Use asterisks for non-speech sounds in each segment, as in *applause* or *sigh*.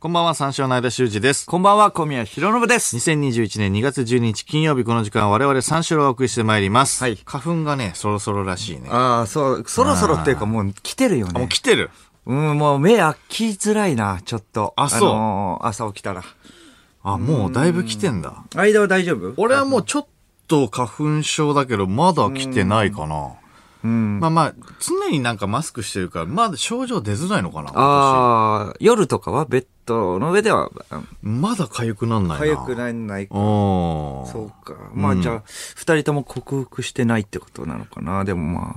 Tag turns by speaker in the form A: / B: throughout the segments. A: こんばんは、三章の間修二です。
B: こんばんは、小宮弘信です。
A: 2021年2月12日金曜日この時間我々三章をお送りしてまいります。
B: はい
A: 花粉がね、そろそろらしいね。
B: ああ、そう、そろそろっていうかもう来てるよ
A: あもう
B: ね。
A: 来てる
B: うん、もう目開きづらいな、ちょっと。
A: あそう
B: のー朝起きたら。
A: あ、もうだいぶ来てんだ。
B: 間は大丈夫
A: 俺はもうちょっと花粉症だけど、まだ来てないかな。
B: うん。
A: まあまあ、常になんかマスクしてるから、まだ症状出づらいのかな
B: ああ、夜とかはベッドの上では、
A: 私まだ痒くなんないな。
B: 早くないない。
A: おー
B: そうか。まあじゃあ、二人とも克服してないってことなのかな。でもま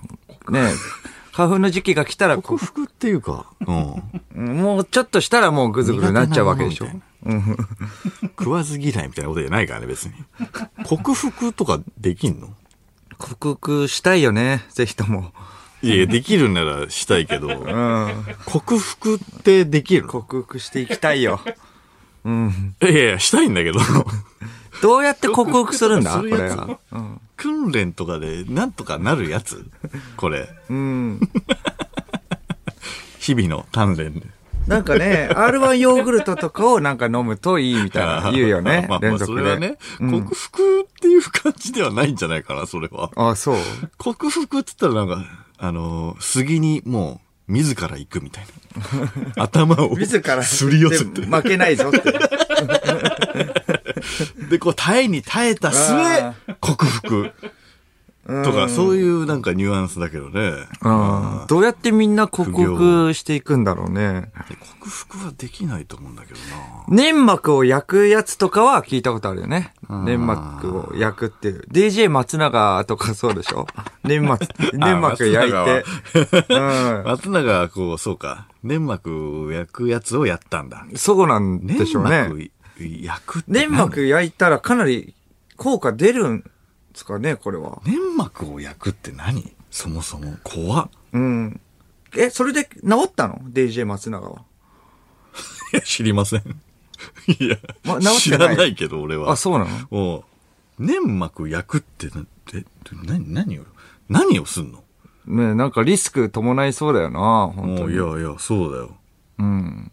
B: あ、ねえ *laughs* 花粉の時期が来たら、
A: 克服っていうか、 *laughs* うん。
B: もうちょっとしたらもうぐずぐずなっちゃうわけでしょ
A: 苦手。な食わず嫌いみたいなことじゃないからね、別に。克服とかできんの
B: 克服したいよね、ぜひとも。
A: いや、できるならしたいけど、
B: うん。
A: 克服ってできる
B: *laughs* 克服していきたいよ。うん。
A: いやいや、したいんだけど、
B: どうやって克服するんだ
A: 克服
B: こ
A: する
B: れ
A: やつ
B: は。うん。
A: 訓練とかでなんとかなるやつこれ、
B: うん。
A: 日々の鍛錬で。
B: なんかね、R1 ヨーグルトとかをなんか飲むといいみたいな言うよね
A: *laughs* まあ。ま
B: 連
A: あ、そ
B: 続
A: れ
B: で。
A: はね、
B: うん
A: 克服っていう感じではないんじゃないかな、それは。
B: あ、そう。
A: 克服って言ったらなんか、あのー杉にもう、自ら行くみたいな。 *laughs* 頭を。
B: 自ら。
A: すり寄せて。
B: で負けないぞって。 *laughs*
A: で、こう、耐えに耐えた末
B: あ、
A: 克服。とか、そういうなんかニュアンスだけどね。
B: うん。どうやってみんな克服していくんだろうね。
A: で克服はできないと思うんだけどな。
B: 粘膜を焼くやつとかは聞いたことあるよね。粘膜を焼くっていう。DJ 松永とかそう
A: *laughs*
B: でしょ粘膜、粘膜焼いて。うん。
A: 松永はこう、そうか。粘膜を焼くやつをやったんだ。
B: そうなんでし
A: 粘
B: ょうね。
A: 膜焼くって何
B: 粘膜焼いたらかなり効果出るんですかね、これは。
A: 粘膜を焼くって何そもそも。怖っ。
B: うん。え、それで治ったの ?DJ 松永は。
A: い
B: *laughs*
A: や、知りません。 *laughs* いや、
B: ま治
A: 知
B: ってない
A: らないけど、俺は。
B: あ、そうなの
A: おう粘膜焼くってな、え、何、何を、何をすんの
B: ねなんかリスク伴いそうだよな、本
A: も
B: 当
A: う
B: に。
A: いやいや、そうだよ。
B: うん。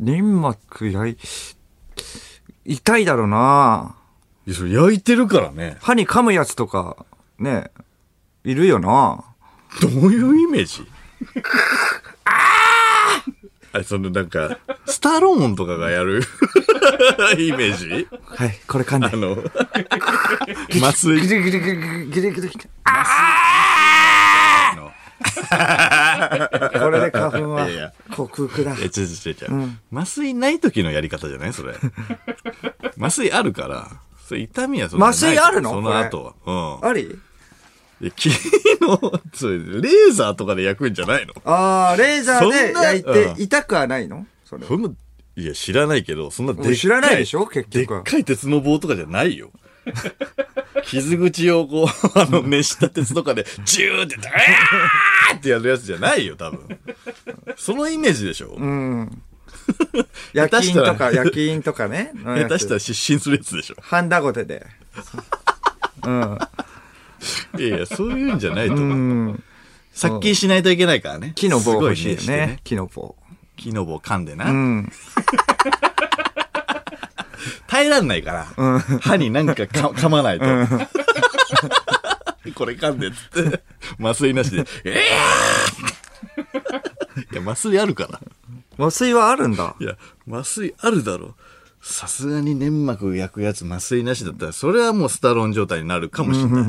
B: 粘膜焼い、痛いだろうない
A: や、それ焼いてるからね。
B: 歯に噛むやつとか、ね、いるよな
A: どういうイメー
B: *laughs*
A: ジああそのなんか、スタローンとかがやる *laughs* イメージ
B: はい、これ噛んで
A: あ。
B: *laughs*
A: の、麻
B: ギ *laughs*
A: 酔
B: リギリギリギリギリギリ。
A: の。
B: これで花粉は
A: や
B: い
A: いや、
B: 克服だ
A: い。や、違う違う違う違う。麻酔ない時のやり方じゃないそ
B: *laughs*
A: れ。麻酔あるから。それ痛みはそんなない
B: 麻酔あるの
A: そ
B: こ
A: の
B: れ
A: 後は。うん
B: あり
A: いや。君の、それ、レーザーとかで焼くんじゃないの
B: ああ、レーザーで焼い
A: そんなう
B: て痛くはないのそれは
A: そんな、いや、知らないけど、そんなでっかい。
B: 知らないでしょ結
A: でっ
B: 局は
A: かい鉄の棒とかじゃない
B: *laughs*
A: よ。傷口をこう、あの、熱した鉄とかで、ジューって、ダーってやるやつじゃないよ、多
B: *laughs*
A: 分。そのイメージでしょ、
B: うん。
A: *laughs* 下
B: 焼
A: 手
B: き
A: し
B: 印
A: たら
B: とか、焼き印とかね。
A: 下手した
B: ら。
A: ら失神するやつでしょ
B: ハンダゴテで。うん。
A: いやいや、そういうんじゃないと思う。
B: うん。
A: 殺菌しないといけないからね。
B: 木の棒
A: すご
B: 欲
A: い
B: しいよ
A: して
B: ね。。木の棒。
A: 木の棒噛んでな。
B: うん。
A: 耐えらんないから。歯になんか
B: *laughs*
A: か噛まないと。 *laughs* これ噛んでっつって。麻酔なしで。えー、いや、麻酔あるから。
B: 麻酔はあるんだ。
A: いや、麻酔あるだろ。さすがに粘膜焼くやつ麻酔なしだったら、それはもうスタローン状態になるかもしれない。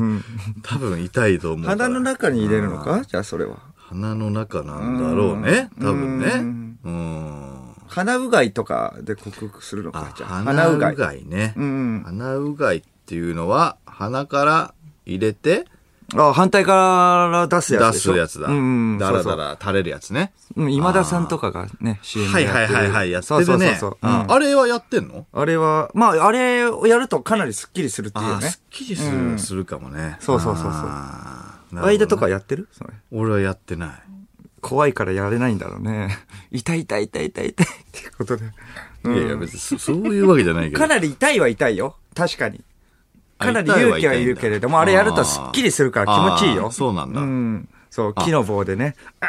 A: 多分痛いと思うから。
B: 鼻の中に入れるのかじゃあそれは。
A: 鼻の中なんだろうね。多分ね。うん。
B: 鼻うがいとかで克服するのかじゃあ
A: 鼻うがい
B: 鼻
A: ね、
B: うん
A: 鼻うがいっていうのは鼻から入れて
B: あ、反対から出すや
A: 出
B: つでし
A: す
B: ょ。
A: やつだ、
B: うん。
A: だら
B: そ
A: だ
B: うそう。
A: ら垂れるやつね
B: うん今田さんとかがね、CM
A: はいはいはいはいやってるね
B: そうそうそうそう。うん
A: ああれはやってんの
B: あれは、まあ、あれをやるとかなりスッキリするっていう
A: あ
B: ね
A: あ。すっきりする,、
B: うん
A: するかもね
B: そうそうそうそう
A: ああなるほどね
B: 間とかやってるそれ。
A: 俺はやってない
B: 怖いからやれないんだろうね。 *laughs* 痛い痛い痛い痛い痛いっていうことで。
A: いやいや別にそそういうわけじゃないけど
B: かなり痛いは痛いよ。確かに。
A: あ
B: かなり勇気はいるけれども、あれやるとスッキリするから気持ちいい
A: あー
B: よ。
A: そうなんだ
B: うん。そう、木の棒でね。あー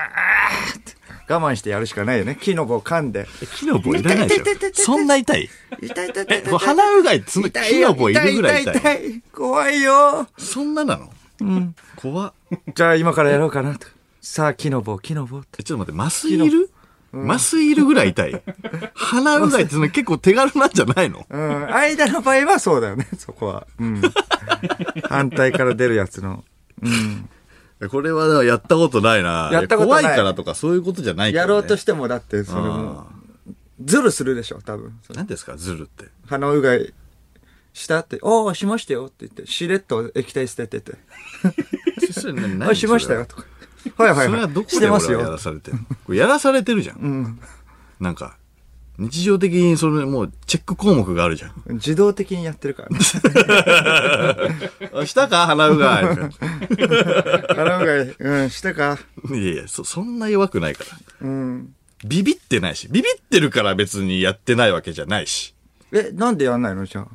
B: って我慢してやるしかないよね。木の棒噛んで。
A: 木の棒いらないでしょ
B: 痛い痛い痛い痛い痛い
A: そんな痛い
B: 痛い痛い痛
A: え
B: い
A: これ鼻うがいつむ
B: 痛
A: 木
B: よ
A: の棒いるぐらい痛い
B: 痛い痛い怖いよ。
A: そんななのうん怖っ
B: じゃあ今からやろうかなと。さあ、木の棒、木の棒って。
A: えちょっと待って麻酔いる麻酔いるぐらい痛 *laughs* い鼻うがいってのは結構手軽なんじゃないの
B: うん。間の場合はそうだよね、 *laughs* そこは。うん。反対から出るやつの。
A: これはやったことないな
B: やったことない
A: 怖いからとかそういうことじゃないから、
B: や
A: ね、
B: ろうとしてても、だって、それも、ズルするでしょ、多分。その
A: 何ですかズルって
B: 鼻うがいしたって、ああ、しましたよって言って、しれっと液体捨ててて、
A: それ何
B: *laughs* あ、しましたよとか。はいはい
A: それ
B: は。
A: はいど
B: し
A: こ
B: て
A: で
B: ま
A: 俺
B: す
A: はやら
B: よ。
A: されてるこれやらされてるじゃん。なんか、日常的にそれもうチェック項目があるじゃん。
B: 自動的にやってるから、
A: *laughs*
B: ね。
A: あしたか鼻うがいみたい
B: 鼻うがい、うん、したか。
A: *laughs* な。いやいやそ、そんな弱くないから。
B: うん。
A: ビビってないし。ビビってるから別にやってないわけじゃないし。
B: え、なんでやんないのじゃあ。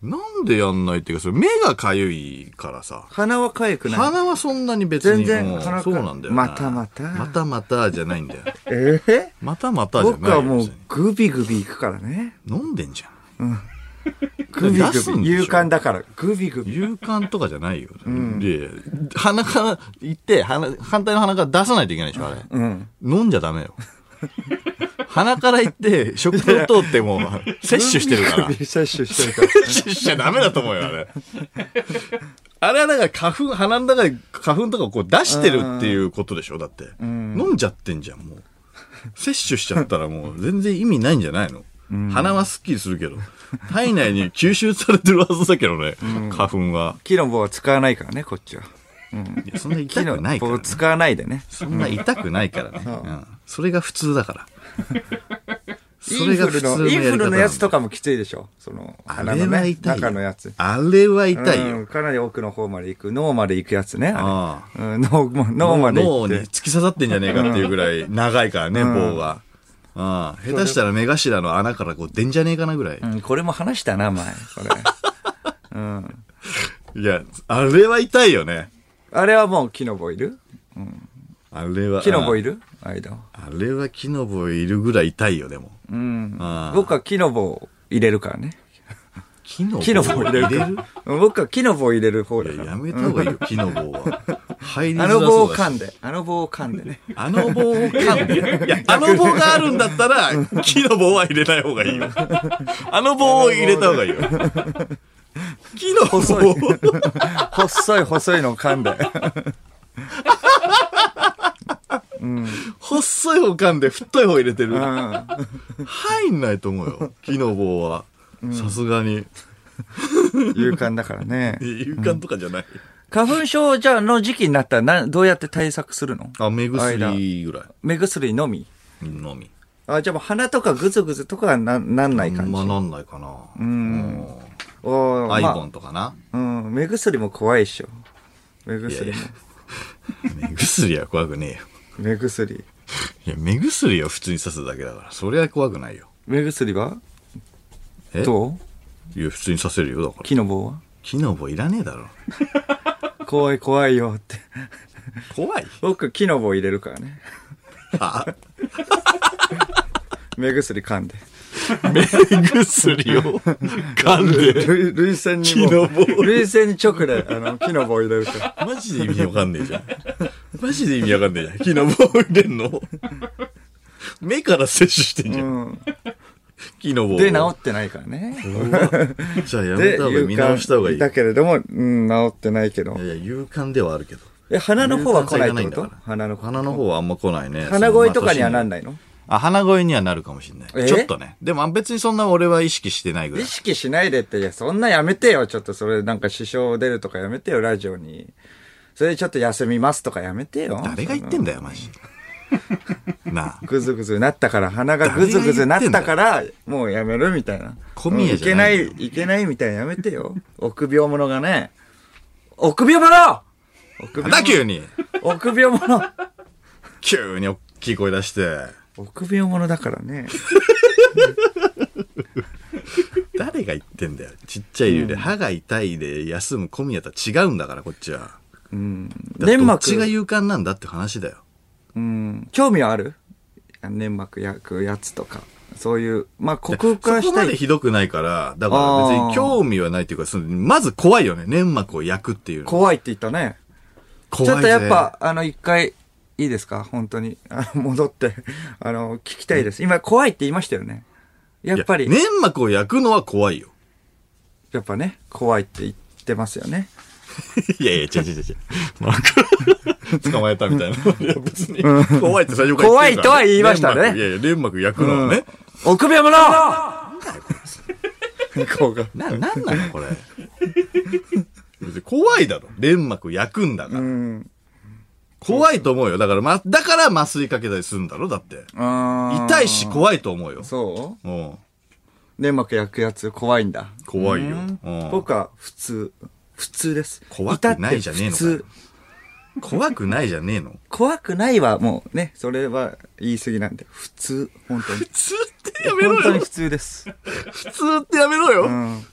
A: なんでやんないっていうか、それ目がかゆいからさ。
B: 鼻は痒くない。
A: 鼻はそんなに別に。
B: 全然
A: もう
B: 鼻か
A: そうなんだよな。
B: またまた
A: またまたじゃないんだよ。
B: えー
A: またまたじゃないよ。
B: 僕はも
A: 別
B: う
A: に、
B: グビグビいくからね。
A: 飲んでんじゃん。
B: グビグ
A: 出すんでし
B: ビ。
A: ょ
B: 勇敢だから。グビグビ。
A: 勇敢とかじゃないよ。いやいや鼻から行って、鼻、反対の鼻から出さないといけないでしょ、あれ。
B: うん。
A: 飲んじゃダメよ。鼻から行って、食道通っても、
B: *laughs*
A: 摂取してるから
B: グビ。グビ摂取してる *laughs* から。
A: 摂取しちゃダメだと思うよ、あれ。 *laughs* あれはだから花粉、鼻の中で花粉とかをこう出してるっていうことでしょ、だって。飲んじゃってんじゃん、もう。摂取しちゃったらもう全然意味ないんじゃないの鼻はスッキリするけど。体内に吸収されてるはずだけどね、花粉は。
B: 木の棒は使わないからね、こっちは。
A: いやそんな
B: 木
A: 痛
B: の
A: くないか
B: 棒
A: ら、
B: を
A: ね。
B: 使わないでね。
A: そんな痛くないからね。うん。それが普通だから。
B: *laughs* インフルの、インフルのやつと
A: か。
B: かもきついでしょその、
A: あ
B: 鼻
A: れ
B: の
A: は
B: ね、
A: 痛いよ。
B: 中のやつ。
A: あれは痛いよ。
B: うんかなり奥の方まで行く、脳まで行くやつね。あ
A: あ
B: れうん脳も、脳まで行
A: 脳
B: っ
A: に
B: て。
A: 突き刺さってんじゃねえかっていうぐらい長いからね、棒が。ああ下手したら目頭の穴からこう出んじゃねえかなぐらい。
B: うん、これも話したな、前。これ。
A: いや、あれは痛いよね。
B: あれはもう木の棒いる
A: あれは。
B: 木の棒
A: い
B: いる間。
A: あれは木の棒いるぐらい痛いよ、でも。
B: うん。
A: ああ
B: 僕は木の棒を入れるからね。
A: 木の棒
B: 木の棒入れるからうん僕は木の棒を入れる方だ
A: い
B: か
A: や、
B: ら。
A: やめた方がいいよ、木の棒は。入りづ
B: あ
A: らそ
B: の
A: うだし
B: 棒を噛んで、あの棒を噛んでね。
A: あの棒を噛ん
B: *laughs*
A: で。いや、あの棒があるんだったら、木の棒は入れない方が
B: *laughs*
A: いいよ。あの棒を入れた方がいいよ。木の棒
B: 細い
A: を。
B: *laughs* 細い細いのを噛んで。
A: 細い方噛んで太い方入れてる
B: う。ん。
A: 入んないと思う
B: *laughs*
A: よ。木の棒は。さすがに。
B: 勇敢だからね。
A: 勇敢とかじゃない。
B: 花粉症じゃあの時期になったらな、どうやって対策するの
A: あ、目
B: 薬
A: 薬ぐらい。
B: 目薬のみ
A: のみ。
B: あ、じゃあもう鼻とかぐずぐずとかはななんない感じ。
A: まあなんないかな。うん。
B: おー
A: アイボ
B: ま
A: ンとかな。
B: あ、うん、目薬も怖いっしょ。目薬も。
A: いやいや目薬は怖くねえよ。
B: 目薬。
A: いや、目薬は普通に刺すだけだから。それは怖くないよ。
B: 目薬は
A: え
B: どう
A: いや、普通に刺せるよ、だから。
B: 木の棒は
A: 木の棒いらねえだろ。
B: 怖い怖いよって。
A: 怖い
B: 僕、木の棒入れるからね。 *laughs* 目薬噛んで。
A: 目薬を噛んで。
B: 類類腺にも
A: 木の棒
B: 類腺に直で、あの、木の棒入れるから。
A: マジで意味わかんねえじゃん。マジで意味わかんねえじゃん。木の棒入れんの目から摂取してんじゃ。
B: うんん。
A: 木の棒を。
B: で、治ってないからね。
A: じゃあやめ
B: で、
A: た方がいい。見直した方がいい。い
B: だけれども、うん、治ってないけど
A: や。いや、勇敢ではあるけど。
B: え、鼻の方は来ないってこ
A: 勇敢さがんだか
B: と
A: ら
B: 鼻の方。
A: 鼻の方はあんま来ないね。
B: 鼻声とかにはなん
A: い。
B: ないの
A: あ、鼻声にはなるかもしんな
B: え
A: い。ちょっとね。でも別にそんな俺は意識してないぐら
B: 意
A: い。
B: 識しないでって、いや、そんなやめてよ。ちょっとそれ、なんか支障出るとかやめてよ、ラジオに。それでちょっと休みますとかやめてよ。
A: 誰が言ってんだよ、
B: *laughs*
A: マジ。なあ。
B: ぐずぐずなったから、鼻がぐずぐずなったから、もうやめるみたいな。
A: 小宮
B: いけ
A: じゃ
B: な、
A: ないいよ
B: いけないみたいなやめてよ。臆病者がね。臆病者臆
A: なんだ
B: 病
A: 急に
B: 臆病者。
A: 急に大きい声出して。
B: 臆病者だからね。
A: 誰が言ってんだよ。ちっちゃい理由で、歯が痛いで休む小宮とは違うんだから、こっちは。
B: うん。
A: だから
B: 粘
A: どっちが
B: 膜、
A: 勇敢なんだって話だよ。
B: うん。興味はある粘膜焼くやつとか、そういう、まあ、克
A: そ
B: 服は
A: こ
B: し
A: ま
B: た
A: で
B: い。
A: ひどくないから、だから別
B: あ
A: に
B: ー
A: 興味はないっていうか、そのまず怖いよね。粘膜を焼くっていうの。
B: 怖いって言ったね。
A: 怖いぜ
B: ちょっとやっぱ、あの、一回、いいですか本当に。あの *laughs* 戻って、あの、聞きたいです。今、怖いって言いましたよね。やっぱり、
A: い粘膜を焼くのは怖い
B: *laughs*
A: よ。
B: やっぱね、怖いって言ってますよね。
A: いやいや、違う違う違う違う。まあ、 *laughs* 捕まえたみたいな。いや、別に。怖いって最初からってるからね
B: 怖いとは言いましたね
A: 粘膜いやいや、粘膜焼くのはね。
B: 臆病者 *laughs* こうが。
A: な、なんなのこれ。別に怖いだろ。粘膜焼くんだか
B: う
A: ら。
B: ん。
A: 怖いと思うよ。だから、ま、だから麻酔かけたりするんだろだって。痛
B: 痛
A: いし。怖いと思うよ。
B: そ
A: うん。
B: う粘膜焼くやつ怖いんだ。
A: 怖いよ。
B: うん
A: うん。
B: 僕は普通。普通です。
A: 怖くないじゃねえのか
B: 至って普通。
A: 怖くないじゃねえの。
B: 怖くないはもうね、それは言い過ぎなんで。普通。本
A: *laughs*
B: 当に。
A: 普通ってやめろ
B: 本当に
A: よ
B: 普。通です。
A: 普通ってやめろ
B: う
A: よ。
B: ん。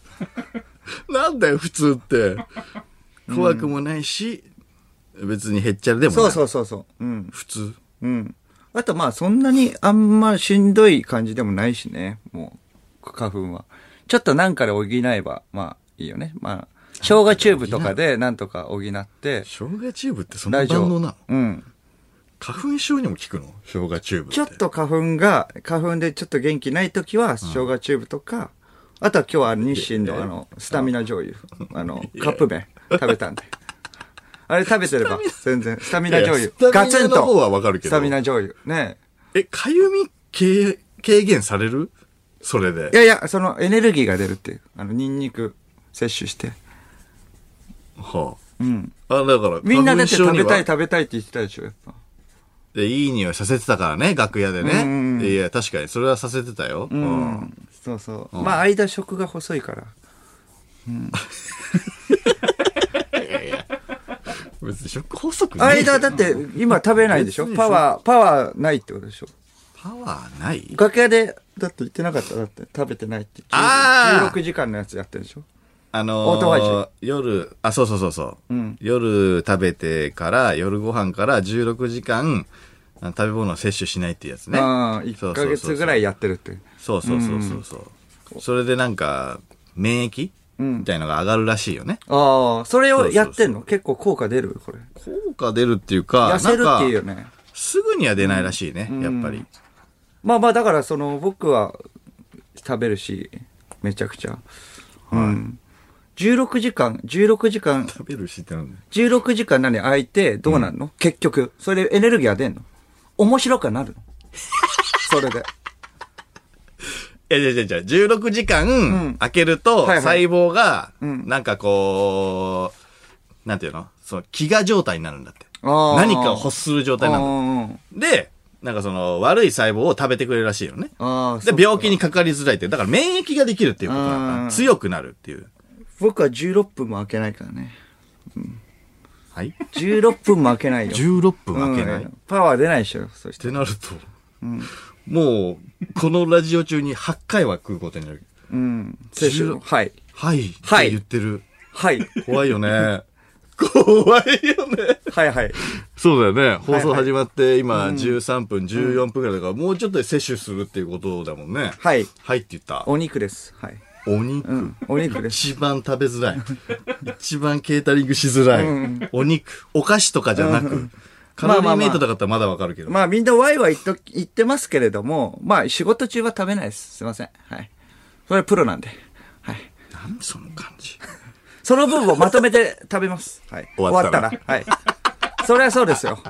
A: なんだよ、普通って。怖くもないし、別にへっちゃらでもない。
B: そうそうそうそう。うん。
A: 普通。
B: うん。あとまあそんなにあんましんどい感じでもないしね、もう、花粉は。ちょっとなんかで補えば、まあいいよね。まあ、生姜チューブとかでなんとか補って、
A: 生姜チューブってそんな
B: 大丈
A: 万能
B: 夫
A: な。
B: うん。
A: 花粉症にも効くの生姜チューブって。
B: ちょっ。と花粉が、花粉でちょっと元気ない時は、生姜チューブとか、あとは今日は日清のあの、スタミナ醤油、あの、カップ麺食べたんで。あれ食べてれば、全然、スタミナ醤油
A: いやい。や
B: ガツン
A: スタミナの方は
B: と、
A: わかるけど
B: スタミナ醤油。ね
A: え、かゆみ軽軽減されるそれで
B: い。やいや、そのエネルギーが出るっていう。あの、ニンニク摂取して。
A: は
B: うん。
A: あ。あ、だから、
B: みんなだって
A: 花粉
B: 食
A: 症
B: べ
A: には
B: たい食べたいって言ってたでしょ、やっぱ。
A: でいい匂いさせてたからね、楽屋で
B: うんうん
A: ね。いや、確かに、それはさせてたよ。う。
B: うんん。そうそう。まあ、間食が細いから。
A: 別に食細くない。
B: 間だって、今食べないでしょ
A: 別に
B: パワー、パワーないってことでしょ
A: パワーない
B: 楽屋で、だって言ってなかっただって、食べてないって。
A: あー
B: 16時間のやつやってるでしょ
A: あ
B: オートファイ
A: のー、夜、あ、そうそうそうそう、
B: ん
A: 夜食べてから、夜ご飯から16時間、あの食べ物を摂取しないっていうやつね。
B: ああ、1ヶ月ぐらい
A: や。
B: やってるって。
A: そうそうそうそうそう。それでなんか、免疫、みたいのが上がるらしいよね。
B: ああ、それをやってんの結構効果出るこれ。
A: 効果出るっていうか、
B: 痩せるっていう
A: な
B: よ
A: んか、
B: ね。
A: すぐには出ないらしいね、やっぱり。
B: まあまあ、だからその、僕は食べるし、めちゃくちゃ。うん。16時間、16時間、
A: 食べるしってなんだよ
B: 16時間何空いてどうなんの、結局。それでエネルギーは出んの面白く
A: *laughs*
B: なるのそれで。
A: いやいやいやいや、16時間開けると、
B: はいはい
A: 細胞が、
B: ん
A: なんかこう、なんていうのその、飢餓状態になるんだって。
B: あー
A: 何かを欲する状態になるんだ
B: あ
A: で、なんかその、悪い細胞を食べてくれるらしいよね。
B: ああ
A: で、
B: そう
A: 病気にかかりづらいって、だから免疫ができるっていうことなん
B: う
A: だ。
B: ん
A: 強くなるっていう。
B: 僕は16分も開けないからね。
A: はい
B: 16分も開けない
A: *laughs*
B: よ。
A: ?16 分開けない、
B: う
A: っ
B: んパワー出ないでしょ、そして。
A: てなると、もう、このラジオ中に8回は食うことになる。
B: うん。摂取
A: 16
B: はい。
A: はい。って
B: はい
A: 言ってる。
B: はい。
A: 怖いよね。怖いよね。
B: はいはい。
A: そうだよね。放送始まって、今、13分、14分くらいだから、もうちょっとで摂取するっていうことだもんね。
B: はい。
A: はいって言った。
B: お肉です。はい。
A: お肉。
B: うん。お肉です。
A: 一番食べづらい。一番ケータリングしづらい。お肉。お菓子とかじゃなく。カロリーメイトとかだったらまだわかるけど。
B: まあみんなワイワイ言っと言ってますけれども、まあ仕事中は食べないです。すいません。はい。それはプロなんで。はい。
A: なんでその感じ。
B: その分をまとめて食べます。はい。
A: 終わったら
B: はい。それはそうですよ。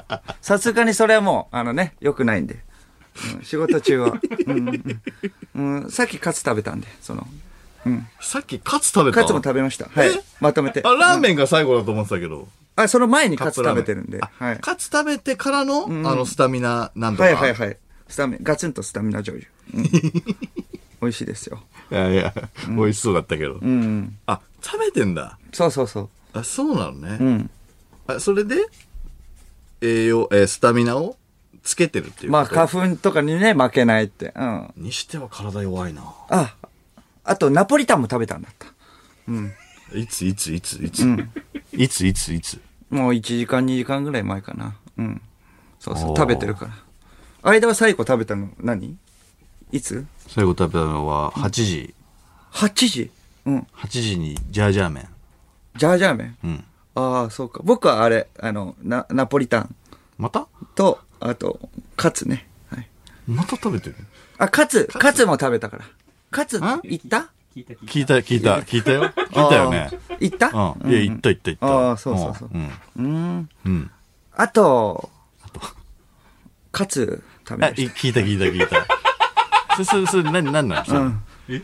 B: さすがにそれはもう、あのね、良くないんで。うん仕事中は。うんうんうんさっきカツ食べたんで、その。
A: さっきカツ食べた
B: カツも食べました。はい
A: え。
B: まとめて。
A: あ、ラーメンが最後だと思ってたけど。
B: あ、その前にカツ
A: ラー
B: 食
A: メ
B: べ
A: ン
B: てるんで。
A: あ
B: はい。
A: カツ食べてからの、あの、スタミナなんとか。
B: はいはいはい。スタミナ、ガツンとスタミナ醤油。うん
A: *laughs*
B: 美味しいですよ。
A: いやいや、美味しそうだったけど。
B: うん。
A: あ、食べてんだ。
B: そうそうそう。
A: あ、そうなのね。
B: うん。
A: あ、それで、栄養、えースタミナをつけてるっていうこと。
B: まあ、花粉とかにね、負けないって。うん。
A: にしては体弱いな。
B: あ、あと、ナポリタンも食べたんだった。
A: いついついついつ、いついついつ
B: もう1時間2時間ぐらい前かな。うん。そうそう、
A: おー
B: 食べてるから。間は最後食べたの何いつ
A: 最後食べたのは8時、
B: ?8 時うん。
A: 8時にジャージャー麺。
B: ジャージャー麺。
A: うん。
B: ああ、そうか。僕はあれ、あの、ナナポリタン
A: また
B: と、あと、カツね。はい。
A: また食べてる
B: あ、カツ、カツも食べたから。カツ、
A: あ
B: 行った
C: 聞いた聞いた
A: 聞いた、聞いた、聞いたよ。聞いたよね。
B: あー行った
A: うん。いや、行った行った行った。
B: あーそうそうそう
A: うん。
B: うん。
A: うん。
B: あと、カツ食べ
A: あ、
B: ま
A: い
B: し
A: 聞いた聞いた聞いた。そ、そ、そ、な、なんなんそれ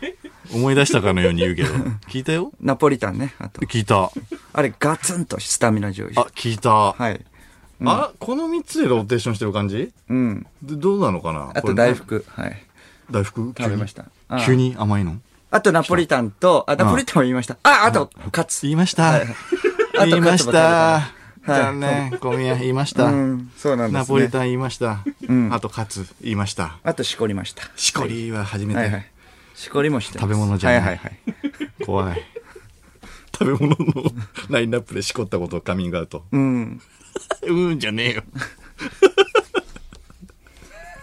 A: 思い出したかのように言うけど。聞いたよ
B: た。ナポリタンね。あと。
A: 聞いた。あ、
B: あれ、ガツンとスタミナ重視。
A: 聞いた。
B: はい。
A: あ、この3つでローテーションしてる感じ
B: うん。
A: でどうなのかな
B: あ
A: ことれ
B: 大福。はい。
A: 大福
B: 食べました。あ
A: 急に甘いの
B: あとナポリタンと、あ、ナポリタンも言いました。あ、あと、カツ。
A: 言いま *laughs* した。
B: あ
A: 言いました。
B: カツも食べた
A: 残念。小宮言いまし
B: う
A: た。
B: ん、そうなんですね。
A: ナポリタン言いました。あとカツ言いました。
B: あと、しこりました。
A: しこりは初め
B: はいは
A: て
B: い。しこりもしてます
A: 食べ物じゃない
B: はいはいはい。 *laughs*
A: 怖い。食べ物の *laughs* ラインナップでしこったことをカミングアウト。
B: うん。
A: うーんじゃねえよ。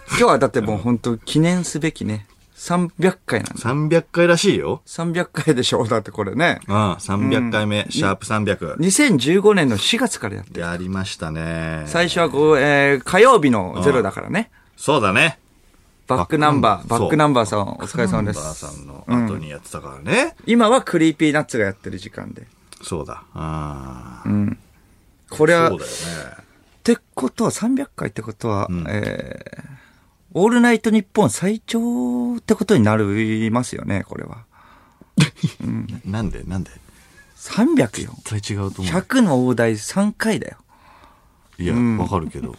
B: 今日はだってもう本当記念すべきね、300回なんです。
A: 300回らしいよ。
B: 300回でしょだってこれね。
A: うん、300回目、シャープ300。
B: 2015年の4月からやって。
A: やりましたね。
B: 最初はこう、えー、火曜日のゼロだからね。
A: そうだね。
B: バックナンバー、
A: バ
B: バ
A: ッ
B: ッ
A: ク
B: ク
A: ナ
B: ナ
A: ン
B: ンバーさん、お疲れ様
A: ナンバー
B: です
A: さ。んの後にやってたからね。
B: 今はクリーピーナッツがやってる時間で。
A: そうだ。ああ。
B: これは、
A: そう
B: っ
A: だよね。
B: てことは300回ってことは、
A: ん
B: えー、オールナイト日本最長ってことになりますよね、これは。
A: なんでなんで
B: 300よ。
A: 絶対違うと思う。
B: 100の大台3回だよ。
A: いや、わかるけど。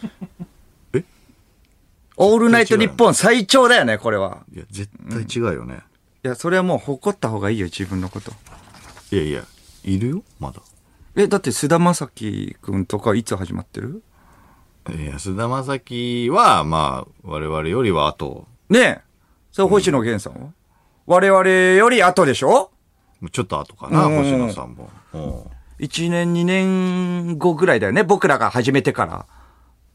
B: オールナイト日本最長だよね、これは。
A: いや、絶対違うよね。
B: いや、それはもう誇った方がいいよ、自分のこと。
A: いやいや、いるよまだ。
B: え、だって菅田将暉くんとかいつ始まってる
A: いや、菅田将暉は、まあ、我々よりは後、
B: ねえ。それ星野源さんは、我々より後でしょ
A: ちょっと後かな、
B: うん
A: 星野さんも。うん
B: ?1 年、2年後ぐらいだよね、僕らが始めてから。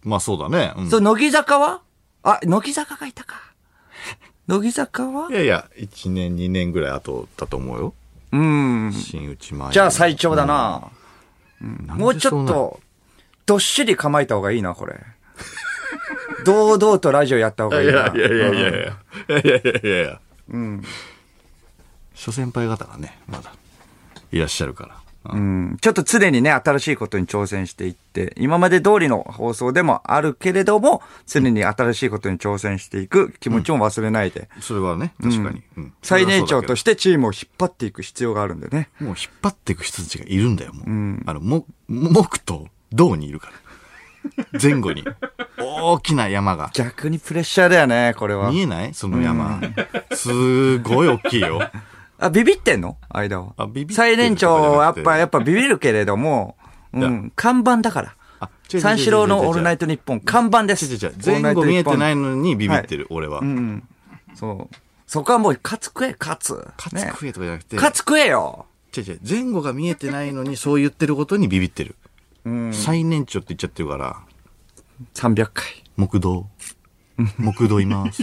A: まあそうだね。うん
B: それ、乃木坂はあ、乃木坂がいたか。 *laughs* 乃木坂はい
A: やいや、1年、2年ぐらい後だと思うよ。
B: うん。
A: 新内前。
B: じゃあ最長だな。
A: うん。
B: もうちょっと、どっしり構えた方がいいな、
A: *laughs*
B: これ。堂々とラジオやった方
A: な
B: が
A: ん
B: いい
A: で
B: な。
A: そんな。いやいやいやいやいや。いやいやいやいや。うん。諸先輩方がね、まだ、いらっしゃるから。うん
B: うんちょっと常にね、新しいことに挑戦していって、今まで通りの放送でもあるけれども、常に新しいことに挑戦していく気持ちも忘れないで、
A: それはね、確かに。うん
B: 最年長と
A: して
B: してチームを引っ張っていく必要があるんでね。
A: もう引っ張っていく人たちがいるんだよ、もう。あの、も、木と銅にいるから。前後に。大きな山が。
B: 逆にプレッシャーだよね、これは
A: 見。えないその山。すごい大きいよ。
B: あ、ビビってんの間は。
A: あビビってる
B: 最年長はやっ
A: とか
B: ぱ、
A: じゃな
B: やっぱビビるけれども、
A: *laughs*
B: う
A: い
B: ん、看板だから。
A: あ違う違う違う
B: 三四郎のオールナイトニッポン、看板です。
A: 違う違う前後見えてないのにビビってる、俺は。
B: うん。そう。そこはもう、カツ食え、カツ。
A: カツ食えとかじゃなくて。
B: ねカツ食えよ
A: 違う違う前後が見えてないのに、 *laughs* そう言ってることにビビってる。最年長って言っちゃってるから、
B: !300 回。
A: 木
B: *laughs*
A: 道。木道います。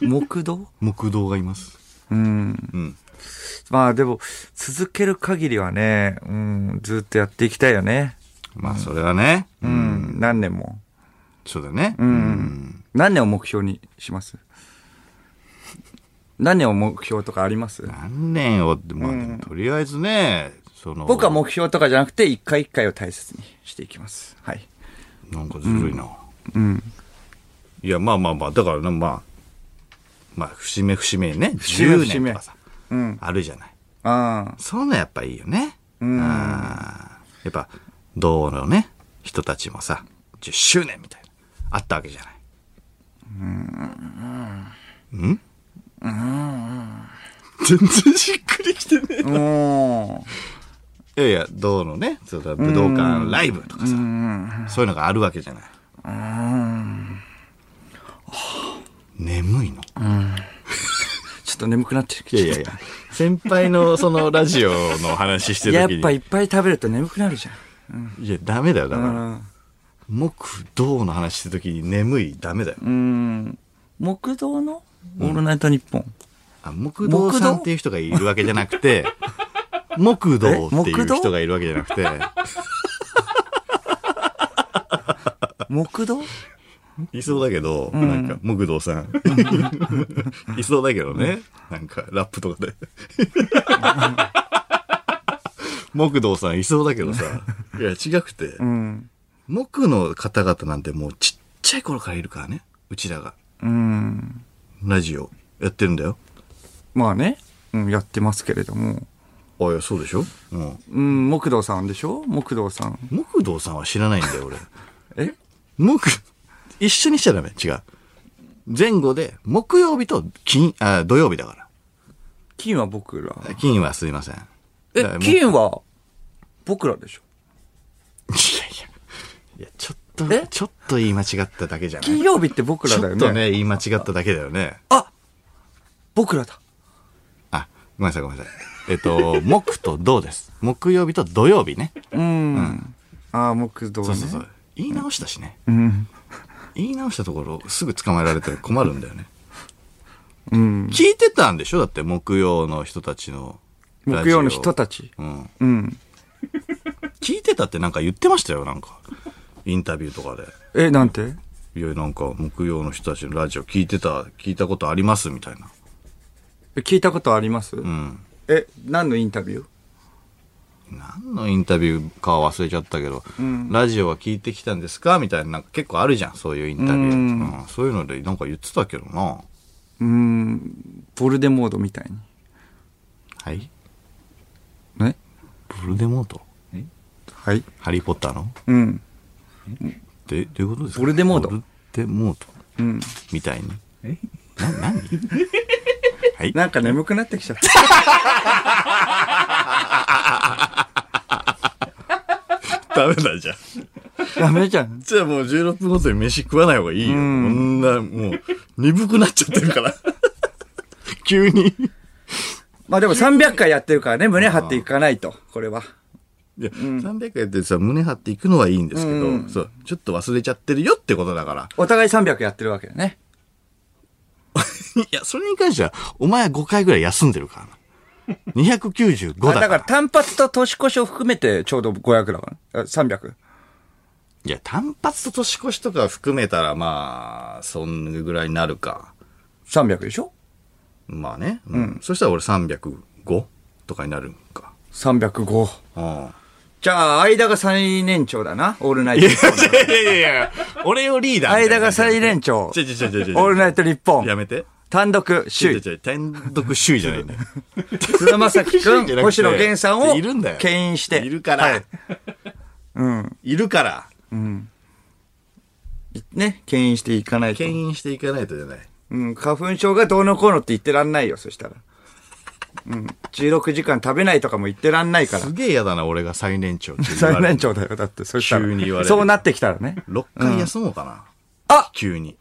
B: 木道
A: 木道がいます。
B: うん。
A: うん。
B: まあでも、続ける限りはね、うん、ずっとやっていきたいよね。
A: まあ、それはね。
B: うん、何年も。
A: そうだね。うん
B: 何年を目標にします *laughs* 何年を目標とかあります
A: 何年を、まあでもとりあえずね、その、
B: 僕は目標とかじゃなくて、一回一回を大切にしていきます。はい。
A: なんかずるいな。いや、まあまあまあ、だからね、まあ、まあ、節目節目ね、
B: 節目
A: 10年とかさ、
B: うん。
A: あるじゃない。
B: ああ。
A: そういうのやっぱいいよね。
B: うん
A: あーやっぱ、道のね、人たちもさ、10周年みたいな、あったわけじゃない。うん。ん全然しっくりきてね *laughs* え。
B: うん。
A: いやいや、道のね、そうだ武道館ライブとかさ、そういうのがあるわけじゃない。眠いの。
B: ちょっと眠くなってき
A: い
B: た。
A: やいやいや、先輩のそのラジオの話して
B: い
A: る
B: や
A: 時に。
B: やっぱいっぱい食べると眠くなるじゃん。
A: いや、ダメだよ、だから。
B: うん
A: 木、道の話してる時に眠い、ダメだよ。
B: うん。木道のオールナイトニッポン。
A: あ、木道さんっていう人がいるわけじゃなくて、木道っていう人がいるわけじゃなくて、
B: 木道
A: いそうだけど、なんか、木道さん。いそうだけどね。なんか、ラップとかで。木道さんいそうだけどさ。いや、違くて
B: う。ん。
A: 木の方々なんてもうちっちゃい頃からいるからね。うちらが。
B: うん。
A: ラジオやってるんだよ。
B: まあね、うん、やってますけれども。
A: あ、いや、そうでしょうん。
B: うん、木道さんでしょ木道さん。
A: 木道さんは知らないんだよ、俺。
B: え
A: 木、一緒にしちゃダメ。違う。前後で、木曜日と金、あ、土曜日だか
B: 金は僕ら。
A: ら。金はすいません。だからもう
B: え、
A: いやい
B: 金は僕らでしょ
A: や。いや、ちょっと
B: え、
A: ちょっと言い間違っただけじゃない
B: 金曜日って僕ら
A: ち
B: だ
A: ょ
B: よ
A: っ
B: ね。
A: とね、言い間違っただけだよね。
B: あ僕らだ。
A: あ、ごめんなさい、ごめんなさい。えっと、木と土です。木曜日と土曜日ね。
B: うん。ああ、木道ね。
A: そうそうそう。言い直したしね。
B: うん。
A: 言い直したところ、すぐ捕まえられたら困るんだよね。
B: うん。
A: 聞いてたんでしょだって、木曜の人たちの。
B: 木曜の人
A: ち。
B: たち。
A: うん。
B: うん。
A: 聞いてたってなんか言ってましたよ、なんか。インタビューとかで。
B: え、なんて
A: いや、なんか、木曜の人たちのラジオ聞いてた、聞いたことありますみたいな。
B: え聞いたことあります、
A: うん。
B: え、何のインタビュー
A: 何のインタビューかは忘れちゃったけど、ラジオは聞いてきたんですかみたいな、なんか結構あるじゃん、そういうインタビュー。
B: うん
A: うんそういうので、なんか言ってたけどな。
B: うーん、ボルデモードみたいに。
A: はい
B: ね
A: ブルデモート
B: はい。
A: ハリーポッターの
B: うん。
A: で、どういうことですか
B: ボルデモート
A: ボルデモート
B: うん。
A: みたいに。な、何はい。
B: なんか眠くなってきちゃった。
A: *laughs* ダメだじゃん。
B: ダメじゃん。
A: じゃあもう16分ごとに飯食わない方がいいよ。こ
B: ん
A: んな、もう、鈍くなっちゃってる *laughs* から。急に。
B: まあでも300回やってるからね、胸張っていかないと、これは。
A: いや、300回やってさ、胸張っていくのはいいんですけど、
B: うん
A: そう、ちょっと忘れちゃってるよってことだから。 *laughs*
B: お互い300やってるわけだね。
A: いや、それに関しては、お前は5回ぐらい休んでるからな。295だ
B: あ
A: から。
B: だから単発と年越しを含めてちょうど500だから。あ300。
A: いや、単発と年越しとか含めたら、まあ、そんぐらいになるか。
B: 300でしょ
A: まあね。うん。そしたら俺305とかになるんか。
B: ?305。
A: *laughs* うん。
B: じゃあ、間が最年長だな、オールナイ
A: い
B: ト
A: や。いやいやいや、 *laughs* 俺をリーダーみた
B: 間
A: いな
B: が最年長。オ
A: ちょちょちょちょちょ
B: ールナイト日本。
A: やめて。
B: 単独
A: ちょち
B: 首
A: ょ
B: 位。
A: ちょ、単独首位じゃないんだよ。*laughs* 首
B: 菅田将暉
A: 位じゃなく
B: 君、
A: て
B: 星野源さんを
A: いるんだよ
B: 牽引して。
A: いるから。
B: はいうん。
A: いるから。
B: ね、牽引していかないと
A: 牽。引していかないとじゃない。
B: うん、花粉症がどうのこうのって言ってらんないよ、そしたら。うん。16時間食べないとかも言ってらんないから
A: す。げえ嫌だな、俺が最年長って言われ
B: 最
A: る
B: 年長だよ、だって。そしたら。
A: 急に言われる
B: そうなってきたらね。
A: 6回休もうかな。
B: あ
A: 急に。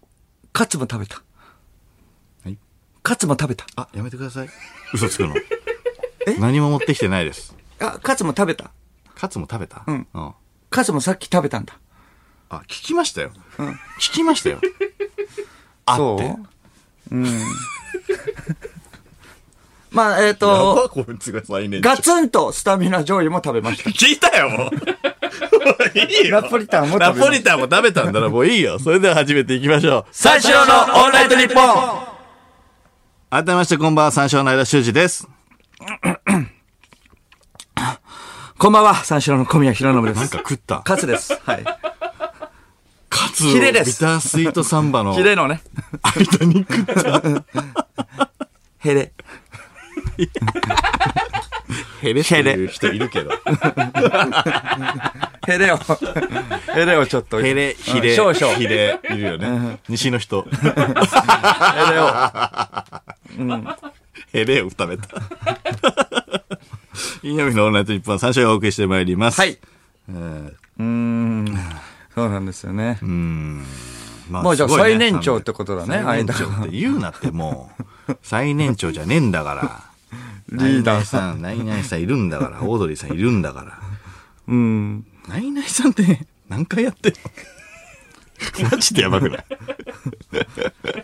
B: カツも食べた。
A: はい。
B: カツも食べた。
A: あ、やめてください。 *laughs* 嘘つくの。何も持ってきてないです。
B: あ、カツも食べた。
A: カツも食べた
B: ん
A: あ、
B: カツもさっき食べたんだ。
A: 聞きましたよ。聞きましたよ。あって。
B: ううん。 *laughs* まあ、えっ、
A: や
B: と、
A: ばこいつが最年長。
B: ガツンとスタミナ醤油も食べま *laughs* した。
A: 聞いたよ、 *laughs* もう。いいよ。
B: ナポリタンも食べ
A: ナ
B: ました
A: ポリタンも食べたんだらもういいよ。それでは始めていきましょう。
B: 三四郎のオールナイトニッポン
A: 改めまして、こんばんは、三章の間修二です。
B: こんばんは、三四郎の小宮宏信で
A: なん
B: す
A: か。食った。
B: カツです。はい。
A: カツを
B: ヒ
A: ビ
B: レ
A: タ
B: です
A: ースイートサンバの
B: ヒレのね。
A: 間に食
B: *laughs*
A: った。
B: ヘレ。
A: ヘレっていう人いるけど。
B: ヘレを、 *laughs* ヘレをちょっと。
A: ヘレ、ヒレ、
B: うん少々。
A: ヒレ、いるよね。西の人。
B: ヘレを。
A: ヘレを食べ
B: *laughs*
A: た。金曜日のオールナイト日本三章をお送りしてまいります。
B: はい。
A: えー。
B: うーん。そうなんですよね。
A: ま
B: もうじゃあ
A: すごいね
B: 最年長ってことだね
A: 最年長って言うなってもう、最年長じゃねえんだ *laughs* から。
B: リーダー
A: さん。ナイナイさんいるんだから、オードリーさんいるんだから。
B: うん。
A: *laughs* ナイナイさんって何回やってんの *laughs* マジでやばくない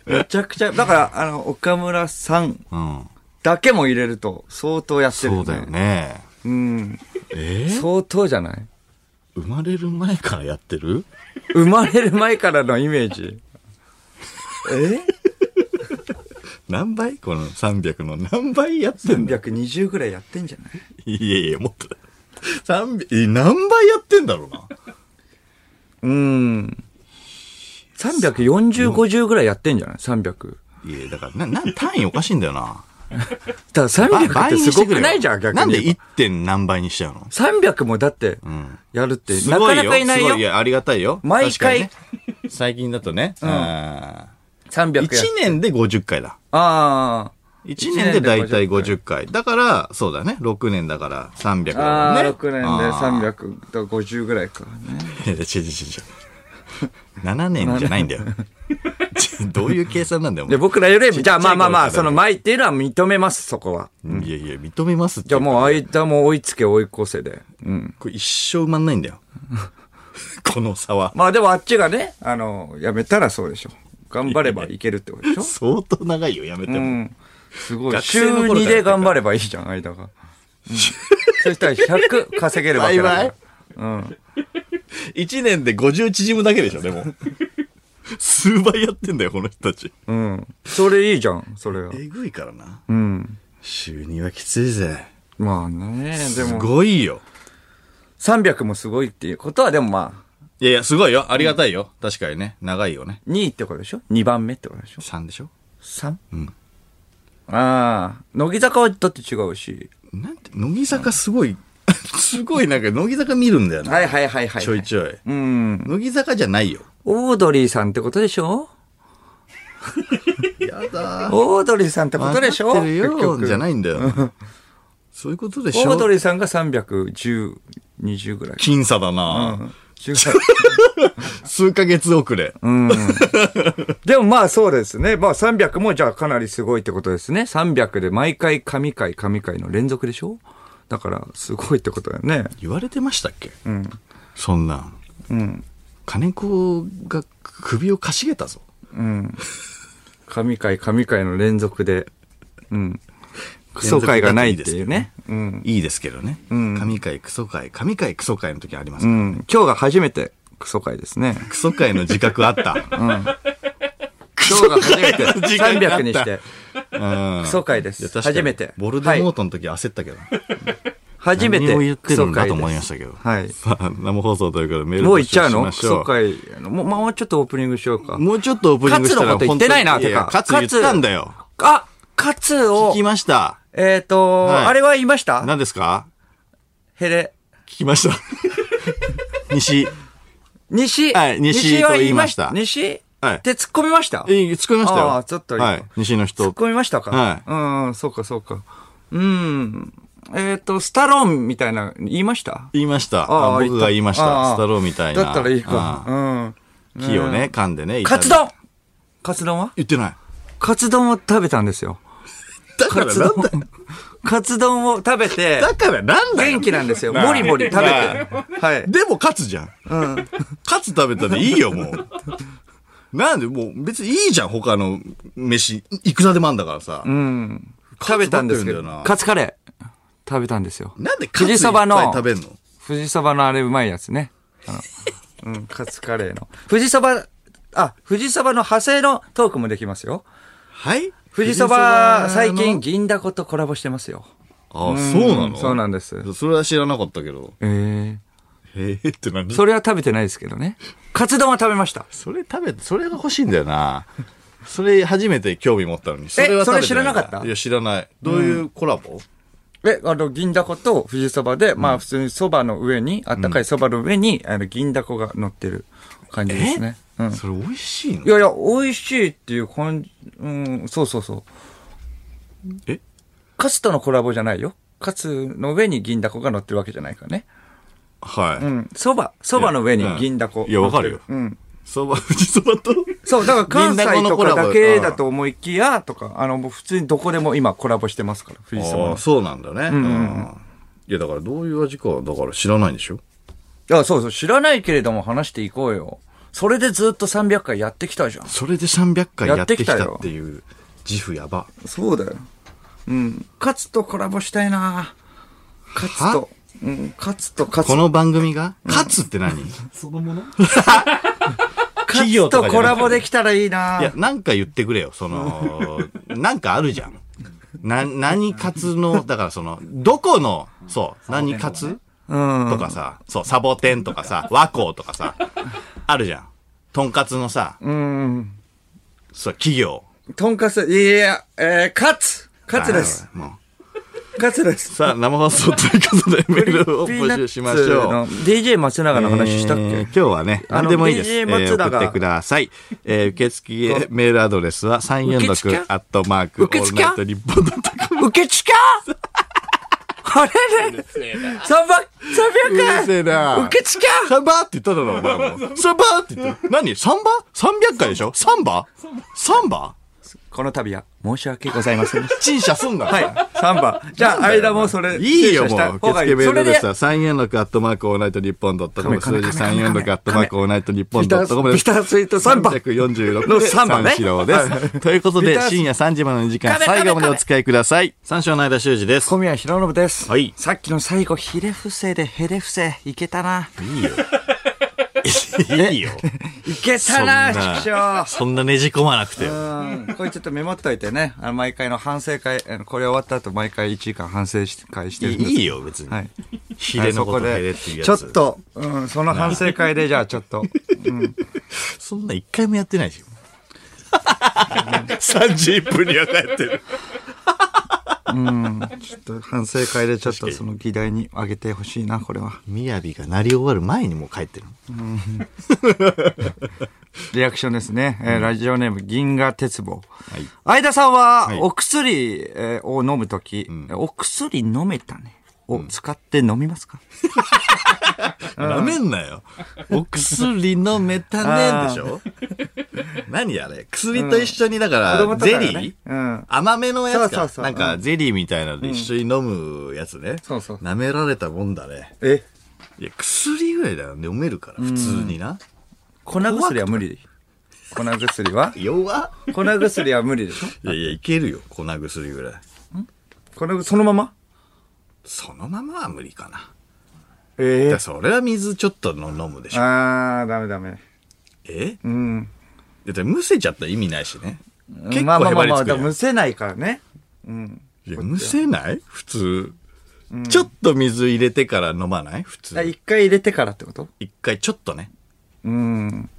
B: めちゃくちゃ、だから、あの、岡村さん
A: うん。
B: だけも入れると、相当やってるよ
A: そ
B: ね。
A: うだよ。ね。
B: うん。
A: えー
B: 相当じゃない
A: 生まれる前からやってる
B: 生まれる前からのイメージ。え
A: 何倍この300の何倍やってんだ
B: ?320 ぐらいやってんじゃない
A: いやいや、もっとだ。300え何倍やってんだろうな。
B: うん。340、50ぐらいやってんじゃない ?300。だか
A: いや、だから、な、な、単位おかしいんだよな。
B: ら
A: ば
B: 300ってすご
A: れ
B: く
A: よ
B: ないじゃん、逆に。
A: なんで 1. 点何倍にしちゃうの
B: 300もだって
A: ん、
B: やるって、
A: す
B: な
A: ご
B: か
A: い
B: な
A: よ。
B: かいない
A: すごい。い
B: よ。
A: や、ありがたいよ。
B: 毎回
A: 確かにね。最近だとね。うん。1
B: 300や。
A: 年で50回だ。
B: ああ。
A: 1年でだいたい
B: 1
A: 50回。だから、そうだね。6年だから300だ
B: あ
A: も
B: あ、
A: んね。
B: 6年で300と50ぐらいかね。
A: いや、違う違う違う。7年じゃないんだよ。ちどういう計算なんだよ、お
B: で、
A: 前
B: 僕らより、じゃ
A: ち
B: あ
A: っち
B: ま
A: ゃ
B: あ
A: い頃
B: まあまあ、
A: から
B: その前っていうのは認めます、そこは。
A: いやいや、認めますって。
B: じゃあもう間も追いつけ追い越せで。うん。
A: これ一生埋まんないんだ
B: *laughs*
A: よ。この差は。
B: まあでもあっちがね、あの、やめたらそうでしょ。頑張ればいけるってことでしょ
A: 相当長いよ、やめても。
B: うん。すごい。
A: 学
B: 週
A: 生の頃から
B: 2で頑張ればいいじゃん、間が。そしたら100稼げるわけだから。
A: 倍々
B: うん。
A: 一1年で50縮むだけでしょ、でも。数倍やってんだよ、この人たち。
B: うん。それいいじゃん、それは。
A: えぐいからな。
B: うん。
A: 収入はきついぜ。
B: まあね、ですも、
A: ごいよ。
B: 300もすごいっていうことは、でもまあ、
A: いやいや、すごいよ。ありがたいよ。確かにね。長いよね。
B: 2位ってことでしょ ?2 番目ってことでしょ
A: 3でしょ
B: ?3?
A: うん。
B: ああ、乃木坂はだって違うし。
A: なんて、乃木坂すごい、すごいなんか乃木坂見るんだよな。
B: はいはいはいはい。
A: ちょいちょい。
B: うん。
A: 乃木坂じゃないよ。
B: オードリーさんってことでしょ
A: やだ
B: オードリーさんってことでしょ
A: わかってる
B: 結
A: よ
B: 局
A: じゃないんだよ。そういうことでし
B: オード
A: ょ
B: リーさんが310、20ぐらい。
A: 僅差だな、
B: うん違う
A: 数ヶ月遅れ。
B: うん。でもまあそうですね。まあ300もじゃあかなりすごいってことですね。300で毎回神回神回の連続でしょだからすごいってことだよね。
A: 言われてましたっけ
B: うん。
A: そんなん。
B: うん。
A: 金子が首をかしげたぞ。
B: うん。神回神回の連続で。うん。クソ回がないっていうね。うん。
A: いいですけどね。
B: うん
A: 神回、クソ回、神回、クソ回の時あります
B: う
A: から
B: ん。今日が初めてクソ回ですね。
A: クソ回の自覚あった。
B: 今日が初めて
A: *laughs* 時間があった
B: 300にして。
A: うん
B: クソ回です
A: いや確かに
B: *laughs* 初めて
A: ボルデモートの時焦ったけど。
B: 初めて
A: 何を言って
B: ク
A: る
B: ソ
A: んだ
B: 回
A: と
B: で。
A: 思いますしたけど。
B: はい。
A: さあ、生放送ということでメール
B: もう
A: 募
B: い
A: 集
B: っちゃう
A: し
B: の
A: ま
B: ク
A: しょ
B: ソ回。もうもうちょっとオープニングしようか。
A: もうちょっとオープニングしたら
B: 勝つのこと言ってないな
A: 本当に
B: てか
A: や勝つ言ったんだよ。
B: あ、カツ
A: 聞
B: を
A: き、ました。
B: えっと、
A: はい
B: あれは言いました
A: 何ですか
B: ヘレ。
A: 聞きま
B: *laughs*
A: した。西。
B: 西。
A: はい西
B: は
A: と言いました
B: 西
A: はい
B: って突っ込みました
A: え
B: 突っ
A: ー、作りましたよ。
B: あーちょっといいよ
A: はい。西の人。
B: 込みましたか
A: はい
B: うん、そうかそうか。うん。えっと、スタローンみたいな、言いました
A: 言いました。
B: あ
A: あ
B: ー言った
A: 僕が言いまし
B: あー
A: た。スタローみたいな。
B: だったらいい
A: あー
B: か。うん。
A: 木をね、噛んでね。
B: カツ
A: 痛い
B: 丼カツ丼は
A: 言ってない。
B: カツ丼を食べた
A: *laughs*
B: んですよ。
A: だ
B: カツ丼。
A: *laughs*
B: *laughs* カツ丼を食べて、
A: だからなんだよ
B: 元気なんですよ。
A: なあ
B: もりもり食べて。
A: な
B: はい。
A: でも勝つじゃん。勝つ食べたらいいよ、もう。なんで、もう別にいいじゃん、他の飯。いくらでもあんだからさ。
B: うん。食べたんですけど
A: カツ持ってるんだよな、
B: カツカレー食べたんですよ。
A: なんでカツい
B: 富
A: っ
B: 士そ
A: ぱ
B: ば
A: い
B: の
A: 食べんの
B: 富士そばのあれうまいやつ
A: *laughs*
B: ね。あのうん、カツカレーの。富士そば、あ、富士そばの派生のトークもできますよ。
A: はい
B: 富士そば、最近、
A: 富士
B: 銀だことコラボしてますよ。
A: そばのあ、そうなの
B: そうなんです。
A: それは知らなかったけど。
B: え
A: へえってなん
B: え
A: で
B: それは食べてないですけどね。カツ丼は食べました。
A: それ食べ、それが欲しいんだよな。それ初めて興味持ったのに。そは
B: それ
A: 食べて
B: 知らなかった
A: いや、知らない。どういうコラボ
B: え、あの、銀だこと富士そばで、まあ普通にそばの上に、あったかいそばの上に、あの、銀だこが乗ってる感じですね。うん。
A: それ美味しい
B: い
A: の
B: やいや、美味しいっていう感じ、うん、そうそうそう。
A: え
B: カツとのコラボじゃないよ。カツの上に銀だこが乗ってるわけじゃないからね。う
A: はい。
B: ん。そば、そばの上に銀だこ。
A: いや、わかるよ。
B: うん。
A: そば、 *laughs* 富士そばと。
B: そう、だから関
A: 銀だこ
B: 西
A: の
B: と
A: コ
B: か
A: ラボ
B: だけだと思いきや、とか、あの、もう普通にどこでも今コラボしてますから、富士
A: あ
B: 山
A: あ、。そうなんだね。うん
B: うんうん
A: いや、だからどういう味かは、だから知らないんでしょ
B: いや、そうそう、知らないけれども話していこうよ。それでずっと300回やってきたじゃん。
A: それで300回やってきた
B: やってきたよ
A: っていう自負やば。
B: そうだよ。うん。カツとコラボしたいなカツ
A: は
B: と。うん。カツとカツ
A: こ。の番組が勝つって何い
C: そのもの
B: カ
A: 企
B: ツ
A: 業と
B: と
A: かじ
B: コ
A: ゃなくて
B: ラボできたらいいな
A: や、なんか言ってくれよ。そ
B: *laughs*
A: の、なんかあるじゃん。な、何勝の、だからその、どこの、そう、何勝
B: うん。
A: とかさ、そう、サボテンとかさ、和光とかさ、あるじゃん。とんかつのさ、
B: うん。
A: そう、企業。
B: とんかつ、いやいや、えー、カツカツです。
A: あー。もう
B: カツです。
A: さあ、生放送ということでメー *laughs* ルを募集しましょう。。
B: DJ 松永の話したっ
A: えー
B: け
A: 今日はね、
B: あの
A: 何でもいいです。え
B: DJ
A: ー
B: 松永
A: 送ってください。えー受付メールアドレスは
B: 受付
A: 346アットマークオ
B: 受
A: ール
B: 付
A: ナイトニッポンドットコム
B: 受け付けあれ
A: う
B: れ ?300
A: るせえ
B: 回
A: な
B: 受け付け
A: サンバーって言っただろ、お前も。サンバーって言った。何サンバ ?300 回でしょサンバサンバ
B: この度は申し訳ございません。
A: 陳謝すんな。
B: はい、3番。じゃあ、間もそれ、
A: いいよ、
B: 停
A: も
B: 止した
A: う。
B: 方
A: 受
B: がいい
A: 付メールアドレス
B: それ
A: は346アットマークオールナイトニッポンドットコム。
B: カメ
A: 数字
B: カメカメカ
A: 346
B: メ
A: アットマークオールナイトニッポンドットコムです。
B: ビタースイートサンバ
A: 346
B: の
A: で
B: サンバね
A: 三四郎です。ということ
B: ビ
A: で
B: タ、ース
A: 深夜3時までの時間、
B: カメカメ
A: 最後までお使いください。三四郎の間修二です。
B: 小宮浩信です。
A: はい
B: さっきの最後、ひれ伏せでへれ伏せ、いけたな。
A: いいよ。いいよ。
B: *laughs* いけ
A: そ
B: た
A: ん
B: な、
A: な
B: 師匠。
A: そんなねじ込まなくてよ。
B: うんこれちょっとメモっといてね。あの、毎回の反省会、あのこれ終わった後、毎回1時間反省して、会して
A: い
B: るんです
A: いいいよ、別に。
B: はい。
A: ヒレのこ
B: はいそこと
A: ヘレっていう
B: で、
A: やつ。
B: ちょっと、うん、その反省会で、じゃあちょっと、
A: そんな一回もやってないでし *laughs* ょ。31分には帰ってる。
B: ちょっと反省会でちょっとその議題に上げてほしいな、これは。
A: みやびが鳴り終わる前にもう帰ってる。
B: リアクションですね。えーラジオネーム、銀河鉄棒。
A: い
B: 相田さんは、
A: い
B: お薬、えーを飲むとき、お薬飲めたね。を使って飲みますか、
A: なめんなよ。お薬飲めたね
B: あー
A: でしょ何あれ薬と一緒に、だから、
B: うん子供とか
A: ゼ
B: がね
A: リー、
B: うん
A: 甘めのやつか。
B: そうそうそう
A: なんか、ゼリーみたいなので一緒に飲むやつね。
B: そうそう
A: 舐められたもんだね。
B: え
A: いや、薬ぐらいだよ。飲めるから、普通にな。
B: 粉薬は無理。粉薬は
A: 弱っ
B: 粉薬は無理でし
A: い
B: ょ
A: やいや、いけるよ。粉薬ぐらい。
B: 粉薬そのまま
A: そのままは無理かな。
B: え
A: だそれは水ちょっとの飲むでしょ。
B: あー、ダメダメ。
A: え
B: うん。
A: だってむせちゃったら意味ないしね。結
B: まあ
A: 構
B: まあ
A: へ
B: ま
A: ば
B: あ
A: り
B: まあ、
A: つく
B: だ
A: や
B: か
A: ん
B: らむせないからね。
A: いやむせない普通、ちょっと水入れてから飲まない普
B: だから
A: 通。
B: 一回入れてからってこと
A: 一回ちょっとね。
B: うん。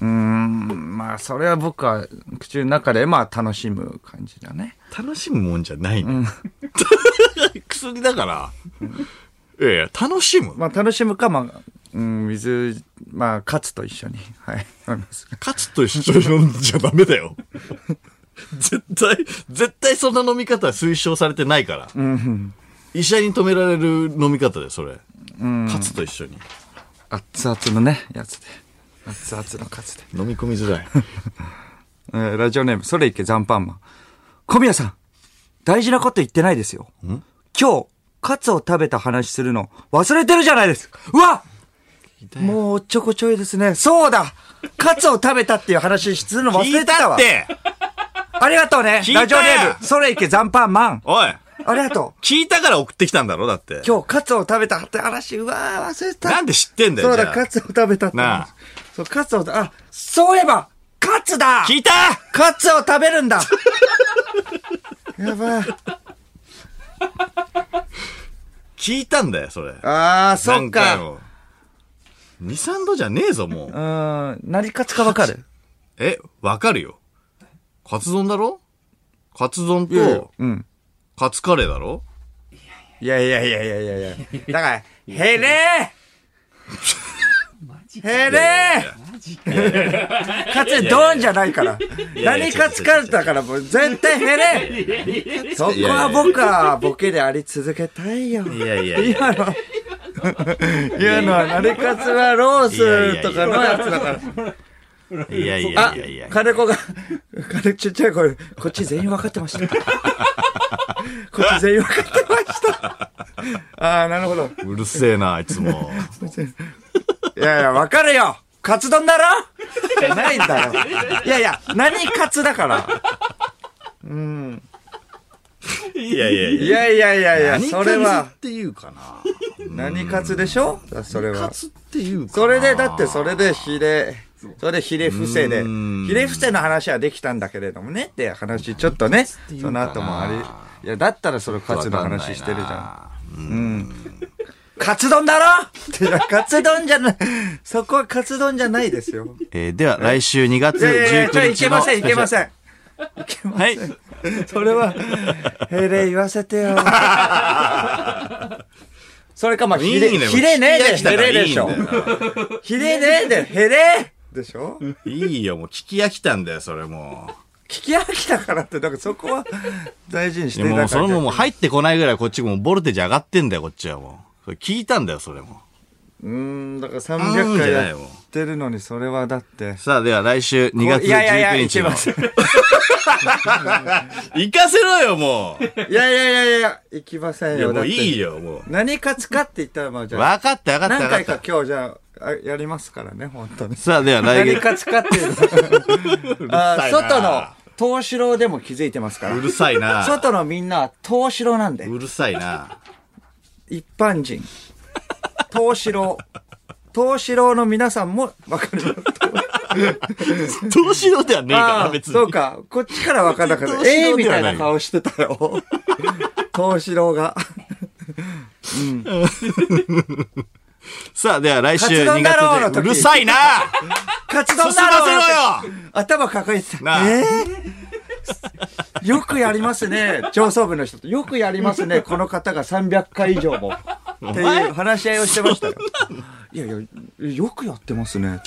B: うーん、まあ、それは僕は、口の中で、まあ、楽しむ感じだね。
A: 楽しむもんじゃないの、 *laughs* 薬だから。いやいや、楽しむ。
B: まあ、楽しむか、まあ、うん、水、まあ、カツと一緒に、はい、飲みます。
A: カツと一緒に飲んじゃダメだ
B: *laughs*
A: よ。絶対、絶対そんな飲み方は推奨されてないから。医者に止められる飲み方で、それ。カツと一緒に。
B: 熱々のね、やつで。熱々のカツで。
A: 飲み込みづらい。
B: えーラジオネーム、それいけ、ザンパンマン。小宮さん、大事なこと言ってないですよ。今日、カツを食べた話するの、忘れてるじゃないですか。うわもう、おっちょこちょいですね。そうだカツを食べたっていう話するの忘
A: *laughs* 聞
B: れ
A: い
B: てた
A: た
B: わ
A: っ。て
B: ありがとう
A: 聞
B: ね。
A: いたよ
B: ラジオネーム、それいけ、ザンパンマン。
A: おい
B: ありがとう。
A: 聞いたから送ってきたんだろだって。
B: 今日、カツを食べたって話、うわー忘れてた。
A: なんで知ってんだよ
B: そう
A: じゃ
B: だ、
A: あ
B: カツを食べたって話。
A: なあ
B: そう、カツを、あ、そういえば、カツだ
A: 聞いた
B: カツを食べるんだ *laughs* やばい。
A: 聞いたんだよ、それ。
B: あー、そっ
A: 何回
B: か。
A: も。2、3度じゃねえぞ、も
B: う
A: う。
B: ーん、何カツかわかる
A: え、わかるよ。カツ丼だろカツ丼
B: いやいや
A: と、
B: うん。
A: カツカレーだろ
B: いやいやいやいやいやいや。だから、へれ
C: マジ
B: ー
C: か。
B: へ
A: いやいやい
B: れ
A: や
C: マジか。
B: ーカツドンじゃないから。
A: やいや
B: 何カツかだから、もう絶対へれーそこは僕はボケであり続けたいよ。
A: いやいやいや。
B: 今の。今のは、何カツはロースとかのやつだから。
A: いやいや
B: あ
A: いやいや、。
B: 金子が、 *laughs* 金子ちっちゃい声、こっち全員分かってました。 *laughs* こっち全員分かってました。ああ、なるほど。
A: うるせえな、あいつも。
B: いやいや、分かるよカツ丼だろじゃないんだよ。いやいや、何カツだから。うん。
A: いやいや
B: い
A: いや。
B: やいやいやいや、
A: 何
B: そ
A: カ
B: れは
A: ツっ、ていうかな。
B: 何カツでしょそれ
A: カ
B: は。
A: ツっていうかな。
B: それで、だってそれで比例、それで比例不正で、
A: うん
B: 比例不正の話はできたんだけれどもねって話、ちょっとね、その後もあり、いや、だったらそれカツの話してるじゃ
A: ん。
B: ん。うん。カツ丼だろ *laughs* っていやカツ丼じゃない、そこはカツ丼じゃないですよ。
A: えーでは、来週2月
B: いやいやいやちょ
A: 19
B: い
A: 日
B: け
A: の
B: ま
A: スペ
B: せん、
A: シ
B: い
A: ャル。
B: けません。
A: はい。
B: それは、へれ言わせてよ。 *laughs* それか、まあ、ひれ、
A: いいね
B: ひれねえ
A: 聞き飽
B: で、
A: きた
B: へ
A: から
B: れでしょ
A: いいん。
B: ひれねえで、へれでしょ聞
A: いいよ、もう聞き飽きたんだよ、それも
B: き飽きたからって、だからそこは大事に
A: う。い
B: して
A: やも
B: な
A: うそれももう
B: い。
A: 入ってこないぐらいこっちもうボルテージ上がってんだよ、こっちはもう。それ聞いたんだよ、それも。
B: うーん、だから
A: う
B: 300
A: んじ
B: 回
A: ゃない
B: や
A: よ
B: ってるのに、それはだって。
A: さあ、では来週2月19日の。
B: いやいやいや、いけません。
A: 行かせろよ、もう。
B: いやいやいやいや、いきませ
A: い
B: ん
A: や、
B: よ。
A: も
B: だっ
A: う
B: て
A: いい。よ、もう。
B: 何勝つかって言ったら、まあじゃあ、
A: 分かった、分かった、
B: 何
A: 分
B: 回
A: か
B: か
A: った。
B: 今日じゃあ、あやりますからね、本当に。
A: さあ、では来月。
B: 何勝つか
A: *laughs*
B: っていうのあ
A: さ
B: ー
A: いな
B: 外の東四郎でも気づいてますか
A: う
B: ら
A: るさいな。
B: 外のみんなは東四郎なんで
A: うるさいな。
B: 一般人東四郎東四郎の皆さんも分かる
A: どうしようではねえから、
B: あ
A: 別
B: ー
A: に。
B: そうかこっちから分からなかっ
A: 東
B: た
A: 四郎ではない
B: ええみたいな顔してたよ東四
A: *laughs*
B: 郎が
A: さあ、では来週
B: カツ
A: 2
B: 丼
A: 月
B: だろうの
A: 19日。う
B: 時
A: るさ
B: *laughs*
A: いな
B: カツ
A: 進ま
B: 丼
A: せ
B: だろ
A: ろよ
B: 頭抱えて
A: な
B: た
A: あ。
B: えーよくやりますね上層部の人とよくやりますねこの方が300回以上もっていう話し合いをしてましたよいやいやよくやってますね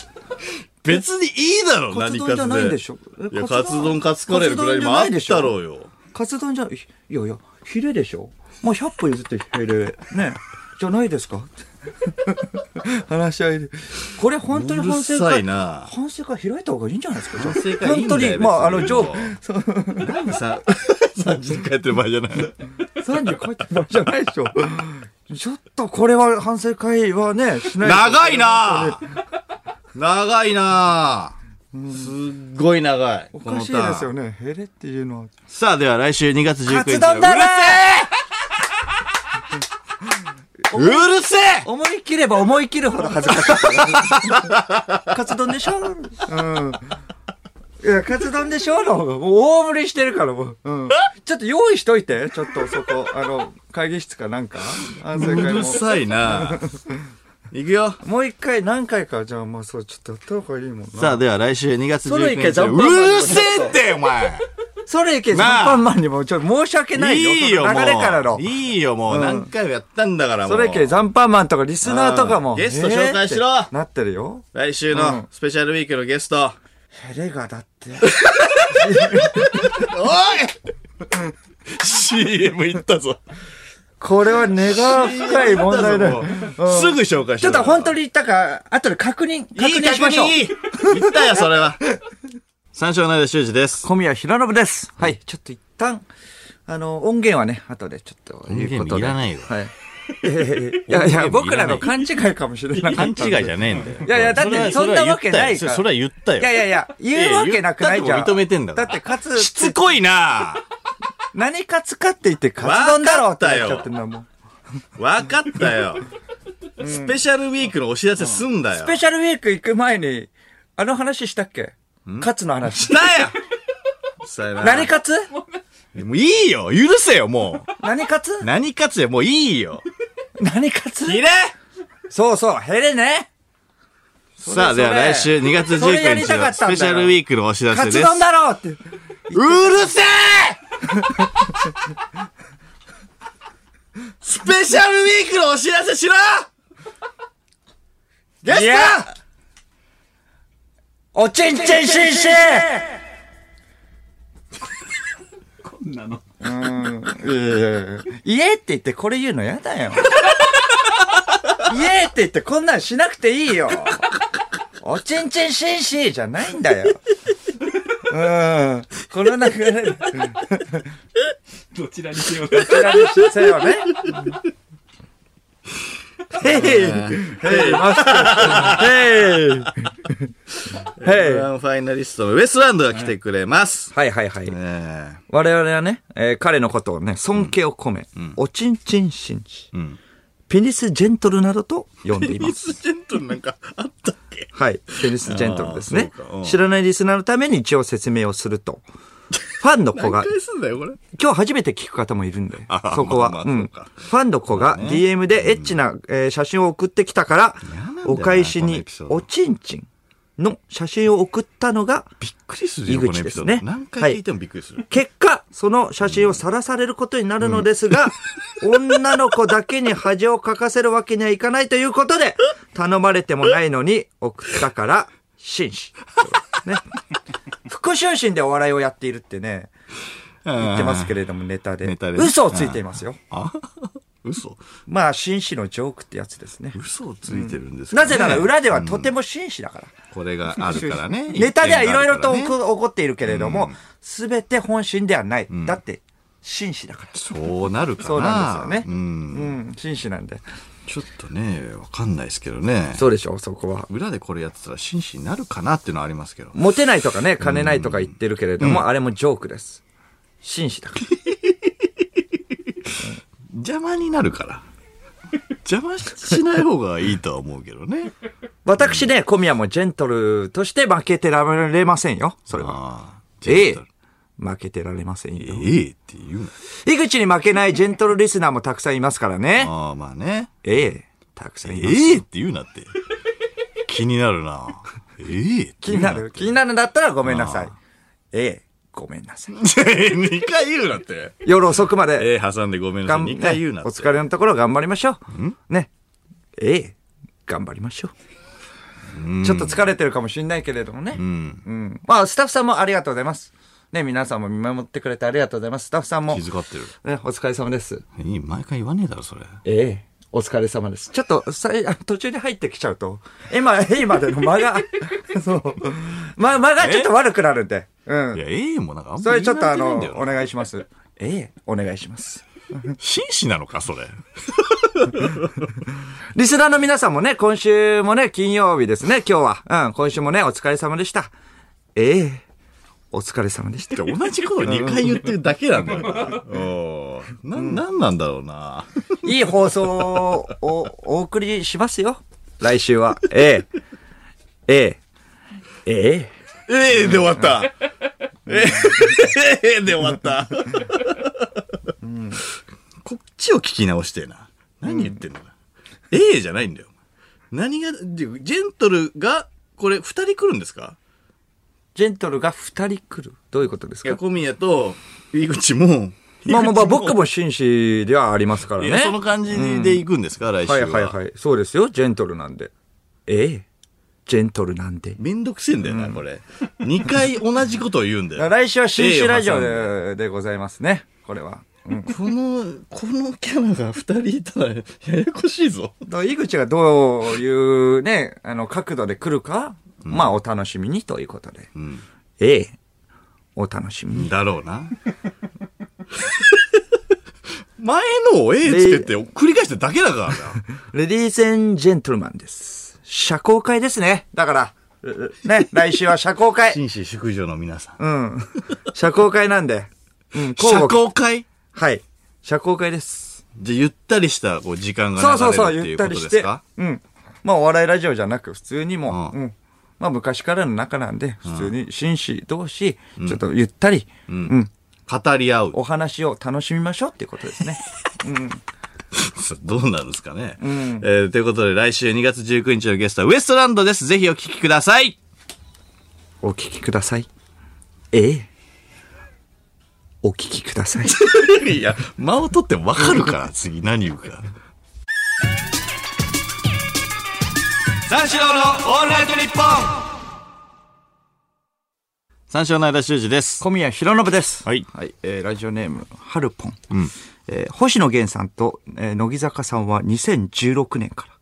A: 別にいいだろ、
B: カ
A: 何
B: ツ丼
A: か
B: じゃないんで
A: つ
B: しょ
A: で。いや、カツ丼カツカレーのくらいにもあったろうよ。
B: カツ丼じゃないいやいやヒレでしょまあ100歩譲ってヒレねじゃないですか話し合いでこれ本当に反省
A: うるさ
B: 会
A: いな
B: 反省会開いた方がいいんじゃないですか
A: 反省会いい
B: 本
A: んだ
B: 当
A: よ
B: にまああの上
A: 何
B: *laughs*
A: さ、3時に帰ってる場合じゃない。
B: 三時帰ってたじゃないでしょ。ちょっとこれは反省会はね、しないと
A: 長いな長いなすっごい長い。
B: おかしい
A: このターン
B: ですよね。ヘレっていうのは。
A: さあ、では来週2月19
B: カツ
A: 日。
B: 丼だろ
A: うるせえうるせえ
B: 思い切れば思い切るほど恥ずかしい。カツ丼でしょうん。いや、カツ丼でしょの方が、もう大盛りしてるから、もう。うん。ちょっと用意しといて、ちょっとそこ、あの、会議室かなんか。反省
A: う
B: 会も
A: る。さいないくよ。
B: もう一回何回か、じゃあもうそう、ちょっとやった方がいいもんな。
A: さあ、では来週2月
B: それ
A: 19
B: い
A: 日
B: け。残
A: う
B: 飯
A: るせえって、お前
B: それいけ、ジ
A: なあ
B: ャンパンマンにも、ちょっと申し訳ないよ。
A: いいよ、
B: そ
A: もう。
B: の流れからの。
A: いいよ、もう。何回もやったんだから、もう。
B: それいけ、ザンパンマンとかリスナーとか
A: う
B: も。
A: んゲスト紹介しろ
B: えーってなってるよ。
A: 来週のスペシャルウィークのゲス
B: *laughs*
A: ト。
B: ヘレがだって。
A: おい *laughs* !CM 行ったぞ。
B: これは根が深い問題だよ。うん
A: すぐ紹介し
B: ちょ
A: ろ
B: っと本当に言ったか、後で確認、確
A: いい
B: 認しましょう。
A: いい言ったよ、それは。三章の間修二です。
B: 小宮平信です。はい、ちょっと一旦、あの、音源はね、後でちょっと言うこ
A: 音
B: とで。
A: 源いらないよ *laughs*
B: はい。いやいやいやいや、
A: 音源い
B: 僕
A: ら
B: ら
A: ない
B: の勘違いかもしれない。
A: 勘違いじゃねえんだよ。
B: いやいやだって
A: れは
B: そんなわけないから
A: それは言ったよ。
B: いやいやいや、言うわけなくないじゃ
A: いや言ったと
B: ん。
A: こ認めてんだから
B: だって、カツ、
A: しつこい
B: *laughs*
A: な
B: 何カツかって言ってカツ丼だろってなっちゃってんだもん。
A: わかったよ。スペシャルウィークのお知らせすんだよ。
B: スペシャルウィーク行く前に、あの話したっけカツの話。
A: だようるさいな
B: 何カ *laughs* ツ
A: もういいよ許せよ、も
B: 何カツ
A: う。何かつよ、もういいよ。
B: 何カツ
A: いれ
B: そうそう、ヘレね。
A: さあ、では来週2月
B: それや
A: 19
B: り
A: 日
B: たか
A: の
B: った
A: ス
B: んだよ
A: ペシャルウィークのお知らせ
B: カ
A: です。
B: ツ丼だろって。
A: うるせえスペシャルウィークのお知らせしろゲ
B: いや
A: ス
B: おちんちんしんし
C: こんなの。
B: 言えって言ってこれ言うのやだ *laughs* よ。言えって言ってこんなんしなくていいよ。おちんちんしんしじゃないんだよ。うん。この中で、
C: どちらにしよう
B: こちらにせよね。ヘイヘイマスターヘイヘイ
A: ファイナリストのウエストランドが来てくれます。
B: はいはいはい。
A: ね
B: 我々はね、えー彼のことをね、尊敬を込め、おちんちんしんち、
A: ん
B: ペニスジェントルなどと呼んでいま
A: ミ
B: す。
A: スジェントルなんかあったっけ
B: はい。ペニスジェントルですね
A: あーそうかうん。
B: 知らないリスナーのために一応説明をす
A: *laughs*
B: ると。ファンの子
A: 何
B: が
A: 回、すんだよ、これ。
B: 今日初めて聞く方もいるんで
A: あー、
B: そこ
A: まあ
B: は。
A: ま
B: う
A: あ
B: ん
A: そうか
B: ファンの子が DM でエッチなえー写真を送ってきたから
A: なんだよ、な
B: お返し
A: このエ
B: に
A: ピソード
B: おちんちんの写真を送ったのが、
A: びっくりするよ、
B: 井
A: こ
B: 口
A: のエピソード。
B: ですね
A: 何回聞いてもびっくりする。
B: 結果、その写真を晒されることになるのですが、女の子だけに恥をかかせるわけにはいかないということで、頼まれてもないのに送ったから、紳士。ね。復讐心でお笑いをやっているってね、言
A: 言
B: ってますけれどもネタで。
A: ネタでね
B: 嘘をついていますよ。
A: あ嘘
B: まあ、紳士のジョークってやつですね。
A: 嘘をついてるんですか
B: な
A: ね
B: ぜなら裏ではとても紳士だから。
A: これがあるからね。
B: *laughs* ネタではいろいろと
A: 一点があるからね
B: 怒っているけれども、すべて本心ではない。だって、紳士だから。
A: そうなるかな。
B: そうなんですよね。
A: うん
B: うん、紳士なんで。
A: ちょっとね、わかんないですけどね。
B: そうでしょ、そこは。
A: 裏でこれやってたら紳士になるかなっていうのはありますけど。
B: モテないとかね、金ないとか言ってるけれども、あれもジョークです。紳士だから。
A: 邪魔になるから。 *laughs* 邪魔しない方がいいとは思うけど
B: *laughs*
A: ね。
B: *laughs* 私ね、小宮もジェントルとして負けてられませんよ、それは。
A: ああ。
B: え
A: ジェン
B: え
A: トル。
B: 負けてられませんよ。
A: ええって言うな。
B: 井口に負けないジェントルリスナーもたくさんいますからね。
A: ああ、まあね。
B: ええ、たくさんいます。
A: ええって言うなって。気になる
B: *laughs*
A: な。ええって
B: 気
A: 言
B: に
A: う
B: な
A: って
B: る。気になるんだったらごめんなさい
A: あ。
B: ええ、ごめんなさ
A: *laughs*
B: い。
A: 2回言うなって。
B: 夜遅くまで、
A: ええ挟んでごめんなさい。
B: 頑
A: 2回言うな
B: ね
A: っ
B: お
A: て。
B: 疲れのところ頑張りましょう。ね。ええ、頑張りましょう。ちょっと疲れてるかもしれないけれどもね。
A: うん。
B: うん。まあ、スタッフさんもありがとうございます。ね、皆さんも見守ってくれてありがとうございます。スタッフさんも、
A: 気
B: ね、
A: 遣ってる。
B: お疲れ様です。
A: いい、毎回言わねえだろ、それ。
B: ええ。お疲れ様です。ちょっと、さい途中に入ってきちゃうと、今、今での間
A: *laughs*
B: が、そう。ま、間がちょっと悪くなるんで。
A: い
B: う
A: や、
B: ん。
A: ええもなんかあん
B: そ
A: ま
B: れ
A: り
B: ちょっとあ
A: 言い慣
B: の
A: れてないんだよ、な
B: お願いします。ええ、お願いします。
A: 紳士なのか、それ。
B: リスナーの皆さんもね、今週もね、金曜日ですね、今日は。うん、今週もね、お疲れ様でした。ええ、お疲れ様でした。
A: 同じこと2回言ってるだけなんだよな。うん。な、なんなんだろうな。
B: いい放送をお送りしますよ。来週は。ええ。ええ。ええ。
A: ええで終わった。ええで終わった。こっちを聞き直してえな。何言ってんのか。ええじゃないんだよ。何が、ジェントルが、これ2人来るんですか
B: ジェントルが二人来る。どういうことです
A: いや
B: か
A: 小宮と井口 *laughs* も。
B: まあまあまあ、僕も紳士ではありますから
A: い
B: ね
A: や。その感じで行くんですか、来週
B: は
A: は。
B: いはいはい。そうですよ。ジェントルなんで。ええ。ジェントルなんで。
A: めんどくせえんだよな、これ。2回同じことを言うんだよ。
B: 来週は紳士ラジオ
A: ええを挟んで
B: ででございますね。これは。うん。
A: この、このキャラが2人いたらややこしいぞ。
B: だから井口がどういうね、あの、角度で来るか、まあ、お楽しみにということで。
A: ん
B: ええ。お楽しみに。
A: だろうな。 *laughs* 前のをええっつってって繰り返しただけだからな。
B: レディーセンジェントルマンです。社交会ですね。だから、ね、来週は社交
A: *laughs*
B: 会。
A: 紳士淑女の皆さん。
B: うん。社交会なんで。うん、
A: 社
B: 交互
A: 交会
B: はい。社交会です。
A: じゃあゆったりしたこう時間が
B: そうそうそ
A: 流
B: う、
A: れるってい
B: ゆっ
A: う
B: た
A: こ
B: り
A: と
B: し
A: です
B: て
A: か。
B: うん。まあ、お笑いラジオじゃなく、普通にもう、
A: う
B: うん。まあ、昔からの仲なんで、普通に紳士同士、ちょっとゆったり、うん
A: 語り合う。
B: お話を楽しみましょうっていうことですね。
A: *laughs* どうなんですかね。えーということで来週2月19日のゲストはウエストランドです。ぜひお聞きください。
B: *laughs* お聞きください。ええ。お聞きくださ
A: *laughs*
B: い。
A: いや、間を取ってわかる *laughs* から、次何言うか。三四郎のオールナイトニッポン三四郎の間修二です。
B: *laughs* 小宮弘信です。
A: はい
B: はい。えーラジオネーム、はるぽん。えー星野源さんと、えー乃木坂さんは2016年から。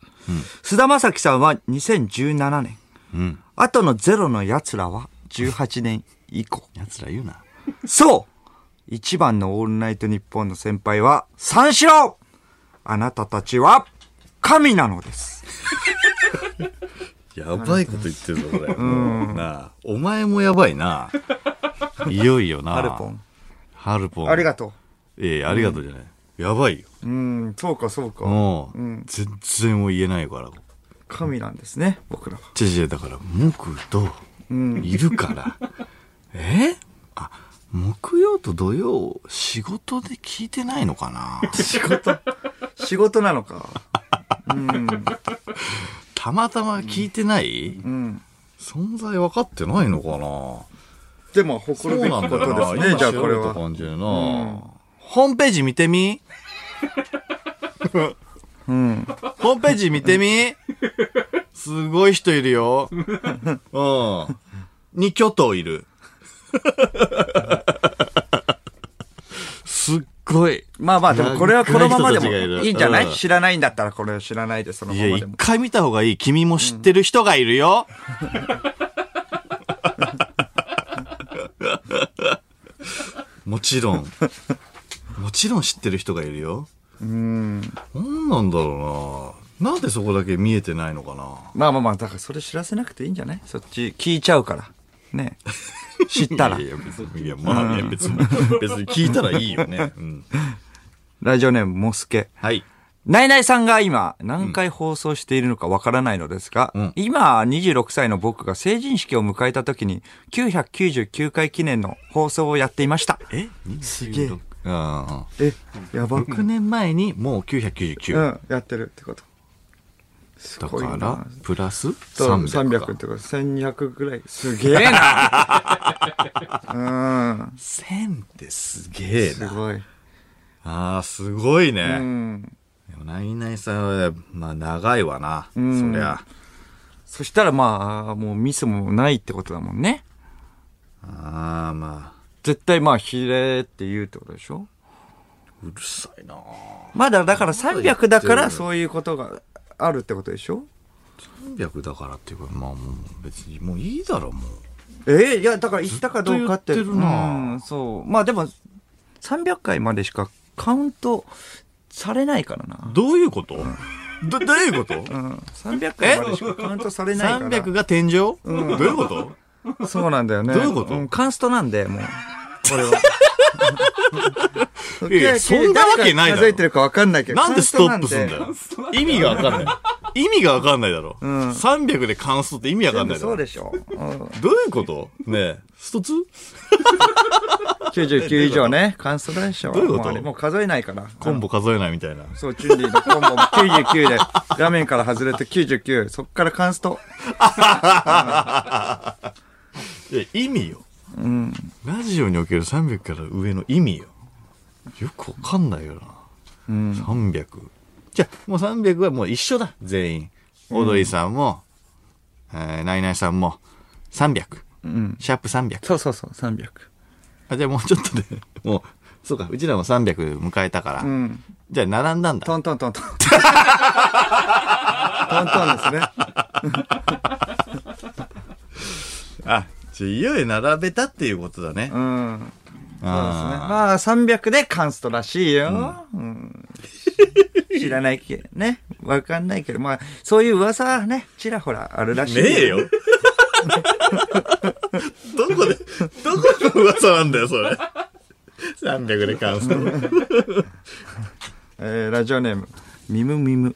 B: 菅田将暉さんは2017年。
A: うん。
B: あとのゼロの奴らは18年以降。
A: 奴ら言うな。
B: そう一番のオールナイトニッポンの先輩は三四郎あなたたちは神なのです。
A: やばいこと言ってる *laughs* ぞ、これ。なあ、お前もやばい *laughs* な。いよいよな。
B: アルポン。。
A: ハルポン。
B: ありがと
A: う。ええありがとうじゃない。やばいよ。
B: う。うん、そうかそうか。
A: もう、
B: うん
A: 全然もう言えないから。
B: 神なんですね、僕らは。
A: じゃじゃだから、木と、
B: うん。
A: いるから。えあ、木曜と土曜、仕事で聞いてないのかな
B: 仕事、仕事なのか。うん、
A: たまたま聞いてない、
B: うん。
A: 存在分かってないのかな
B: でも、
A: そ
B: 誇る
A: う
B: べ
A: なん
B: き
A: だ
B: こ
A: よな。
B: とですね、
A: 今
B: じゃあこれ
A: 調べた
B: は。
A: 感じやな、
B: ん
A: ホームページ見てみ
B: うん。
A: ホームページ見てみすごい人いるよ。うん。に巨頭いる。すっごい。
B: まあまあ、でもこれはこのままでも
A: いや
B: いいんじゃない
A: うん
B: 知らないんだったらこれを知らないで、その
A: い
B: ま
A: や、
B: まで
A: 一
B: も。
A: 回見た方がいい。君も知ってる人がいるよ。もちろん。もちろん知ってる人がいるよ。
B: うん。
A: なんなんだろうな。なんでそこだけ見えてないのかな。
B: まあまあまあ、だからそれ知らせなくていいんじゃないそっち聞いちゃうから。ね。知ったら
A: い。やいや、別に、いや、まあ、いや、別に、別に聞いたらいいよ
B: *laughs*
A: ね。うん。
B: ラジオネーム、モスケ。
A: はい。
B: ナイナイさんが今、何回放送しているのかわからないのですが、
A: うん
B: 今26歳の僕が成人式を迎えた時に、999回記念の放送をやっていました。
A: え
B: すげえ
A: うん。
B: え、やば
A: 6年前にもう999。
B: うん、やってるってこと。す
A: だ
B: ごい
A: か
B: な
A: ら。、プラス
B: と
A: 300か。
B: 300ってこと1200ぐらい。すげえな *laughs* うん。
A: 1000ってすげえ
B: す
A: な。
B: ごい。
A: ああ、すごいね。
B: うん。
A: でも、ナイナイさんは、まあ、長いわな。
B: ん
A: そりゃ。
B: そしたらまあ、もうミスもないってことだもんね。
A: ああ、ま
B: 絶対まあ、比例って言うってことでしょ
A: あ、うるさいな。
B: まだだから300だから
A: そ
B: そういうことがあるってことでしょ
A: 300だからっていうか、まあ、もう、別に、もういいだろ、もう。
B: ええいや、だから言ったかどうかって。
A: ずっと言ってるな
B: うん、そう。まあでも、300回までしかカウントされないからな。
A: どういうことど、どういうこと
B: うん。300回までしかカウントされないから。
A: 300が天井、どういうこと
B: そうなんだよね。
A: どういうこと
B: んカンストなんで、もう。これは。
A: いやそんなわけないだろ
B: 誰が数えてるかわかんないけど。
A: なんでストップすんだ
B: カン
A: よ
B: ス。
A: 意味がわかんない。意味がわかんないだろ。
B: ん
A: 300で関数って意味わ
B: トな
A: か
B: ん
A: ん
B: で。
A: ない
B: 全部
A: だ
B: そ
A: ろ
B: う。でしょ。うん
A: どういうことねえ、ストツ
B: 99以上ね、カンストでしょ。
A: どういうこと
B: もあれもう数えないから。
A: コンボ数えないみたいな。
B: そう、チュンリーのコンボも99で、画面から外れて99、そっからカンスト。
A: いや、意味よ。
B: うん。
A: ラジオにおける300から上の意味よ。よくわかんないよな。
B: うん。
A: 300。じゃあ、もう300はもう一緒だ。全員。オードリーさんも、えーナイナイさんも、300。
B: うん。
A: シャープ300。
B: そうそうそう、300。
A: あ、じゃあもうちょっとで、 *laughs* もう、そうか、うちらも300迎えたから。
B: うん。
A: じゃあ並んだんだ。
B: トントン *laughs* トントン。トントンですね。
A: あ、じゃあいよいよ並べたっていうことだね。
B: うん。そうですね。
A: あ
B: まあ、300でカンストらしいよ。うん。知らないけどね。わかんないけど、まあ、そういう噂はね、ちらほらあるらしい。
A: ねえ *laughs* よ。どこで、どこの噂なんだよ、それ。300で関数。
B: えーラジオネーム、ミムミム。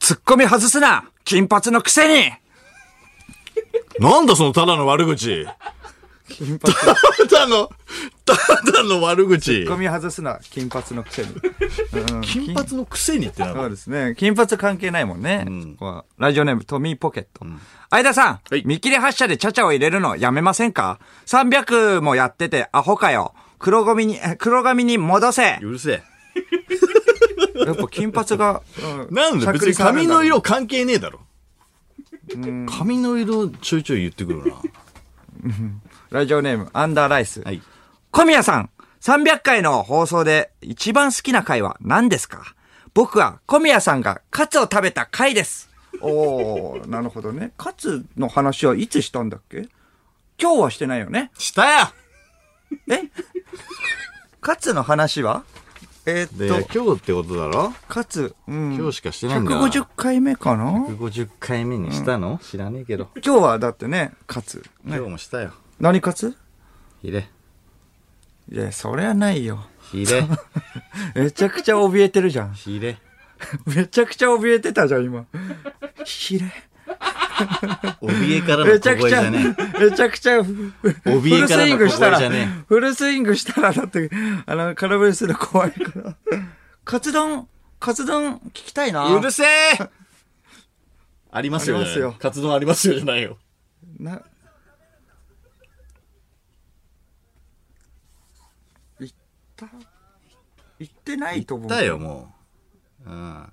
B: ツッコミ外すな金髪のくせに
A: なんだそのただの悪口。
B: 金髪
A: *laughs*
B: ツ
A: ただの、ただの悪口
B: ッコ。ミ外すな金髪のくせに。
A: 金髪のくせにってな
B: そう
A: の
B: ですね。金髪関係ないもんね。
A: ん
B: そこはラジオネーム、トミーポケット。相田さん、
A: はい
B: 見切り発車でチャチャを入れるのやめませんか ?300 もやっててアホかよ。黒髪に、え黒髪に戻せ *laughs* や
A: うるせえ。
B: っぱ金髪が、 *laughs* う
A: なんだ別に
B: 着陸ある
A: 髪
B: んだろ
A: の
B: う
A: 色関係ねえだろ。髪の色ちょいちょい言ってくるな。
B: ラジオネーム、アンダーライス。
A: はい。
B: 小宮さん、300回の放送で一番好きな回は何ですか僕は小宮さんがカツを食べた回です。おー、なるほどね。カツの話はいつしたんだっけ今日はしてないよね。
A: したや
B: えカツの話はえ
A: で、
B: ーっと、
A: 今日ってことだろ
B: かつ、うん、
A: 今日しかしてないんだな
B: 150回目かな
A: 150回目にしたの、知らねえけど。
B: 今日はだってね、かつ。
A: 今
B: ね
A: 日、もしたよ。
B: 何かつ
A: ひれ。
B: いや、そりゃないよ。
A: ひれ。
B: めちゃくちゃ怯えてるじゃん。
A: ひ *laughs* れ。
B: めちゃくちゃ怯えてたじゃん、 *laughs* 今。ひれ。
A: 怯えからの
B: めちゃ
A: 小
B: く
A: 声じ
B: ちゃ、
A: ゃね
B: めちゃくちゃ、フフ
A: え。怯え
B: ル
A: か
B: ス
A: ら
B: イン
A: の
B: グ
A: 小
B: した
A: 声
B: ら
A: じゃね、
B: フルスイングしたら、だって、あの、空振りするの怖いから。カツ丼、カツ丼聞きたいな
A: え。。うるせえありますよ。
B: ありますよ
A: 活動ありますよじゃないよ。
B: な。行った行ってないと思う。
A: だよ、もう。うん。
B: 行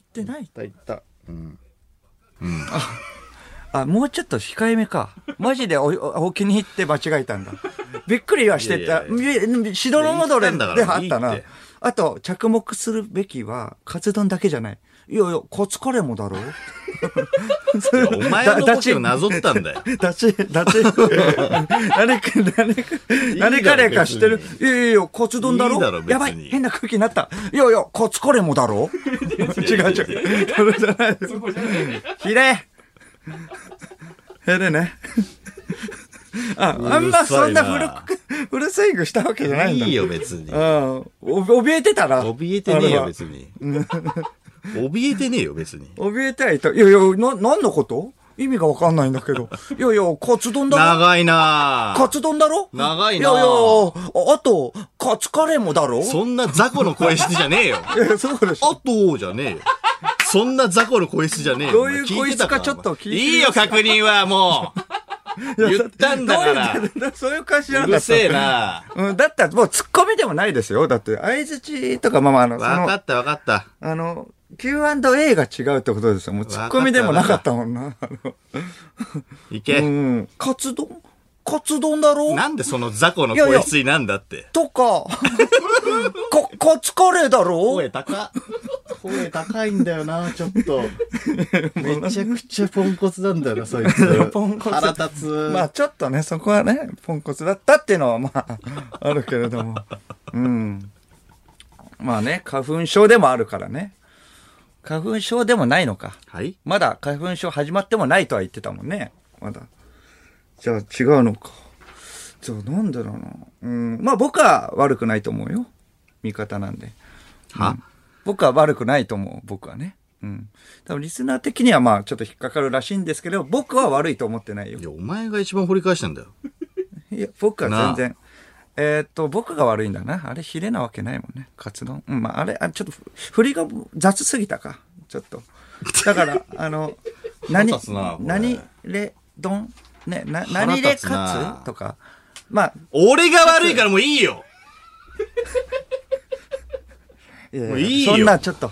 B: ってない
A: だいった。うん。
B: あ、もうちょっと控えめか。マジでお、お、お気に入って間違えたんだ。びっくりはしてた。
A: いやい
B: みしどろもどれ
A: 言
B: で
A: ったんだから
B: あった
A: いい
B: な
A: って。
B: あと、着目するべきは、カツ丼だけじゃない。いやいや、カツカレーもだろう。
A: いやお前のボケをなぞったんだよ。
B: ダチ、
A: *laughs*
B: ダチ。何か、何か、何カレーか知ってる
A: 別。
B: いやいやいや、カツ丼だろ
A: いいだろ別に
B: やばい、変な空気になった。いやいや、カツカレーもだろ違う違う。それじゃない。
C: そこじゃないね。
B: *laughs* ひれひれね。あ、あんまそんなフルく、フルスイングしたわけじゃないんだ。
A: いいよ、別に
B: う。ん。お怯えてたら。
A: 怯えてねえ
B: あれ
A: よ、
B: は
A: 別に。怯えてねえよ、別に。
B: 怯えてはいた。いやいや、な、何のこと意味がわかんないんだけど。いやいや、カツ丼だろ
A: 長いな
B: カ
A: ぁ。
B: ツ丼だろ
A: 長いない
B: やいや、ああと、カツカレーもだろ
A: そんな雑魚の声質じゃねえよ。
B: いや *laughs* そうでしょ。
A: あと、じゃねえよ。そんな雑魚の声質じゃねえよ。
B: どう
A: お
B: いう
A: 前聞てた
B: 声質かちょっと聞いてみます
A: いいよ、確認は、もう。言ったんだから。
B: どういうそういう感じな
A: うん
B: だ
A: る
B: った。
A: せえな
B: うん、だったらもうツッコミでもないですよ。だって、相づちとか、まあまあ、あの、そ
A: わ
B: の
A: か、った、わかった。
B: あの、Q&A が違うってことですよ。もうツッコミでもなかったもんな。
A: いうけ。
B: ん。カツ丼カツ丼だろ
A: なんでその雑魚の声質になんだって。
B: と
A: *laughs*
B: か、か、カツカレーだろ
A: 声高。声高いんだよな、ちょっと。めちゃくちゃポンコツなんだよな、そいつ
B: ポンコツ
A: 腹立つ。
B: まあちょっとね、そこはね、ポンコツだったっていうのはまあ、 *laughs* あるけれども。うん。まあね、花粉症でもあるからね。花粉症でもないのか。
A: はい
B: まだ花粉症始まってもないとは言ってたもんね。まだ。じゃあ違うのか。じゃあなんでだろうな。うん。まあ僕は悪くないと思うよ。味方なんで。
A: は
B: 僕は悪くないと思う。僕はね。うん。多分リスナー的にはまあちょっと引っかかるらしいんですけど、僕は悪いと思ってないよ
A: い。や、お前が一番掘り返したんだよ。
B: いや、僕は全然。えーっと、僕が悪いんだな。あれ、ヒレなわけないもんね。カツ丼。うん、まあ、あれ、あちょっと、振りが雑すぎたか。ちょっと。
A: *laughs*
B: だから、あの、何
A: 腹立つなこ、れ
B: 何レ丼ね、な、
A: 腹
B: 何レ
A: 立つな
B: カツとか。まあ、
A: 俺が悪いからもういいよ
B: いや
A: もういいよ
B: そんな、ちょっと、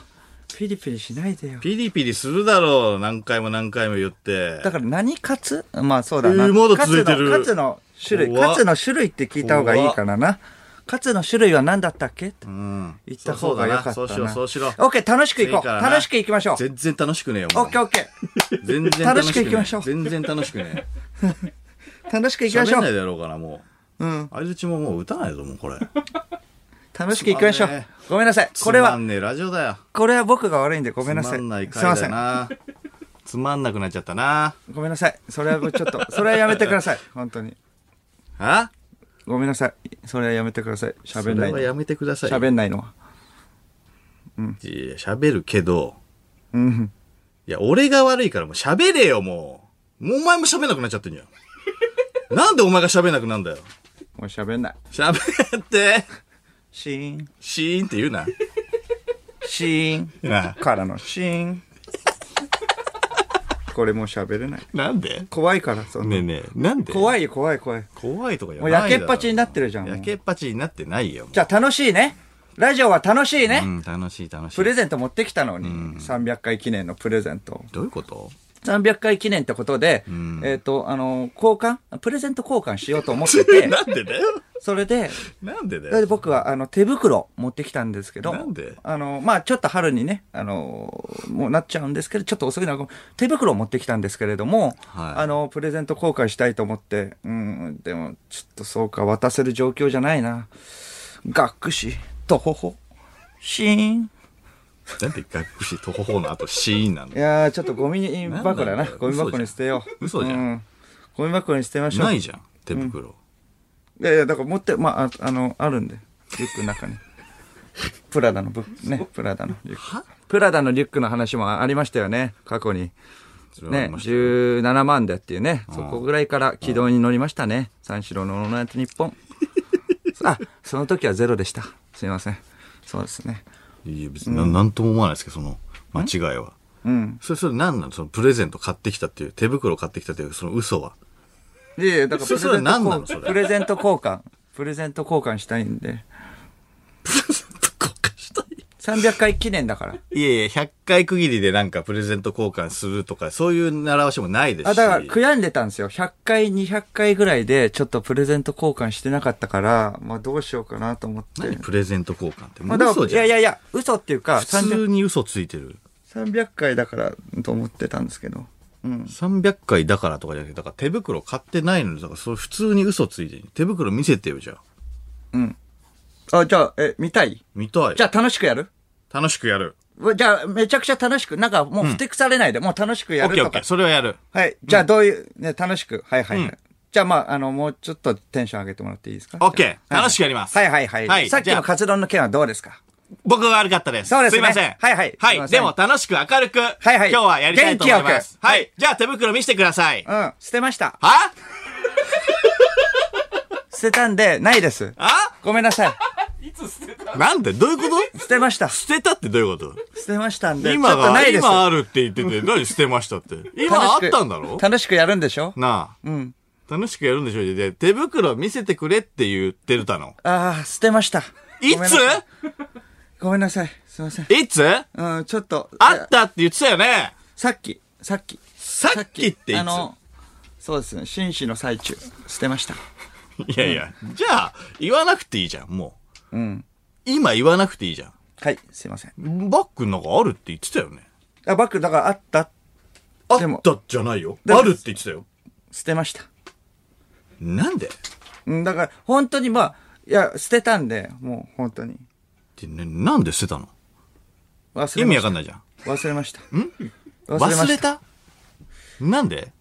B: ピリピリしないでよ。
A: ピリピリするだろう、何回も何回も言って。
B: だから何カツまあそうだな。
A: えーまだ続いてる
B: カツのカツの種類、
A: 怖っ
B: カツの種類って聞いた方がいいからな。カツの種類は何だったっけって
A: うん。
B: 言った方が良かったな。
A: そうそうだなそうしよう、そうしろ。
B: オッケー、楽しくいこ。
A: いいうからな
B: 楽しくいきましょう。
A: 全然楽しくねえよ。
B: オッケーオッケ
A: ー。全然
B: 楽しく行きましょう
A: 全然楽しくね
B: ー。楽しく
A: え。
B: いきまし
A: 喋
B: ょ。
A: んないうだろうから、も
B: うん。
A: う。相づちももう打たないぞ、もうこ
B: *laughs*
A: れ。
B: 楽しくいきましょ
A: つまん
B: う
A: ね。
B: ごめんなさい。これ
A: つま
B: は、
A: んねえラジオだよ。
B: これは僕が悪いんでごめんなさ
A: つま
B: い。すい
A: んない
B: ま
A: 回
B: せ
A: だ
B: ん。
A: な。つまんなくなっちゃったな。
B: ごめんなさい。それはちょっと、それはやめてください。本当に。
A: あ
B: ごめんなさい。それはやめてください。
A: そ
B: 喋んな
A: れ
B: い
A: は
B: の。
A: やめてください。
B: 喋んないのは。
A: いや喋るけど。
B: うん。
A: いや、俺が悪いからもう喋れよ、もう。もうお前も喋んなくなっちゃってんじゃん。なんでお前が喋んなくなんだよ。
B: もう喋んない。
A: 喋って、
B: シーン、
A: シーンって言うな。
B: シーン。
A: な
B: からのシーン。これもう喋れない。
A: なんで
B: 怖いから、そん
A: ね
B: な
A: えねえ、なんで
B: 怖いよ、怖い、怖い。
A: 怖いとかや
B: もう
A: ないだろ
B: 焼けっぱちになってるじゃん。
A: 焼けっぱちになってないよ。もう
B: じゃあ楽しいね。ラジオは楽しいね。
A: うん、楽しい楽しい。
B: プレゼント持ってきたのに、300回記念のプレゼント。
A: どういうこと
B: 300回記念ってことで、
A: ん、
B: えっ、と、あの、交換プレゼント交換しようと思って
A: *laughs*
B: て
A: なんでだよ。
B: それで、
A: なんでだ
B: それで
A: よ。
B: 僕は、あの、手袋持ってきたんですけど、
A: なんで
B: あの、まあちょっと春にね、あの、もうなっちゃうんですけど、ちょっと遅いな、手袋持ってきたんですけれども、
A: はい
B: あの、プレゼント交換したいと思って、うん、でも、ちょっとそうか、渡せる状況じゃないな。学士とほほ。シーン。
A: なんで学士とほほの後シーンなん
B: い
A: だ
B: やー、ちょっとゴミ箱だ
A: なんだ
B: な。
A: よ
B: ゴミ箱に捨てよう。
A: 嘘じゃん
B: う。ゴミ箱に捨てましょう。
A: ないいじゃん、手袋。
B: やいや、だから持って、まあ、ああの、あるんで。リュックの中に。 *laughs* プラダのブ
A: *laughs*
B: ック、ね、プラダのリュック。プラダのリュックの話もありましたよね、過去に。
A: それはあ
B: ね、
A: りましたよ
B: 17万でっていうね、そこぐらいから軌道に乗りましたね。三四郎のオールナイトニ
A: *laughs*
B: ッポン。あ、その時はゼロでした。すいません。そうですね。
A: いや、別にななんとも思わないですけど、その間違いは。
B: うん。
A: それ、それ何なのそのプレゼント買ってきたっていう、手袋買ってきたっていう、その嘘は。 *laughs*
B: いやいや、だからプレ
A: そそれ
B: ゼント
A: 何なの
B: 交
A: そ
B: 換。
A: れ
B: プレゼント交換。プレゼント交換したいんで。
A: プレゼント交換したい。
B: 300回記念だから。
A: いやいや、100回区切りでなんかプレゼント交換するとか、そういう習わしもないですし。
B: あ、だから悔やんでたんですよ。100回、200回ぐらいで、ちょっとプレゼント交換してなかったから、まあどうしようかなと思って
A: 何。プレゼント交換って。も
B: ま
A: う
B: あだから
A: 嘘
B: い
A: じゃ
B: や
A: ん。
B: いやいや、嘘っていうか、
A: 普通
B: 300,
A: に嘘ついてる。
B: 300回だからと思ってたんですけど。うん。
A: 300回だからとかじゃなくて、だから手袋買ってないのに、だからそれ普通に嘘ついてる。手袋見せてよ、じゃあ。
B: あ、じゃあ、え、見たい
A: 見たい。
B: じゃあ楽しくやる
A: 楽しくやる。
B: うじゃあ、めちゃくちゃ楽しく、なんかもうふてくされないで、もう楽しく
A: オ
B: や
A: ッ
B: る
A: ケーオ
B: と
A: ッケ
B: か
A: ー。。それはやる。
B: はい。じゃあ、どういう、ね、楽しく。はいはいはい。
A: うん
B: じゃあ、まあ、あの、もうちょっとテンション上げてもらっていいですか
A: オッケー
B: はい
A: 楽しくやります
B: はいはいはい。
A: はい
B: さっき
A: じゃ
B: の
A: あ
B: カツ丼の件はどうですか
A: 僕が悪かったです。
B: そうです
A: す
B: ね
A: いません。
B: はいはいすい
A: は
B: ま
A: い。
B: せ
A: で
B: ん
A: も楽しく明るく、はい
B: はい
A: 今日はやりたいと思います
B: 元。気よく
A: はい。じゃあ手袋見せてください。
B: うん。捨てました。
A: は
B: 捨てたんで、ないです。
A: あ
B: ごめんなさい。
C: いつ捨てた
A: なんでどういうこと
B: 捨てました。
A: 捨てたってどういうこと
B: 捨てましたんで、ち
A: 今
B: ょっとな
A: が、
B: いです。
A: 今あるって言
B: *laughs*
A: ってて、何捨てましたって。今あっ
B: 楽しく
A: たんだろ
B: 楽しくやるんでしょ
A: なあ。
B: うん。
A: 楽しくやるんでしょで、手袋見せてくれって言ってるたの。
B: ああ、捨てました。
A: い
B: ごめんな
A: つ
B: さごめんなさい。すいません。
A: いつあ
B: うん、ちょっと。
A: っ。たって言ってたよね
B: さっき、さっき。
A: さっきっていつ
B: あの、そうですね。紳士の最中、捨てました。
A: いやいや、じゃあ、言わなくていいじゃん、もう。
B: うん。
A: 今言わなくていいじゃ
B: はい、すいません。
A: ん。バッグの中あるって言ってたよね。
B: あ、バッグ、だからあった、
A: あ
B: でも
A: ったじゃないよ。
B: でも
A: あるって言ってたよ。
B: 捨てました。
A: なんでっ
B: うん、だから、本当にまあ、いや、捨てたんで、もう、本当に。
A: て、ね、なんで捨てたの
B: 忘れました。
A: 意味わかんないじゃん。
B: 忘れました。忘れま
A: 忘れ
B: した。
A: たなんで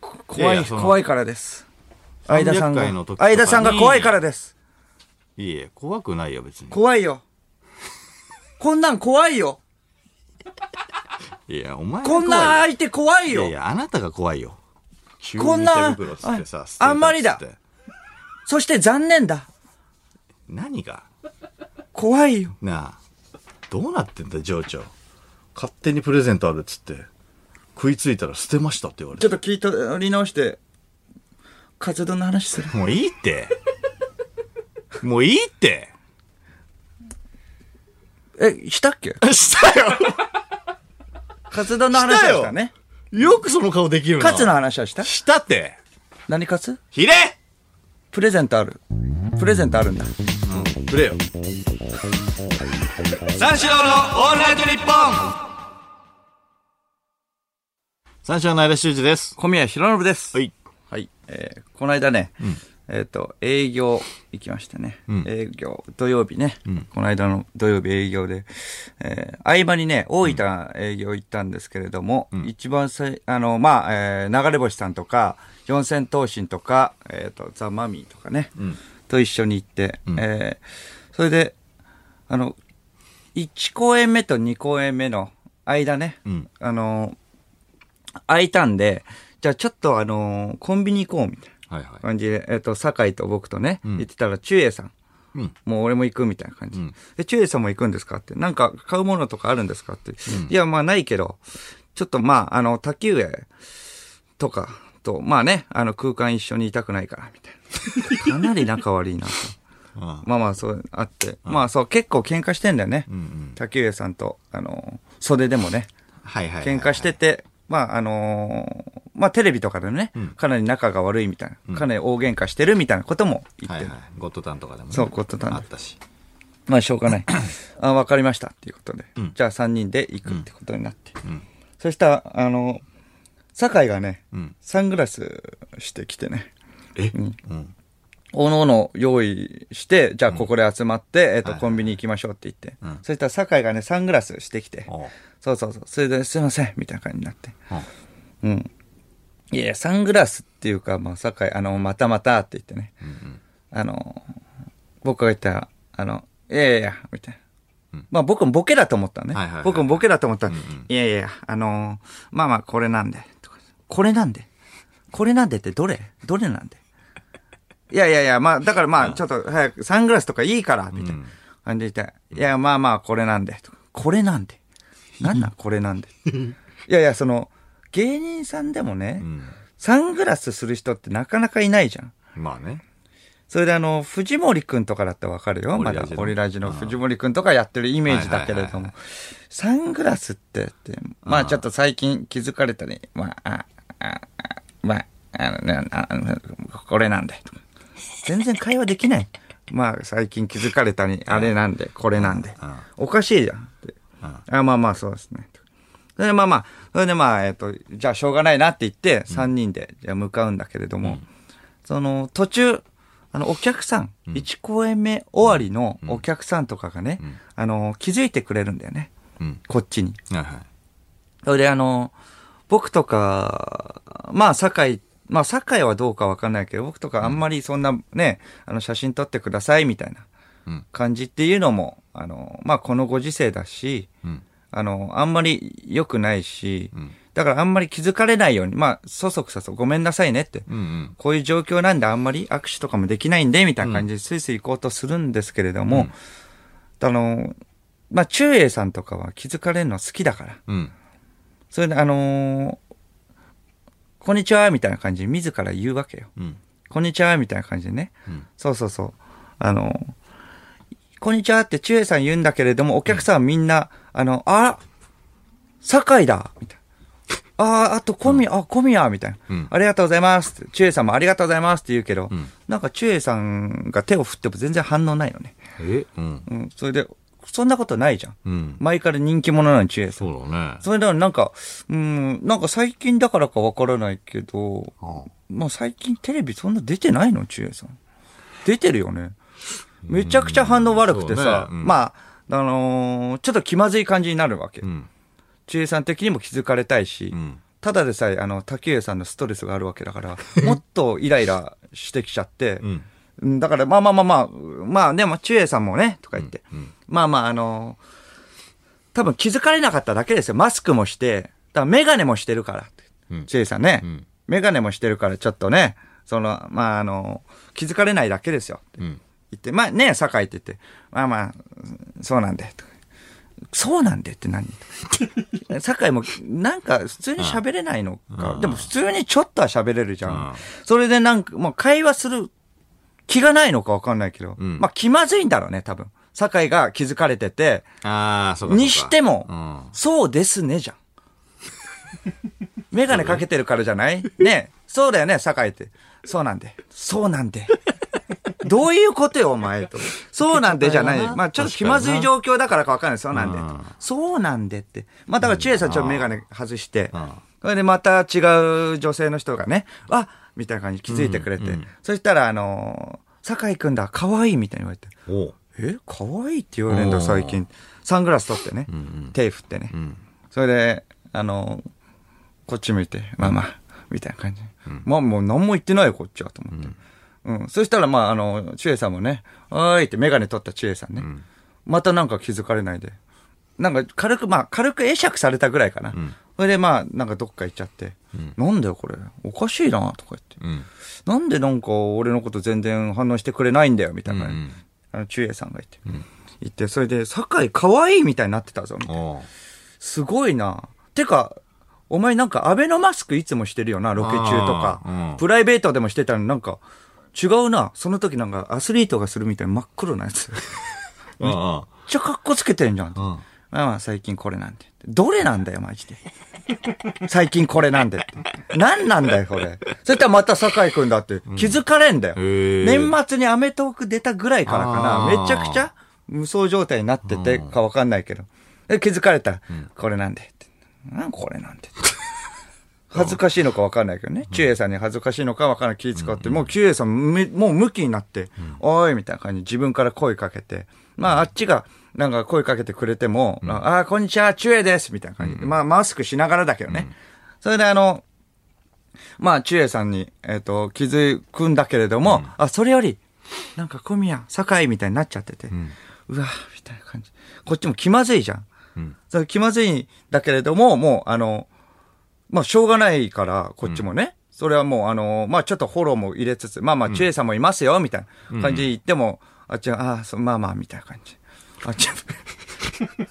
B: 怖
A: いやい
B: い、
A: やその
B: 怖いからです。相田さんが
A: 300回の時と、かに
B: 相田さんが怖いからです。
A: いえいえ、怖くないよ、別に。
B: 怖いよ。こんなん怖いよ。
A: いや、お前が怖
B: こ
A: い
B: ん
A: よ
B: な相手怖い
A: いやい
B: よ。
A: や、あなたが怖いよ。急に
B: こんな
A: 手袋つってさ
B: あ、
A: 捨てたっつって
B: あんまりだそして残念だ。
A: 何が
B: 怖いよ。
A: なあ、どうなってんだ、情緒。勝手にプレゼントあるっつって、食いついたら捨てましたって言われ
B: ちょ
A: て
B: っ。と聞い取り直して、活動の話する。
A: もういいって。もういいって。
B: え、 *laughs* したっけ
A: したよ
B: 活動の話はしたね。
A: よくその顔できるな。
B: カツの話はした
A: したって。
B: 何カツ
A: ひれ
B: プレゼントある。プレゼントあるんだ。
A: くれよ。三四郎のオールナイトニッポン三四郎の間修二です。
B: 小宮宏信です。
A: はい。
B: はい。えーこの間ね、えっ、と、営業行きましたね。
A: ん
B: 営業、土曜日ね、この間の土曜日営業で、えー合間にね、大分営業行ったんですけれども、一番最、あの、まあ、えー流れ星さんとか、四千頭身とか、えっ、と、ザ・マミーとかね、と一緒に行って、えーそれで、あの、1公演目と2公演目の間ね、
A: ん
B: あの、空いたんで、じゃあちょっとあのーコンビニ行こうみたい
A: はい
B: な
A: は
B: 感じで、えっ、と、酒井と僕とね、
A: ん
B: 行ってたら、ちゅうえいさん。
A: い。うん。
B: もう俺も行くみたいな感じ。
A: うん
B: で、ちゅうえいさんも行くんですかって。なんか買うものとかあるんですかって。いや、まあないけど、ちょっとまあ、あの、滝上とかと、まあね、あの空間一緒にいたくないから、みた
A: *laughs*
B: いな。かなり仲悪いなと。
A: ああ
B: まあまあ、そう、あって。まあそう、結構喧嘩してんだよね。
A: うんうん。
B: 滝上さんと、あのー袖でもね。
A: はいはいはいはい。
B: 喧嘩してて、まあ、あのーまあ、テレビとかでね、かなり仲が悪いみたいな、かなり大喧嘩してるみたいなことも言っ
A: は
B: て
A: い
B: る。
A: はい。ゴッドタンとかでもね。
B: そうゴッドタンで
A: あったし。
B: まあ、しょうが
A: *coughs*
B: ない。あ、わかりました。っていうことで。じゃあ、3人で行くってことになって。
A: ん
B: そしたら、あの、酒井がね、
A: うん
B: サングラスしてきてね、
A: えうん。
B: おのおの用意して、じゃあここで集まって、えっと、コンビニ行きましょうって言って。
A: うん
B: そしたら、酒井がね、サングラスしてきて、
A: おう
B: そうそうそう、それで、すいません、みたいな感じになって。
A: うん
B: うん。いやいや、サングラスっていうか、まあ、酒井、あの、またまたって言ってね、あの、僕が言ったら、あの、いやいやいや、みたいな。まあ僕もボケだと思ったね。
A: はいはいはい
B: 僕もボケだと思ったら、
A: うんうん
B: いやいや、あのーまあまあこれなんで、とかこれなんでこれなんでってどれどれなんでいやいやいや、まあだからまあちょっと早くサングラスとかいいから、みたいな感じで言って、いやまあまあこれなんで、とかこれなんでな
A: *laughs*
B: んなんこれなんでいやいや、その、芸人さんでもね、
A: うん
B: サングラスする人ってなかなかいないじゃん。
A: まあね。
B: それであの、藤森くんとかだってわかるよ。
A: オリ
B: ま
A: ラジの
B: だ、オリラジの藤森くんとかやってるイメージだけ
A: は
B: れ
A: いは
B: ど
A: いはいは
B: も。サングラスってって、まあちょっと最近気づかれたり、まあ、あ、あ、あまあ、あのね、ああのこれなんで。全然会話できない。まあ最近気づかれたり、あれなんで、これなんで
A: うん。
B: おかしいじゃんって。あ、まあまあそうですね。それでまあまあ、それでまあ、えっと、じゃあしょうがないなって言って、3人で、じゃあ向かうんだけれども、その、途中、あの、お客さん、1公演目終わりのお客さんとかがね、
A: ん
B: あの、気づいてくれるんだよね、
A: うん。
B: こっちに。
A: はいはい。
B: それであの、僕とか、まあ、酒井、まあ、酒井はどうかわかんないけど、僕とかあんまりそんなね、あの、写真撮ってくださいみたいな
A: うん。
B: 感じっていうのも、あの、まあ、このご時世だし、
A: うん。
B: あの、あんまり良くないし、
A: うん。
B: だからあんまり気づかれないように、まあ、そそくさそ、ごめんなさいねって。
A: うんうん。
B: こういう状況なんであんまり握手とかもできないんで、みたいな感じでスイスイ行こうとするんですけれども、あの、まあ、中英さんとかは気づかれるの好きだから。
A: うん。
B: それで、あのーこんにちは、みたいな感じで自ら言うわけよ。
A: うん。
B: こんにちは、みたいな感じでね。
A: うん
B: そうそうそう。あのーこんにちはって中英さん言うんだけれども、お客さんはみんな、あの、あ酒井だみたいな。ああ、あと小宮、あ、小宮みたいな、
A: うん
B: ありがとうございますって。中英さんもありがとうございますって言うけど、
A: ん
B: なんか中英さんが手を振っても全然反応ないよね。
A: えうん。
B: うん、それで、そんなことないじゃん。
A: うん。
B: 前から人気者なのに中英さん。
A: そうだね。
B: それならなんか、うん、なんか最近だからかわからないけど、
A: あ
B: まあ最近テレビそんな出てないのちえさん。出てるよね。めちゃくちゃ反応悪くてさ、
A: うんそうねうん
B: まあ、あのーちょっと気まずい感じになるわけ
A: う。ん。
B: ちえさん的にも気づかれたいし、
A: うん。
B: ただでさえ、あの、竹上さんのストレスがあるわけだから、もっとイライラしてきちゃって、
A: うん。
B: うんだからまあまあまあまあ、まあでもちえさんもね、とか言って、
A: うん。
B: まあまあ、あの多分気づかれなかっただけですよ。マスクもして、だからメガネもしてるからって。
A: うん
B: チェイさんね、
A: うん
B: メガネもしてるからちょっとね、その、まああの気づかれないだけですよ。
A: うん。
B: 言って、まあね、酒井って言って、まあまあ、そうなんで、とかそうなんでって何 *laughs* 酒井も、なんか普通に喋れないのか。でも普通にちょっとは喋れるじゃ
A: うん
B: ん。それでなんか、もう会話する気がないのかわかんないけど、
A: うん
B: まあ気まずいんだろうね、多分。酒井が気づかれてて、
A: ああ、そうかそうか。
B: にしても、
A: うん。
B: そうですね、じゃん。メガネかけてるからじゃないねそうだよね、酒井って。そうなんで。そうなんで。どういうことよ、お前と。そうなんでじゃな。
A: 確かにない
B: まあ、ちょっと気まずい状況だからかわかんない。そうなんで
A: うん。
B: そうなんでって。まあ、だから、ちえさんちょっとメガネ外して
A: うん、
B: それでまた違う女性の人がね、あみたいな感じで気づいてくれて。そしたら、あのー、酒井くんだ、可愛いみたいに言われて。
A: おう。
B: え可愛いって言われるんだ最近サングラス取ってね、手振ってね、
A: ん
B: それであのこっち向いてまあまあみたいな感じ、まあもう何も言ってないよこっちはと思って、うんそしたらまああのちえさんもね「おーい」って眼鏡取ったちえさんね、またなんか気づかれないでなんか軽くまあ軽く会釈されたぐらいかな、それでまあなんかどっか行っちゃって「なんだよこれおかしいな」とか言って、
A: うん。
B: なんでなんか俺のこと全然反応してくれないんだよ、みたいな。
A: うんうん
B: あの、中英さんが言って。言って、それで、酒井可愛いみたいになってたぞ、みたいな。
A: おう。
B: すごいな。てか、お前なんかアベノマスクいつもしてるよな、ロケ中と
A: あ
B: か。
A: ーうん
B: プライベートでもしてたのになんか、違うな。その時なんかアスリートがするみたいな真っ黒なやつ。めっ
A: あ
B: ちゃかっこつけてんじゃん。
A: あ。
B: まあまあ最近これなんで。どれなんだよ、マジで。最近これなんでって。何なんだよ、これ。そしたらまた酒井くんだって気づかれんだよ。
A: へー
B: 年末にアメトーク出たぐらいから
A: あ
B: か
A: ー
B: な。めちゃくちゃ無双状態になっててかわかんないけど。で気づかれたら、これなんでって。なんこれなんでって。 *laughs* 恥ずかしいのか分かんないけどね。ちゅえさんに恥ずかしいのか分かんない。気使って、もうちゅえさんめ、もう向きになって、おいみたいな感じで自分から声かけて。まあ、あっちが、なんか声かけてくれても、ああ、こんにちは、ちゅえですみたいな感じで。まあ、マスクしながらだけどね。それであの、まあ、ちゅえさんに、えっ、と、気づくんだけれども、あ、それより、なんか小宮、酒井みたいになっちゃってて、うわみたいな感じ。こっちも気まずいじゃん。それ気まずいんだけれども、もう、あの、まあ、しょうがないから、こっちもね。それはもう、あの、まあ、ちょっとフォローも入れつつ、まあまあ、ちゅえさんもいますよ、みたいな感じで言っても、あっちは、ああ、そうまあまあ、みたいな感じ。あ *laughs* っちは、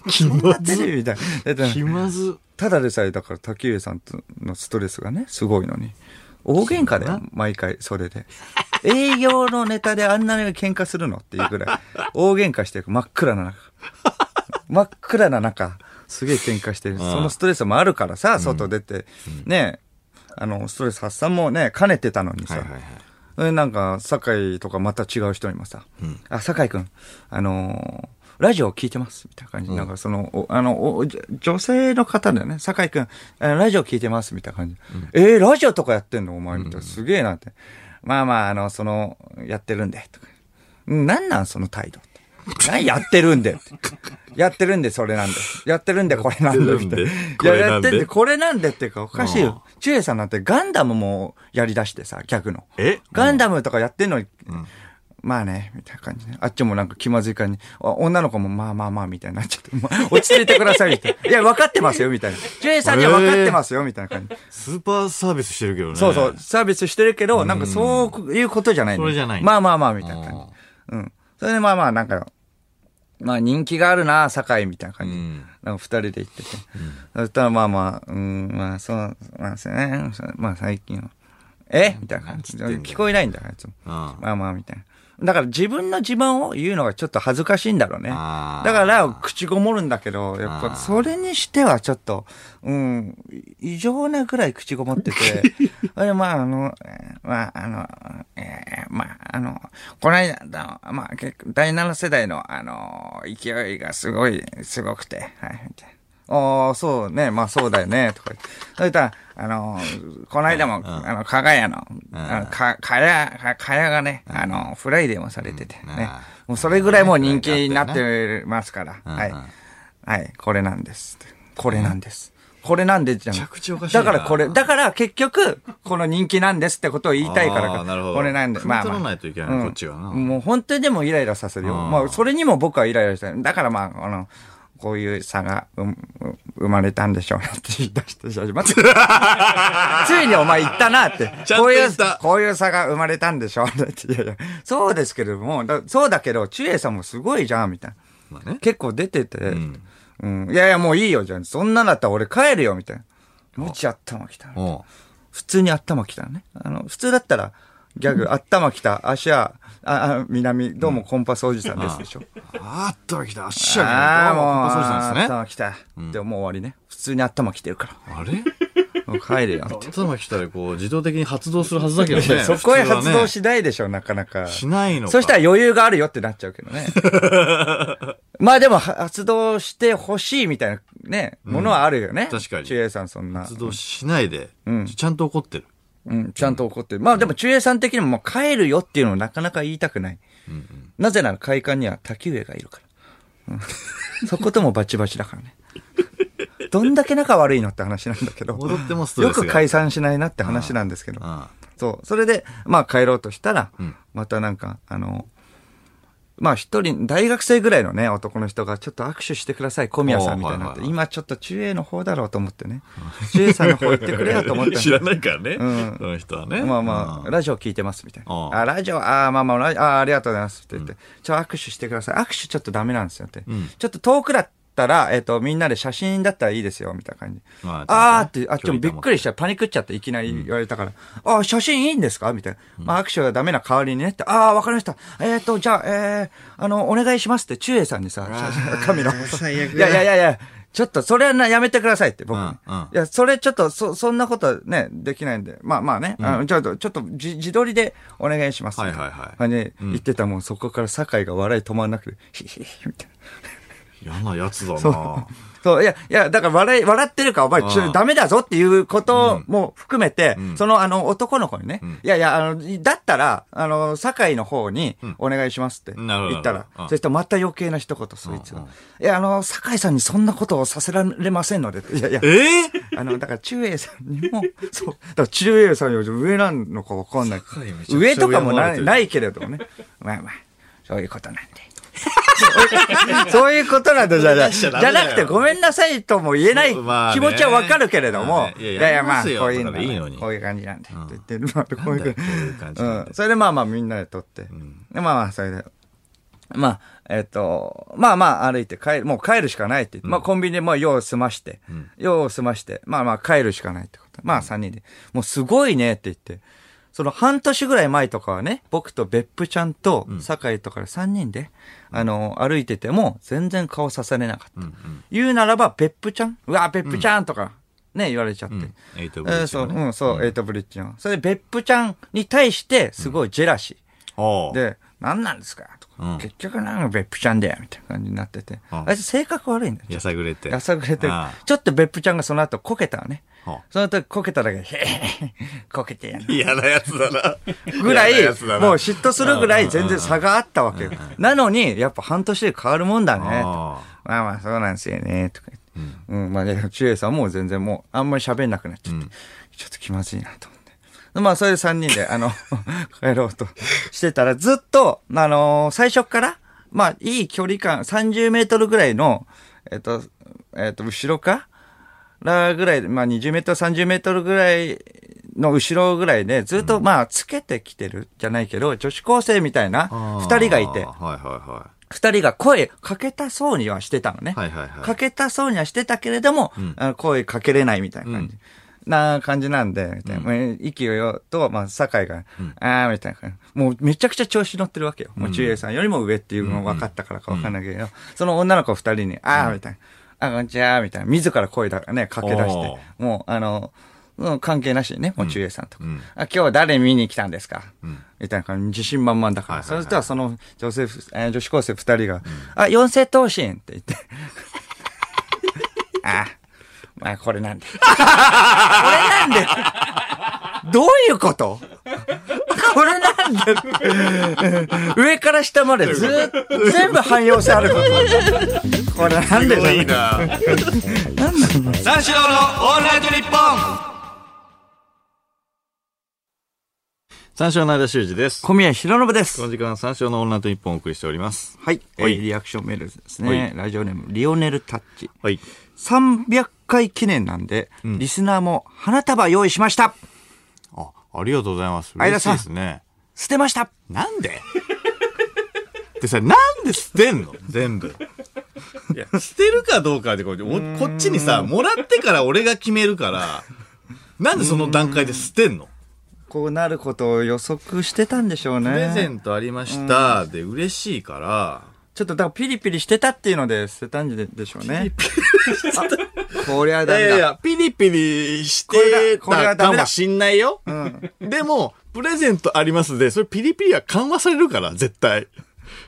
B: 気まずいみたいな。えっと
C: 気まず。
B: ただでさえだから滝上さんとのストレスがねすごいのに大喧嘩だよ毎回それで営業のネタであんなに喧嘩するのっていうぐらい大喧嘩してる真っ暗な中真っ暗な中すげえ喧嘩してるそのストレスもあるからさ外出て、ねあのストレス発散もね兼ねてたのにさ、
A: はいはいはい。
B: えなんか、酒井とかまた違う人にもさ、あ、酒井くん、あのーラジオを聞いてます、みたいな感じ。なんかその、おあのお、じょ女性の方だよね。酒井くん、あのラジオ聞いてます、みたいな感じ。えーラジオとかやってんのお前、みたいな。すげえなって。まあまあ、あの、その、やってるんで、とか。うんなんなん、その態度って。何やってるんでって。やってるんで、それなんで。やってるんで、これなんで。みた
A: やって
B: いな
A: るんで
B: いや、
A: これ
B: や
A: な
B: っ
A: んで
B: てんで、これなんでっていうか、おかしいよ。チュエさんなんてガンダムもやり出してさ、逆の。
A: え
B: ガンダムとかやってんのに、まあね、みたいな感じで。あっちもなんか気まずい感じ。あ女の子もまあまあまあ、みたいになっちゃって。ま *laughs* あ落ち着いてください、み
A: *laughs*
B: たいな。いや、分かってますよ、みたいな。ジュエさんには分かってますよ、みたいな感じ。
A: スーパーサービスしてるけどね。
B: そうそう、サービスしてるけど、なんかそういうことじゃないの
A: それじゃない
B: まあまあまあ、みたいな感じ。うん。それでまあまあ、なんか、まあ人気があるな、堺みたいな感じ。
A: うん
B: なんか二人で行ってて。そしたらまあまあ、うん、まあそうなんですよね。まあ最近は。えみたいな感じで。
A: なんつってんだよ
B: 聞こえないんだよ、あいつも。
A: あ
B: まあまあ、みたいな。だから自分の自慢を言うのがちょっと恥ずかしいんだろうね。だ
A: あー
B: から口ごもるんだけど、やっ
A: あ
B: ぱ
A: ー
B: それにしてはちょっと、うん、異常なぐらい口ごも
A: *laughs*
B: ってて、あれまああの、えーまああの、えーまああの、この間の、まあ結構第7世代のあの、勢いがすごい、すごくて、はい、みたいな。ああ、そうね。まあそうだよね。とか言って。そしたら、あの、この間も、あの、加賀屋の、あの、か、かや、かかやがね、あの、フライデーもされてて
A: うん
B: ね
A: ああ。
B: もうそれぐらいもう人気になってますから。
A: ん
B: はい
A: うん。
B: はい、これなんです。これなんです。これなんでじゃん。
A: めちゃくちゃおかしいな
B: だからこれ、だから結局、この人気なんですってことを言いたいから
A: あ
B: か。
A: ーなるほど
B: これなんで、
A: 汲み取らないといけないなこっちがな
B: もう本当にでもイライラさせるよ。
A: うん
B: まあ、それにも僕はイライラしてる。だからまあ、あの、こういう差がうう生まれたんでしょうなって言い出してしまって。ついにお前言ったなって。
A: *laughs* ちゃん
B: ことうい
A: 言
B: う
A: った、
B: こういう差が生まれたんでしょう *laughs* なって。いやいや、そうですけれども、だそうだけど、ちえさんもすごいじゃん、みたいな。
A: まあね
B: 結構出てて、うんん、いやいや、もういいよ、じゃん。そんなだったら俺帰るよ、みたいな。無知頭きたな。
A: お
B: 普通に頭きたね。あの、普通だったら、ギャグ、頭きた、足は、あ、あ、南、どうもコンパスおじさんですでしょ。
A: あーっと来た。あっしゃ
B: ああ、もう、
A: そうですね。
B: 頭きた。でももう終わりね。普通に頭きてるか
A: あれ
B: ら。もう帰れよ。
A: *laughs* 頭来たらこう、自動的に発動するはずだけどね。
B: *laughs* そこへ
A: 普通はね
B: 発動しないでしょ、なかなか。
A: しないのか。
B: そしたら余裕があるよってなっちゃうけ
A: *laughs*
B: どね。まあでも、発動してほしいみたいなね、ものはあるよね。
A: 確かに
B: ちえさんそんな。
A: 発動しないで、ちゃんと怒ってる。
B: うん、ちゃんと怒ってる。まあでも、中衛さん的にももう帰るよっていうのをなかなか言いたくない。なぜなら会館には滝上がいるから。うんそこともバチバチだからね。どんだけ仲悪いのって話なんだけど。
A: 戻ってもストレ
B: よ
A: スが。
B: く解散しないなって話なんですけど。
A: あ
B: そう。それで、まあ帰ろうとしたら、
A: ん
B: またなんか、あの、まあ一人、大学生ぐらいのね、男の人が、ちょっと握手してください、小宮さんみたいになっ
A: おーはい
B: て、
A: はいはい
B: 今ちょっと中衛の方だろうと思ってね、中衛さんの方行ってくれよと思って
A: *laughs* あ。知らないからね。
B: ん
A: その人はね。
B: まあま
A: う
B: あ、
A: ん
B: ラジオ聞いてますみたいな。
A: あ
B: あ
A: あ
B: ラジオ、ああ、まあまあ、ラジオああ、ありがとうございますって言って、ちょ、握手してください。握手ちょっとダメなんですよって。ちょっと遠くだったら、えっ、と、みんなで写真だったらいいですよ、みたいな感じ。
A: ま
B: あ
A: あ
B: あーって、あっちもびっくりした。パニックっちゃって、いきなり言われたから。ああ、写真いいんですかみたいな。まあ、握手がダメな代わりにねって。ああ、わかりました。えっ、と、じゃあ、えー、あの、お願いしますって、中英さんにさ、カメラを。いやいやいやいや、ちょっと、それはな、やめてくださいって、僕。
A: うんうん
B: いや、それちょっと、そ、そんなことはね、できないんで。まあまあね、あのちょっと、ちょっと、じ自撮りでお願いします。
A: はいはいはい
B: 感じで言ってたもん、そこから酒井が笑い止まんなくて、ひひひ、みたいな。
A: や嫌なやつだな
B: そう、いや、いや、だから笑い、笑ってるから、お前、ち
A: ああ
B: ょ、ダメだぞっていうことも含めて、
A: ん
B: その、あの、男の子にね、
A: ん
B: いやいや、あの、だったら、あの、堺の方に、お願いしますって、
A: なるほど
B: 言ったら
A: なるほどあ、あ
B: そしたらまた余計な一言、そいつ
A: あ
B: が。いや、あの、堺さんにそんなことをさせられませんのでって、いやいや、
A: ええ
B: *laughs* あの、だから、中英さんにも、そう、だから中英さんより上なのかわかんない
A: 堺めちゃく。ちゃ
B: 上とかも
A: 敬われ
B: な
A: て
B: い
A: る
B: ないけれどもね。まあまあ、そういうことなんで。 *laughs* そういうことなんだ、じゃ
A: 思い *laughs*
B: あ
A: 出しち
B: じ
A: ゃ
B: ゃ
A: ダ
B: あ
A: メ
B: じ
A: だ
B: ゃ
A: よ
B: なくて、ごめんなさいとも言えない
A: まあね
B: 気持ちはわかるけれども、
A: まあねいや
B: いやいや、ま
A: やりま
B: あ、
A: すよ
B: こういうのが
A: だからいいのに
B: こういう感じなんで。って言って、まあ、こう
A: ないん
B: う
A: だよこう
B: 感
A: いう感じ
B: じ。う
A: なん
B: ん
A: だ。よ
B: それで、まあまあ、みんなで撮って。
A: ん
B: でまあまあ、それで。まあ、えっ、と、まあまあ歩いて帰る、もう帰るしかないって言って、まあコンビニでもう用を済まして、用を済まして、まあまあ帰るしかないってこと。まあ3人で、もうすごいねって言って、その半年ぐらい前とかはね、僕と別府ちゃんと酒井とかで3人で、あの、歩いてても全然顔さされなかった。言うならば、別府ちゃんうわ、別府ちゃんとか、ね、言われちゃって。
A: うんエイトブ
B: え
A: リ
B: ー
A: ッジ
B: そう、
A: のね
B: うん、そう、エイトブリッジの。それで別府ちゃんに対して、すごいジェラシー。
A: ああ。
B: で、何なんですかとか、
A: うん
B: 結局なんか別府ちゃんだよ、みたいな感じになってて。
A: うん
B: あいつ性格悪いんだよ。
A: やさぐれて。
B: やさぐれてる
A: ああ。
B: ちょっと別府ちゃんがその後こけたのね
A: はあ。
B: その時こけただけで、へへへ、こけてやん。
A: 嫌なやつだな。
B: *laughs* ぐらい、
A: 嫌な
B: もう
A: やつだな
B: 嫉妬するぐらい全然差があったわけよ。なのに、やっぱ半年で変わるもんだね。
A: あ
B: と
A: あ
B: まあまあ、そうなんですよね。とか言って。うん、まあね、ちえさんもう全然もう、あんまり喋んなくなっちゃって、ちょっと気まずいなと思って。でまあ、それで3人で、あの、 *laughs* 帰ろうとしてたら、ずっと、あのー最初から、まあ、いい距離感、30メートルぐらいの、えっ、と、えっ、と、後ろからぐらいで、まあ、20メートル、30メートルぐらいの後ろぐらいで、ずっと、まあ、つけてきてるじゃないけど、女子高生みたいな
A: ああ
B: 2人がいて
A: はい、は
B: 2人が声かけたそうにはしてたのね。
A: いはい。はいはいはい。
B: かけたそうにはしてたけれども、あの声かけれないみたいな感じ。な感じなんで、みたいな。もう息をよと、まあ、酒井が、ああ、みたいな感じ。もうめちゃくちゃ調子乗ってるわけよ。もう中英さんよりも上っていうの分かったからか分かんないけど、その女の子二人に、ああ、みたいな。あ、こんにちは、みたいな。自ら声だね、かけ出して
A: お。
B: もう、あの、うん関係なしにね、もう中英さんとか。
A: うん
B: あ今日は誰見に来たんですか、みたいな感じ、自信満々だから。
A: はいはいはい
B: そしたらその女性ふ、えー女子高生二人が、あ、四世闘神って言って。 *laughs* あ、まあこれなん
A: *laughs*
B: で。これなんで。どういうことこれなんで上から下までずーっと全部汎用性あること。これなんです
A: ごい
B: だ
A: な。
B: 三四郎のオールナイトニッポン
A: 三章の間修二です。こ
B: 小宮浩信です
A: の。時間三章の女と一本をお送りしております。
B: はい。え
A: はい
B: ーリアクションメールです
A: は
B: ね
A: い。
B: ラジオネーム、リオネルタッチ。
A: はい。
B: 300回記念なんで、リスナーも花束用意しました
A: あ、ありがとうございます。
B: 相
A: 嬉
B: 田
A: し
B: さ
A: い
B: ん
A: ですね。
B: 捨てました
A: なんで *laughs* でさ、なんで捨てんの全部。いや、捨てるかどうかでこうおこっちにさ、もらってから俺が決めるから、なんでその段階で捨てんの
B: こうなることを予測してたんでしょう
A: プレゼ
B: ね。
A: ントありましたで嬉しいから、
B: ちょっとだからピリピリしてたっていうので捨てたんでしょうね。あこりゃダ
A: い
B: メ
A: や
B: だ。
A: いやいや、ピリピリし
B: これ
A: て
B: がこれ
A: た
B: がダ
A: か
B: メだ
A: もしんないよ。でも、プレゼントありますで、それピリピリは緩和されるから、絶対。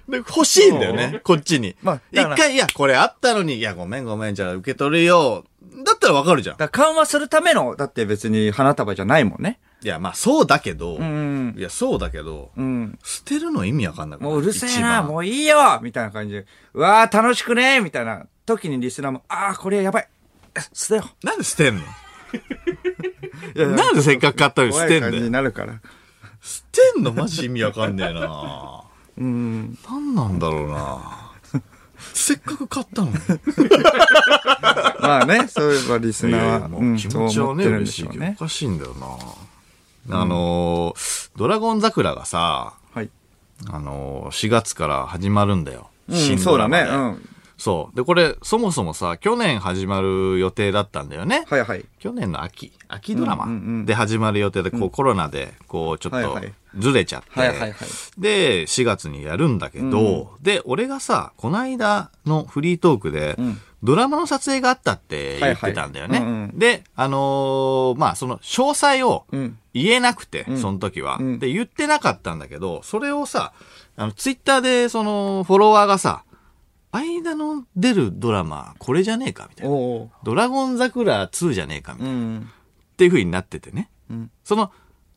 A: で、欲しいんだよね、こっちに。
B: まあだ
A: 一
B: から
A: 回、いや、これあったのに、いや、ごめんごめん、じゃあ受け取るよ。だったらわかるじゃん。
B: だから緩和するための、だって別に花束じゃないもんね。
A: いや、まあ、そうだけど、
B: ん
A: いや、そうだけど、
B: うん。
A: 捨てるの意味わかんなくない
B: もううるせえ
A: 一
B: な、
A: 番
B: もういいよみたいな感じで。うわー楽しくねみたいな時にリスナーも、あーこれやばい。捨てよ
A: なんで捨てんの
B: う。いやいや
A: なんでせっかく買ったのに捨
B: 怖
A: て
B: い
A: んだ
B: 感じに
A: よ。
B: なるから。
A: 捨てんのマジ意味わかんねえ *laughs* な
B: うん。
A: なんなんだろうなせっかく買ったのに。
B: ま
A: *laughs*
B: あね、そういえばリス
A: いやい
B: ナー
A: や
B: は、
A: も
B: う、
A: うん気
B: そう
A: 持ちは
B: 思っ
A: ね、
B: てるん
A: 嬉しい
B: でしょ
A: け
B: う
A: ど、お
B: ね。
A: かしいんだよな。あのー、ドラゴン桜がさ、
B: はい。
A: あのー、4月から始まるんだよ。
B: うん、
A: 新
B: そ
A: ド
B: うだ
A: ラマ
B: ね。
A: で
B: うん。
A: そう。で、これ、そもそもさ、去年始まる予定だったんだよね。
B: はいはい。
A: 去年の秋、秋ドラ
B: うんうんう
A: マ
B: ん
A: で始まる予定で、こうコロナで、こうちょっ
B: はい
A: と
B: はい
A: ずれちゃって
B: はいはいはい、
A: で、4月にやるんだけど、で、俺がさ、この間のフリートークで、ドラマの撮影があったって言ってたんだよ
B: はいはいうん
A: ね
B: う。
A: で、あのーまあ、その詳細を
B: ん
A: 言えなくて、その時は、
B: ん
A: で、言ってなかったんだけど、それをさ、あの、ツイッターで、その、フォロワーがさ、間の出るドラマ、これじゃねえかみたいな。
B: お
A: ドラゴン桜2じゃねえかみた
B: う
A: いな。っ
B: ん。
A: ていう風になっててね。
B: うん。
A: その、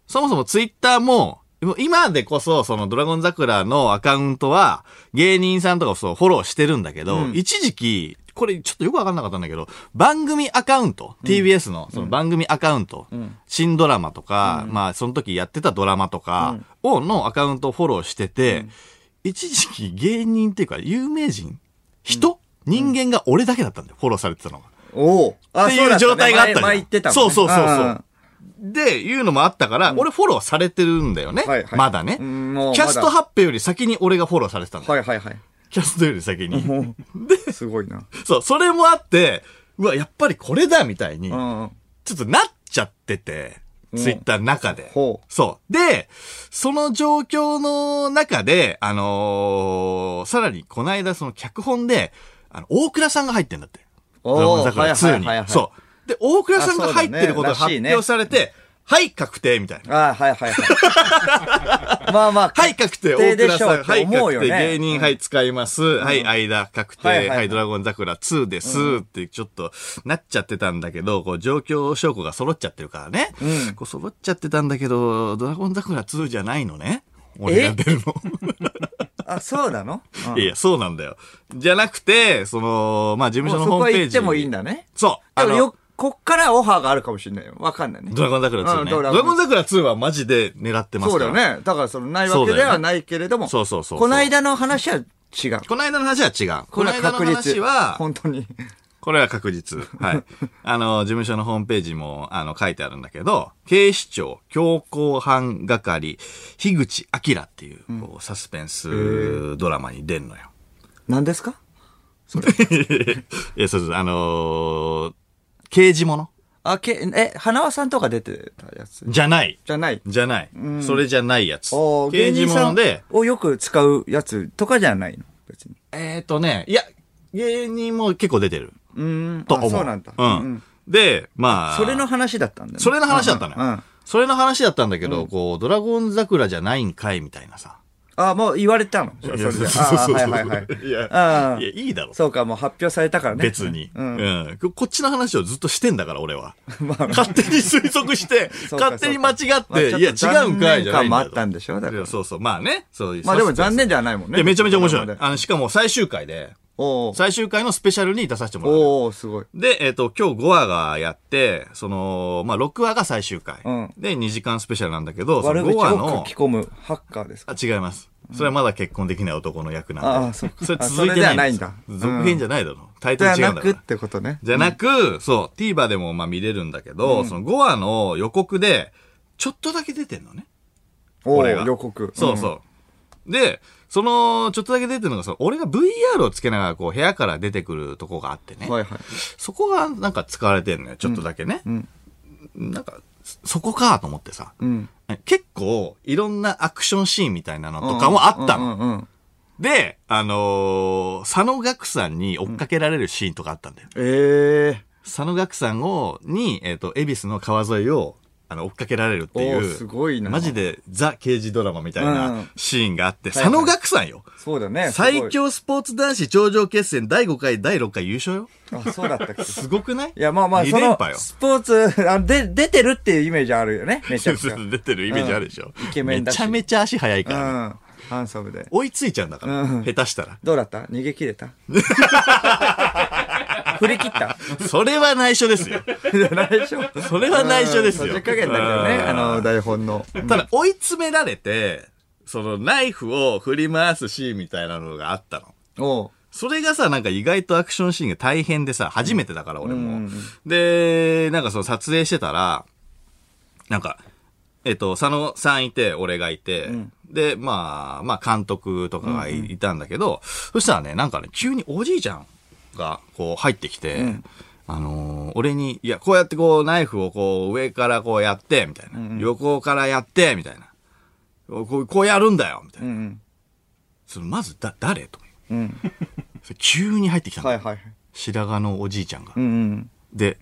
A: そもそもツイッターも、もう今でこそ、そのドラゴン桜のアカウントは、芸人さんとかそうフォローしてるんだけど、
B: うん
A: 一時期、これちょっとよくわかんなかったんだけど、番組アカウント、TBS のその番組アカウント、
B: ん
A: 新ドラマとか、まあその時やってたドラマとかを、のアカウントをフォローしてて、一時期芸人っていうか有名人、人、人間が俺だけだったんだよ、フォローされてたのが。
B: おうあ
A: っていう状態があったじゃん
B: 前前言ってたもんね
A: そうそうそうそうんで、いうのもあったから、俺フォローされてるんだよね。
B: はいはい
A: まだね。
B: うんもうまだ
A: キャスト発表より先に俺がフォローされてたんだよ。
B: はいはいはい。
A: キャストより先に。
B: もう、すごいな。
A: そう、それもあって、うわ、やっぱりこれだみたいに、
B: うん。
A: ちょっとなっちゃってて、
B: うん
A: ツイッターの中で。
B: ほう
A: そう。で、その状況の中で、あのーさらにこの間その脚本で、あの、大倉さんが入ってんだって。
B: おー
A: ドラゴン桜2に。
B: はいはいはいはい
A: そう。で、大倉さんが入ってることが
B: あそうだ
A: 発
B: ね
A: 表されて、はい、確定みたいな。
B: ああ、はいはいはい。まあまあ、
A: はい、確定。大倉さん。はい、
B: って思う
A: 確
B: よ
A: 定。
B: ね
A: 芸人、はい、使います。はい、間、確定。
B: は
A: はい
B: はい
A: い、
B: はい
A: ドラゴン桜2です。って、ちょっと、なっちゃってたんだけど、こう、状況証拠が揃っちゃってるからね。
B: うん
A: こう、揃っちゃってたんだけど、ドラゴン桜2じゃないのね。俺が出るの。
B: あ、そうなのうん
A: いやいや、そうなんだよ。じゃなくて、その、まあ、事務
B: も
A: 所のホ
B: うそこ
A: ーム
B: は
A: ページ
B: 行
A: に。
B: ってもいいんだね。
A: そう。
B: でも
A: の
B: よ、こっからオファーがあるかもしれないよ。わかんないね。
A: ドラゴン桜2
B: うん
A: ね。
B: ド
A: ド
B: ラ
A: ラ
B: ゴン
A: ゴン桜2はマジで狙ってます
B: そう
A: か
B: だ
A: ら。
B: よ。ね。だからそのないわけではないけれども、
A: そうそうそうそう
B: この間の話は違う。
A: この間の話は違う。こ
B: こ
A: の
B: れ
A: 間
B: は
A: の
B: 確
A: 話
B: 率。
A: は、
B: 本当に。 *laughs*
A: これは確実。はい。あの、事務所のホームページも、あの、書いてあるんだけど、警視庁強行犯係、樋口明っていう、こう、サスペンスドラマに出
B: *laughs*
A: んのよ。
B: 何ですか
A: いや、そうそう、あのー刑事もの
B: あ、け、え、花輪さんとか出てたやつ
A: じゃない。
B: じゃない。
A: じゃない。それじゃないやつ
B: お。
A: 刑事もので、
B: をよく使うやつとかじゃないの別に。
A: えっ、ー、とね、いや、芸人も結構出てる。
B: うーん。
A: と思う。
B: あそうなんだ。
A: うん。で、まあ。
B: それの話だったんだね。
A: それの話だったのよ。
B: うんうん
A: それの話だったんだけど、こう、ドラゴン桜じゃないんかいみたいなさ。
B: あ、もう言われたの。それで。あ
A: そうそう
B: ー
A: そう
B: はいはいはい。
A: いや
B: あー
A: いや、いいだろ。
B: そうか、もう発表されたからね。
A: 別に、
B: う
A: うんんこ。こっちの話をずっとしてんだから、俺は。勝手に推測して、
B: *laughs* そうか
A: 勝手に間違って、
B: まあちょっと
A: いや、違うんかいじゃないんだよ
B: 残念感もあったんでしょだから
A: いやそうそう。まあね。そういう。
B: まあでも残
A: だ
B: 念ではないもん
A: よ
B: ね。
A: ね。めちゃめちゃ面白い
B: ここ。まで
A: あの、しかも最終回で、
B: おー
A: 最終回のスペシャルに出させてもらう。
B: おー、すごい。
A: で、えっ、と、今日5話がやって、その、まあ、6話が最終回。
B: うん
A: で、2時間スペシャルなんだけど、そ
B: 悪
A: の
B: 口
A: 5
B: を
A: 話の
B: 書き、込むハッカーですか
A: あ、違います。それはまだ結婚できない男の役なんで。
B: ああそうか
A: それ続いてないんです
B: あそれではないんだ
A: 続編じゃないだろ。タイト
B: じ
A: ル
B: ゃ
A: 違う
B: な
A: だ
B: ん
A: か
B: くっ
A: ら。
B: てことね。
A: じゃなく、そう、TVer でもまあ見れるんだけど、その5話の予告で、ちょっとだけ出てんのね。
B: お
A: 俺
B: ー、
A: が
B: 予告。
A: そう
B: うん。
A: そう。で、その、ちょっとだけ出てるのが、その俺が VR をつけながら、こう、部屋から出てくるとこがあってね。
B: はいはい。
A: そこがなんか使われてんのよ、ちょっとだけね。
B: うん
A: なんか、そそこかと思ってさ。
B: うん。
A: 結構、いろんなアクションシーンみたいなのとかもあったの。
B: うんうんうん。
A: で、あのー佐野岳さんに追っかけられるシーンとかあったんだよ。
B: ええ。
A: 佐野岳さんを、に、えっ、と、恵比寿の川沿いを、あの、追っかけられるってい
B: お
A: う。
B: ーすごいな
A: マジで、ザ・刑事ドラマみたい
B: うんう
A: なんシーンがあって、
B: はいはい
A: 佐野岳さんよ。
B: そうだね。すごい
A: 最。強スポーツ男子頂上決戦第5回、第6回優勝よ。
B: あ、そうだったっけ *laughs*
A: すごくない
B: いや、まあまあ、
A: 2
B: そ
A: 連
B: の
A: 覇、よ。
B: スポーツ、あで、出てるっていうイメージある
A: *laughs*
B: よね。めちゃくちゃ。うん。
A: 出てるイメージあるでしょ。
B: うんイケメンだ
A: め
B: し
A: ちゃめちゃ足速いからね、
B: ハンサムで。
A: 追いついちゃうんだから、
B: うん
A: 下手したら。
B: どうだった逃げ切
A: *laughs*
B: れた振り切った
A: *laughs* それは内緒
B: *laughs*
A: ですよ。
B: じゃないでしょ
A: それは内緒ですよ
B: さじ加減だけどね、
A: うん
B: あの、台本の。
A: ただ追い詰められて、そのナイフを振り回すシーンみたいなのがあったの。
B: おう
A: それがさ、なんか意外とアクションシーンが大変でさ、初めてだから俺も。
B: うん
A: で、なんかその撮影してたら、なんか、えっと、佐野さんいて、俺がいて、で、まあ、まあ監督とかがいいたんだけど、そしたらね、なんかね、急におじいちゃんがこう入ってきて、あのー俺に、いや、こうやってこうナイフをこう上からこうやって、みたいな。横からやって、みたいな。こうこうやるんだよ、みたいな。
B: うん。
A: そのまずだ、誰と思って
B: うん。
A: それ急に入ってきたの、
B: はいはいはい。
A: 白髪のおじいちゃんが。
B: うんうん。
A: で、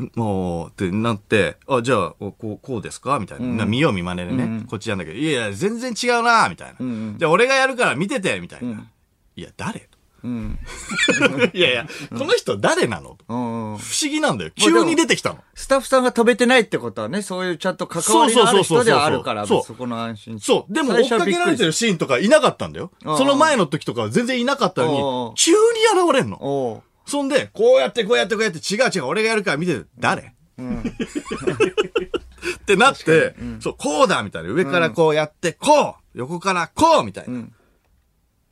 A: んもう、ってなって、あ、じゃあ、おこう、こうですかみたいな。な見よう見まねでね、こっちなんだけど、いやいや、全然違うなみたいな。
B: んうん
A: じゃあ、俺がやるから見ててみたいな。いや、誰と *laughs*
B: うん。
A: いやいや、この人誰なの
B: う
A: 不
B: ん。
A: 思議なんだよ。
B: あで
A: 急
B: も
A: に出てきたの。
B: スタッフさんが飛べてないってことはね、そういうちゃんと関わりのある人ではあるから、
A: そうそうそうそう
B: そこの安心
A: そう。でも追っかけられて
B: る。
A: るシーンとかいなかったんだよ。
B: あー
A: その前の時とかは全然いなかった
B: あ
A: の
B: ー
A: に、急に現れんの。
B: おう
A: そんで、こうやってこうやってこうやって、違う違う、俺がやるから見てて、誰
B: うん。
A: ってなって、そう、こうだみたいな。上からこうやって、こう横からこうみたいうな。
B: ん。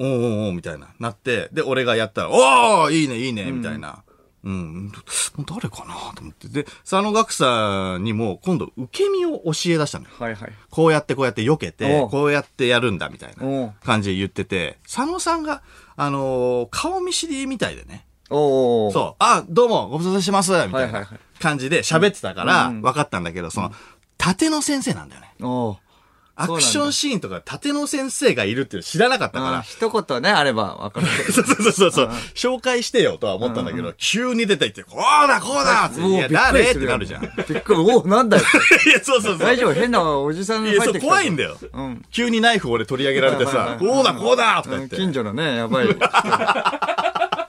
A: おーおーおーみたいな。なって、で、俺がやったら、おーいいねいいねみたいな。うん。もう誰かなと思って。で、佐野岳さんにも、今度、受け身を教え出したのよ。
B: はいはい。
A: こうやってこうやって避けて
B: おう、
A: こうやってやるんだみたい
B: おう
A: な感じで言ってて、佐野さんが、あのー顔見知りみたいでね。
B: おうおう
A: そう。あ、どうも、ご無沙汰してます。みた
B: はい
A: い
B: はい
A: な
B: はい
A: 感じで喋ってたから、
B: うん
A: 分かったんだけど、その、盾の先生なんだよね。
B: う。おう
A: ア
B: そうなんだ
A: クションシーンとか盾の先生がいるっていうの知らなかった
B: あ
A: か
B: ー一言ね、あればわかる
A: ら。 *laughs* そうそうそうそう。紹介してよとは思ったんだけど、急に出てきて、こうだこうだって
B: け
A: *laughs*
B: ど。
A: いや、
B: びっく
A: 誰
B: り
A: っ
B: す
A: てなるじゃん。 *laughs* い
B: よねびっくり、おうなんだよ。
A: や、そうそうそう
B: 大。丈夫変なおじさんが
A: いや、
B: 入
A: そ
B: って
A: う、
B: きた。
A: 怖いんだよ。
B: うん。
A: 急にナイフ俺取り上げられて
B: はいはいは
A: さ、
B: い
A: こうだこうだとか
B: う
A: 言
B: ん
A: って、
B: 近所のね、や
A: *laughs*
B: ばい。
A: あ、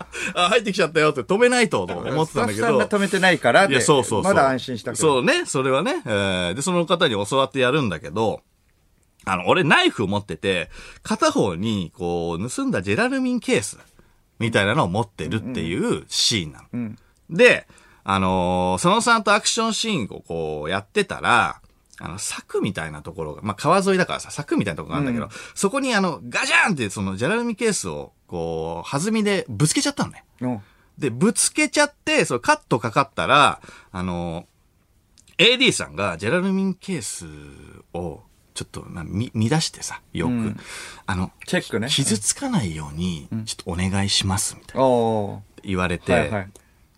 A: 入ってきちゃったよって止めないととか思って
B: スタ
A: たんだ
B: ッフ
A: け
B: さん
A: ど
B: が。止めてないから
A: い
B: で
A: や、そうそうそう。
B: まだ安心したけど。
A: そうね、それはね。えーで、その方に教わってやるんだけど、あの、俺ナイフを持ってて、片方に、こう、盗んだジェラルミンケース、みたいなのを持ってるっていうシーンなの。で、あのー佐野さんとアクションシーンをこうやってたら、あの、柵みたいなところが、まあ、川沿いだからさ、柵みたいなところがあるんだけど、そこにあの、ガジャンってそのジェラルミンケースを、こう、弾みでぶつけちゃったのね。
B: うん。
A: で、ぶつけちゃって、そのカットかかったら、あの、AD さんがジェラルミンケースを、ちょっと、まあ、み、乱してさ、よく、
B: うん
A: あの、
B: チェックね。
A: 傷つかないように、ちょっとお願いします、みたいな
B: おお
A: 言われて、
B: ー。はいはい。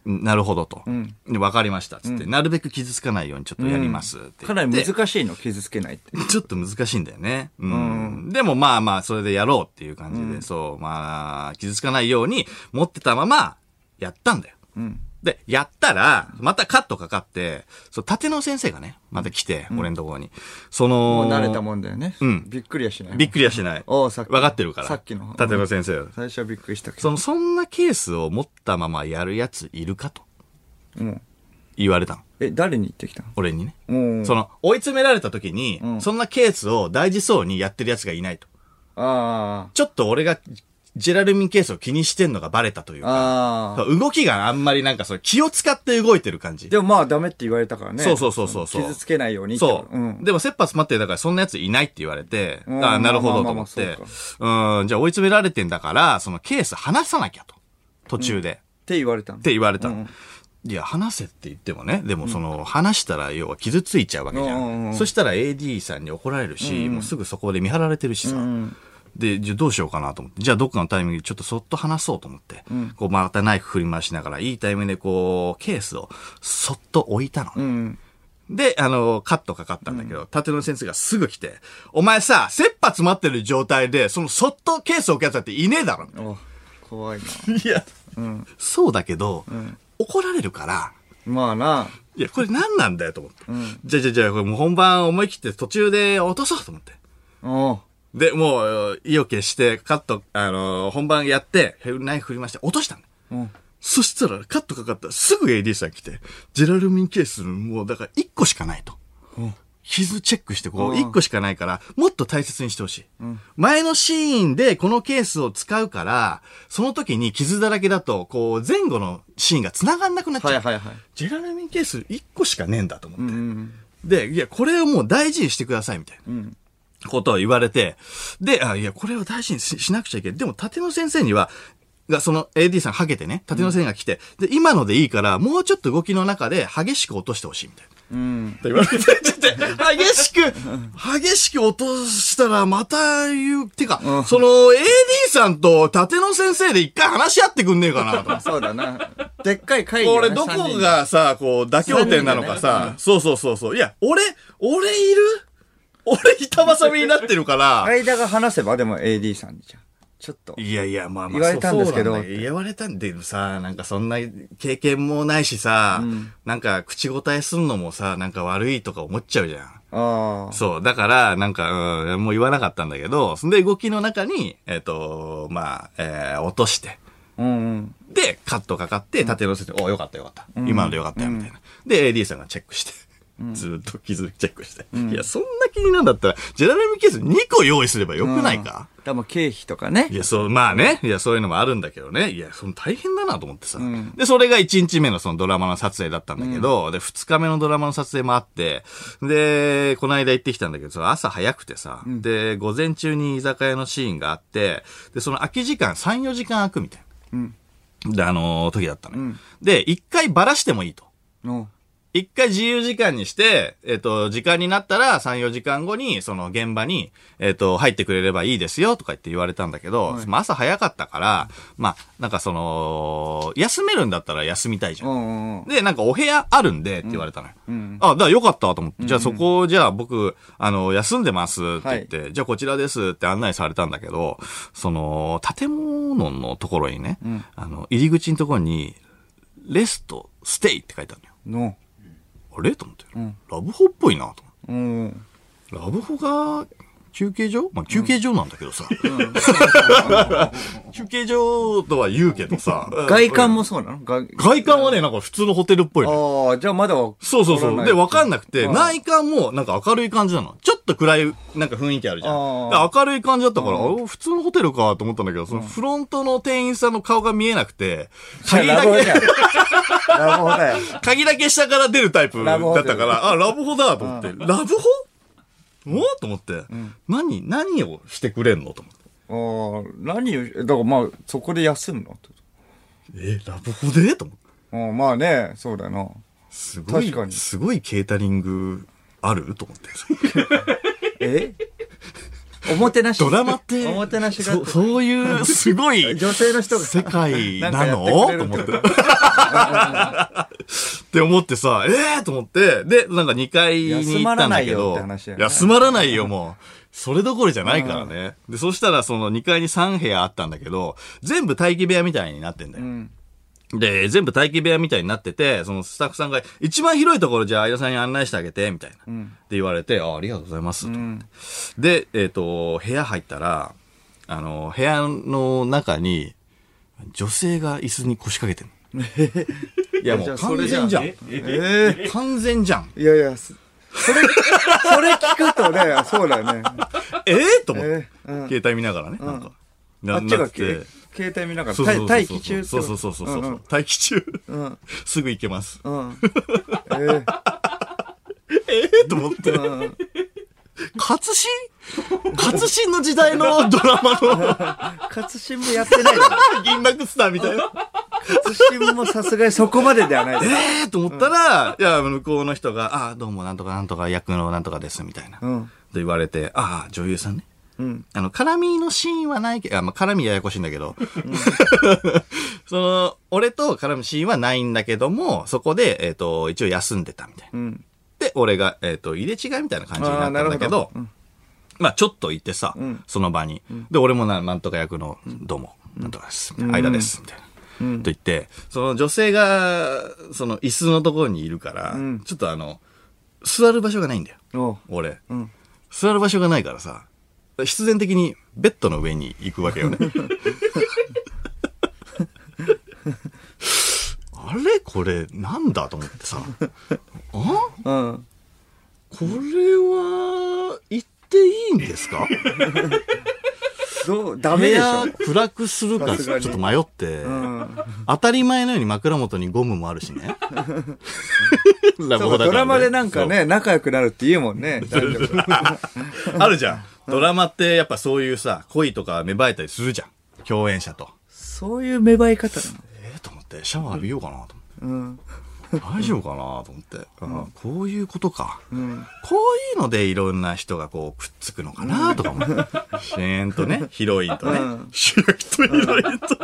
A: なるほどと。
B: ん
A: で、わかりました。つって、なるべく傷つかないようにちょっとやります。って言って
B: かなり難しいの、傷つけないって。
A: ちょっと難しいんだよね。うん。でもまあまあ、それでやろうっていう感じで、そう、まあ、傷つかないように持ってたまま、やったんだよ。
B: うん。
A: で、やったら、またカットかかって、そう、縦の先生がね、また来て、俺のところに。その、
B: もう慣れたもんだよね。
A: うん
B: びっくりはしない。
A: びっくりはしない。
B: おうさっき
A: 分かってるから。
B: さっきの
A: 縦の先生。
B: 最初はびっくりしたけど。
A: その、そんなケースを持ったままやるやついるかと
B: うん。
A: 言われたの。
B: え、誰に言ってきた
A: 俺にね。
B: のうん。
A: その、追い詰められた時に、
B: ん
A: そんなケースを大事そうにやってるやつがいないと。
B: あ
A: ちょっと俺が、ジェラルミンケースを気にしてんのがバレたという
B: あ。
A: か、
B: ああ。
A: 動きがあんまりなんかそう、気を使って動いてる感じ。
B: でもまあダメって言われたからね。
A: そうそうそうそうそう
B: 傷つけないようにって
A: そ
B: こと
A: う、
B: うん。
A: でも、切羽詰まってるだから、そんなやついないって言われて、
B: うん
A: ああ、なるほどと思っ
B: まあ
A: て
B: まあまあまあ。
A: うん、じゃあ追い詰められてんだから、そのケース話さなきゃと。途中で。
B: って言われたの
A: って言われたの、
B: うん
A: いや、話せって言ってもね、でもその、話したら要は傷ついちゃうわけじゃん。
B: うんうんうん
A: そしたら AD さんに怒られるし、もうすぐそこで見張られてるしさ。
B: ん
A: で、じゃあどうしようかなと思って、じゃあどっかのタイミングでちょっとそっと話そうと思って、こうまたナイフ振り回しながら、いいタイミングでこう、ケースをそっと置いたのね、
B: うん。
A: で、あの、カットかかったんだけど、縦の先生がすぐ来て、お前さ、切羽詰まってる状態で、そのそっとケース置くやつだっていねえだろ。
B: お怖いな。
A: いや、そうだけど、怒られるから、
B: まあな。
A: いや、これ何なんだよと思って。
B: ん
A: じゃあじゃあじゃあこれもう本番思い切って途中で落とそうと思って。
B: おう
A: で、もう、意を決して、カット、あのー本番やって、ヘルナイフ振りまして、落としたんだ。
B: うん。
A: そしたら、カットかかったら、すぐ AD さん来て、ジェラルミンケース、もう、だから、1個しかないと。傷チェックして、こう、
B: うん
A: 1個しかないから、もっと大切にしてほしい。前のシーンで、このケースを使うから、その時に傷だらけだと、こう、前後のシーンが繋がんなくなっちゃう。
B: はいはいはい。
A: ジェラルミンケース1個しかねえんだと思って。
B: うん。
A: で、いや、これをもう大事にしてください、みたいな。
B: うん。
A: ことを言われて、で、あいや、これを大事にししなくちゃいけない。でも、立野先生には、が、その AD さんはげてね、立野先生が来て、で、今のでいいから、もうちょっと動きの中で激しく落としてほしい、みたいな。
B: うん。
A: って言われて、ちょっと *laughs* 激しく、激しく落としたら、また言う、てか、その AD さんと立野先生で一回話し合ってくんねえかな、と。
B: そうだな。でっかい会議、ね。
A: 俺、ど
B: 三
A: こ
B: 人で
A: がさ、こう、妥協点なのか
B: 三人で
A: さ、そうそうそうそう。いや、俺、俺いる俺、板挟みになってる
B: *laughs*
A: から。
B: 間が話せば、でも AD さんにじゃんちょっと。
A: いやいや、まあまあ、
B: 言われたんですけど
A: そうなんだ言われたんでさ、なんかそんな経験もないしさ、なんか口答えすんのもさ、なんか悪いとか思っちゃうじゃん。
B: ああ。
A: そう。だから、なんか、うん、もう言わなかったんだけど、そんで動きの中に、えっ、と、まあ、えー落として、
B: うんうん。
A: で、カットかかって、立て直せて、およかったよかった。今のでよかったよ、みたいな。で、AD さんがチェックして、ずーっと傷チェックして。いや、そんな気になんだったら、ジェラルミケース2個用意すればよくないか、
B: でも経費とかね
A: い。や、そう、まあね。いや、そういうのもあるんだけどね。いや、その大変だなと思ってさ。で、それが1日目のそのドラマの撮影だったんだけど、で、2日目のドラマの撮影もあって、で、この間行ってきたんだけど、その朝早くてさ、で、午前中に居酒屋のシーンがあって、で、その空き時間、3、4時間空くみたいな。で、あのー時だったのよ。で、1回バラしてもいいと。
B: うん。
A: 一回自由時間にして、えっ、と、時間になったら3、4時間後に、その現場に、えっ、と、入ってくれればいいですよ、とか言って言われたんだけど、まあ朝早かったから、まあ、なんかその、休めるんだったら休みたいじゃん。
B: うんうんうん。
A: で、なんかお部屋あるんでって言われたのよ。あ、だからよかったと思って、じゃあそこ、じゃあ僕、あの、休んでますって言って、じゃあこちらですって案内されたんだけど、その、建物のところにね、あの、入り口のところに、レスト、ステイって書いてあるのよ。
B: の。
A: あれと思って、ラブホっぽいなと思って。
B: うん。
A: ラブホが休憩所まあ休憩所なんだけどさ。休憩所とは言うけどさ。
B: *laughs* 外観もそうなの外
A: 外観はね、なんか普通のホテルっぽいの。
B: ああ、じゃあまだわ
A: そうそうそう。で、わかん
B: *laughs*
A: なくて、
B: うん
A: 内観もなんか明るい感じなの。ちょっと暗い、なんか雰囲気あるじゃん。
B: あ
A: で明るい感じだったから、あ普通のホテルかと思ったんだけど、そのフロントの店員さんの顔が見えなくて、
B: い
A: 鍵
B: や
A: だ *laughs*
B: ラブホじ
A: け、
B: ゃん。ラブホだよ。
A: 鍵だけ下から出るタイプだ
B: ラブホ
A: っ
B: テル
A: たから、あ、ラブホだと思って、ラブホもうと思って、何、何をしてくれんのと思って。
B: *laughs* ああ、何を、だからまあ、そこで休むのってこ
A: え、ラブホでと思って。
B: とうん、まあね、そうだよな。
A: すごい
B: 確か、に
A: すごいケータリングあると思って。
B: えおもてなし。
A: ドラマって、
B: おもてなしがあっ
A: そ
B: て。
A: そういう、すごい、
B: 女性の人が。
A: 世界なのと思って。
B: なんかやってくれるってこ
A: って思ってさ、ええー、と思って、で、なんか2階に行ったんだけど、
B: 休まらないよって話だよね
A: 休まらないよ、もう。それどころじゃないからね。で、そしたらその2階に3部屋あったんだけど、全部待機部屋みたいになってんだよ。
B: ん
A: で、全部待機部屋みたいになってて、そのスタッフさんが、一番広いところじゃあ、相田さんに案内してあげて、みたいな。って言われて、あありがとうございます。と思ってで、えっ、と、部屋入ったら、あの、部屋の中に、女性が椅子に腰掛けてるの。いや、もう完全じゃん。
C: ええ
B: え
A: 完全じゃん。
B: *laughs* えいやいや、すそれ、それ聞くとね、そう
A: *laughs*
B: だよね。
A: ええと思って
B: え。えうん
A: 携帯見ながらね、なんか。
B: あ
A: な
B: っち
A: な
B: が
A: っ
B: け
A: て。
B: 携帯見なが
A: そう
B: ら、
A: そうそうそう
B: 待待機中ってこ
A: そう
B: と
A: そうそうそうそう。
B: んん
A: 待機中。
B: うん。
A: すぐ行けます。
B: うん。え
A: ええと思って
B: え。うん。
A: 活心活心の時代のドラマの *laughs*
B: 勝新もやってないだろ。
A: 銀幕スターみたいな。
B: 勝新もさすがにそこまでではないだろ。
A: ええと思ったら、いや、向こうの人が、ああ、どうもなんとかなんとか役のなんとかです、みたいな。
B: うん
A: と言われて、ああ、女優さんね。
B: うん。
A: あの、絡みのシーンはないけど、あまあ、絡みややこしいんだけど、 *laughs* その、俺と絡むシーンはないんだけども、そこで、えっ、と、一応休んでたみたいな。
B: うん。
A: で、俺が、えっ、と、入れ違いみたいな感じになったんだけど、
B: あーなるほどうん
A: まあ、ちょっと行ってさ、
B: ん
A: その場に。で、俺もな、なんとか役の、どうも、なんとかです、みたいな間です、みたいな。と言って、その女性が、その椅子のところにいるから、
B: ん
A: ちょっとあの、座る場所がないんだよ。
B: おう
A: 俺、
B: ん
A: 座る場所がないからさ必然的にベッドの上に行くわけよ
B: *laughs*
A: ねあれこれなんだと思ってさあこ
B: うん。
A: れは行っていいんですか
B: どう、ダメでしょ。
A: 部屋暗くするか
B: さ
A: ち
B: す
A: ょ
B: が
A: っ
B: に
A: と迷って、
B: うん。
A: 当たり前のように枕元にゴムもあるしねラブ
B: *laughs* そう
A: ホだからね
B: ドラマでなんかね、仲良くなるって言うもんね。
A: *laughs*
B: 男女が
A: あるじゃん。ドラマってやっぱそういうさ、恋とか芽生えたりするじゃん。共演者と。
B: そういう芽生え方な
A: えー、と思って、シャワー浴びようかなと思って。
B: の。うん。
A: 大丈夫かなと思って、あーこういうことか。
B: ん
A: こういうのでいろんな人がこうくっつくのかなとかも。シーンとね、ヒロインとね、 *laughs*
B: うん
A: 主役とヒロインと。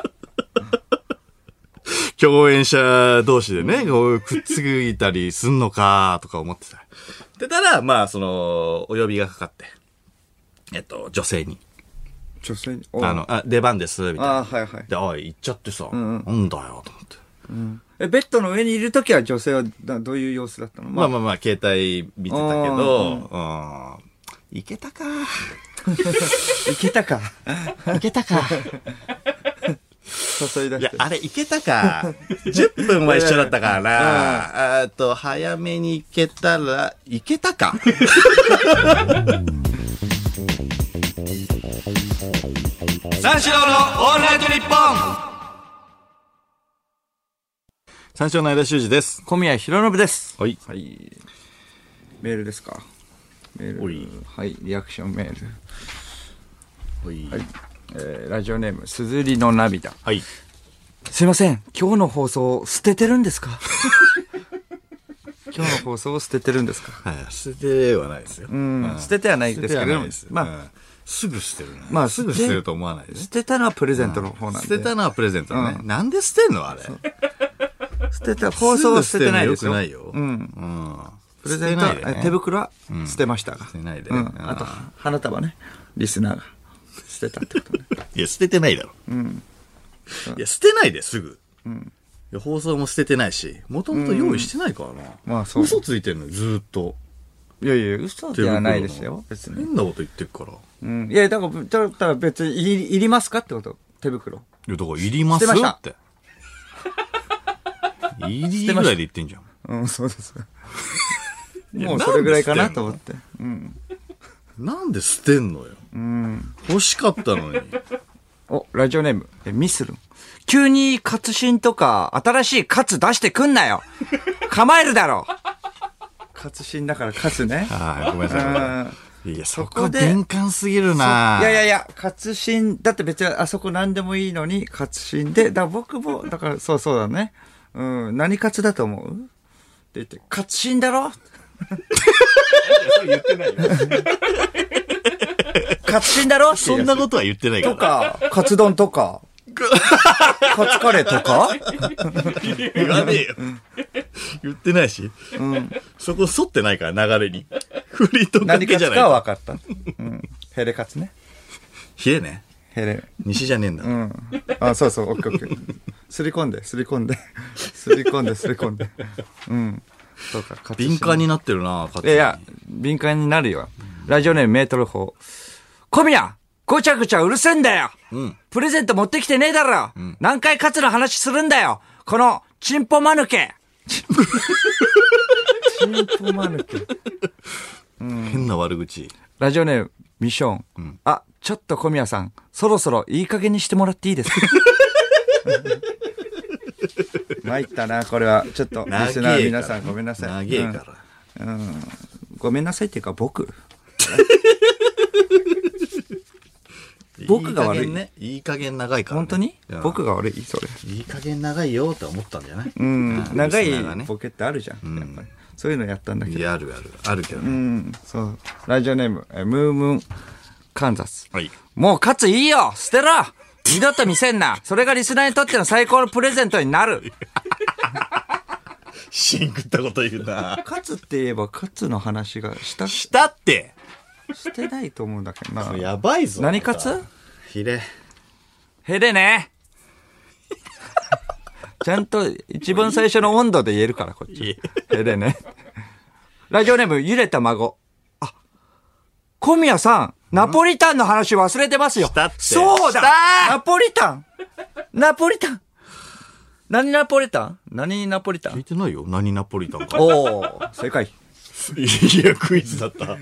A: 共演者同士でね、こうくっついたりすんのかとか思ってた。で、たら、まあ、その、お呼びがかかって、えっと、女性に。
B: 女性に。おう
A: あの、あ、出番です、みたい
B: あ
A: な。
B: あ、はいはい。
A: で、おい、行っちゃってさ、
B: んうん
A: なんだよ、と思って。
B: え、ベッドの上にいるときは女性はなどういう様子だったの
A: ま
B: ま
A: あ
B: あ、
A: まあまあ、携帯見てたけど、うん。いけたか。 *laughs*
B: いけたか。
A: いけたか。
B: 誘い
A: *laughs*
B: 出
A: い
B: し
A: や
B: て、。
A: あれ、行けたか。10分は一緒だったからな。えっと、早めに行けたら、行けたか。三四郎のオールナイトニッポン三四郎の間修二です。
B: 小宮弘信です。
A: はい。
B: はい。メールですかメー
A: お
B: ル
A: い。
B: はい、リアクションメール。
A: はい。
B: えーラジオネーム、すずりの涙。
A: はい。
B: すいません、今日の放送捨ててるんで
A: *laughs*
B: すか今日の放送を捨ててるんですか
A: はい。捨ててはないですよ。
B: うん、捨ててはないですけれども、
A: まあ、
B: まあ、
A: うんすぐ捨てるね。
B: まあ
A: すぐ捨てると思わないです
B: 捨。てたのはプレゼントの方なんで。
A: 捨てたのはプレゼントだね。なんで捨てんのあれ。
B: 捨てた、放送は捨ててないです
A: すぐ捨てるのよく
B: よ。う
A: ないよ。
B: ん。
A: うん。
B: プレゼントは、
A: 捨てないで
B: え
A: ね
B: 手袋は捨てましたが。
A: 捨てないで。
B: う。
A: うん
B: あと、花束ね。リスナーが捨てたって
A: *laughs*
B: ことね。
A: いや、捨ててないだろ。いや、捨てないで、すぐ。いや、放送も捨ててないし、もともと用意してないからな。
B: まあそう
A: 嘘ついてんのよ、ずーっと。
B: いやいや、嘘ではないですよ。
A: 手
B: 別
A: 袋の
B: に。
A: 変なこと言ってるから。い
B: うん。いや、だから、だから別にいり、いりますかってこと手袋。
A: や、だから、いります
B: 捨てま
A: っ。
B: して
A: いりぐらいで言ってんじゃん。
B: うん、そうです。
A: いや
B: もうそれぐらいか
A: な
B: な
A: んで捨てんの
B: と思って。うん。
A: なんで捨てんのよ。
B: うん。
A: 欲しかったのに。
B: お、ラジオネーム、えミスルン。急にカツシンとか、新しいカツ出してくん
A: *laughs*
B: なよ構えるだろカツシンだからカツね。
A: はい、ごめんな
B: う
A: さいごめんなさ
B: ん
A: い。いや、そ
B: そこ
A: こ
B: で
A: 敏感すぎる
B: そう
A: ない
B: やいやいや、カツシン、だって別にあそこ何でもいいのに、カツシンで、だから僕も、だからそうそうだね。うん、何カツだと思うって言って、カツシンだろ
C: 言ってないよ。
B: カツシンだろ
A: そんなことは言ってないか
B: と
A: ら。
B: か、カツ丼
A: *laughs*
B: とか、カツカレーとか
A: 言わねえよ。言ってないし。そこ沿ってないから、流れに。フリートだ
B: 何
A: け
B: カ
A: じ
B: ツ
A: ゃ
B: か
A: ない。
B: は分かった。うん。ヘレカツね。
A: 冷えね。
B: ヘレ。
A: 西じゃねえんだ。
B: うん。あ、そうそう、オッケーオッケー。すり込んで、すり込んで、すり込んで、すり込んで。うん。そうか、カツシン
A: 敏感になってるな、勝
B: い
A: 手
B: や
A: に
B: いや、敏感になるよ。ラジオネームメートル法。小宮ごちゃごちゃうるせえんだよ、
A: うん
B: プレゼント持ってきてねえだろ、何回勝つの話するんだよこの、チンポマ
A: *laughs*
B: ヌケチンポマヌケ。
A: 変な悪口。
B: ラジオネーム、ミション。あ、ちょっと小宮さん、そろそろいい加減にしてもらっていいですか *laughs* 参ったな、これは。ちょっと、リスナー皆さんごめんなさい。
A: 長え
B: うん
A: から。
B: ごめんなさいっていうか僕。
A: いい
B: 僕が悪い
A: 加減ね。いい加減長いからね。
B: 本当に
A: うん
B: 僕が悪いそれ。
A: いい加減長いよって思ったんじゃない
B: うん。長
A: リスナーが
B: い
A: ね
B: ボケってあるじゃん。やっぱり。そういうのやったんだけ
A: い
B: ど。
A: や、あるある。あるけど
B: う
A: ね。
B: ん。そう。ラジオネーム、えムームーン、カンザス。
A: はい。
B: もう勝ついいよ捨てろ二度と見せんなそれがリスナーにとっての最高のプレゼントになる
A: シンクったこと言うな。
B: 勝つって言えば勝つの話がした、し
A: したって
B: てないと思うんだけどな。
A: やばいぞ。
B: 何
A: ま
B: 勝
A: た
B: つ
A: ヒレ。
B: へでねちゃんと一番最初の温度で言えるから、こっち。へでね。ラジオネーム、揺れた孫。あ、小宮さん、ナポリタンの話忘れてますよ
A: したっ。て
B: そうだ
A: した
B: ナポリタンナポリタン何ナポリタン何ナポリタ
A: 聞い
B: ン
A: てないよ。何ナポリタンか。
B: おー、正解。
A: いや、クイズだった。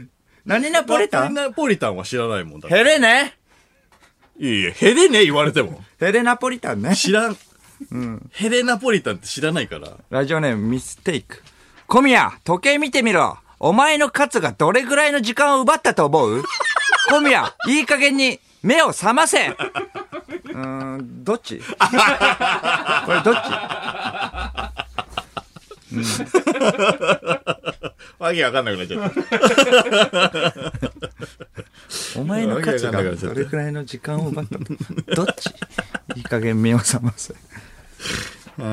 B: 何ナポリタン
A: ナポリタンは知らないもんだって。
B: ヘレね
A: いやいや、ヘレね、言われても。
B: ヘレナポリタンね。
A: 知らん。ヘレナポリタンって知らないから。
B: ラジオネームミステイク。小宮、時計見てみろ。お前の勝つがどれぐらいの時間を奪ったと思う小宮、いい加減に目を覚ませ。うーん、どっちこれどっち
A: わけわかんなくなっちゃった。
B: お前の勝つがどれぐらいの時間を奪ったとどっちいい加減目を覚ませ。ミ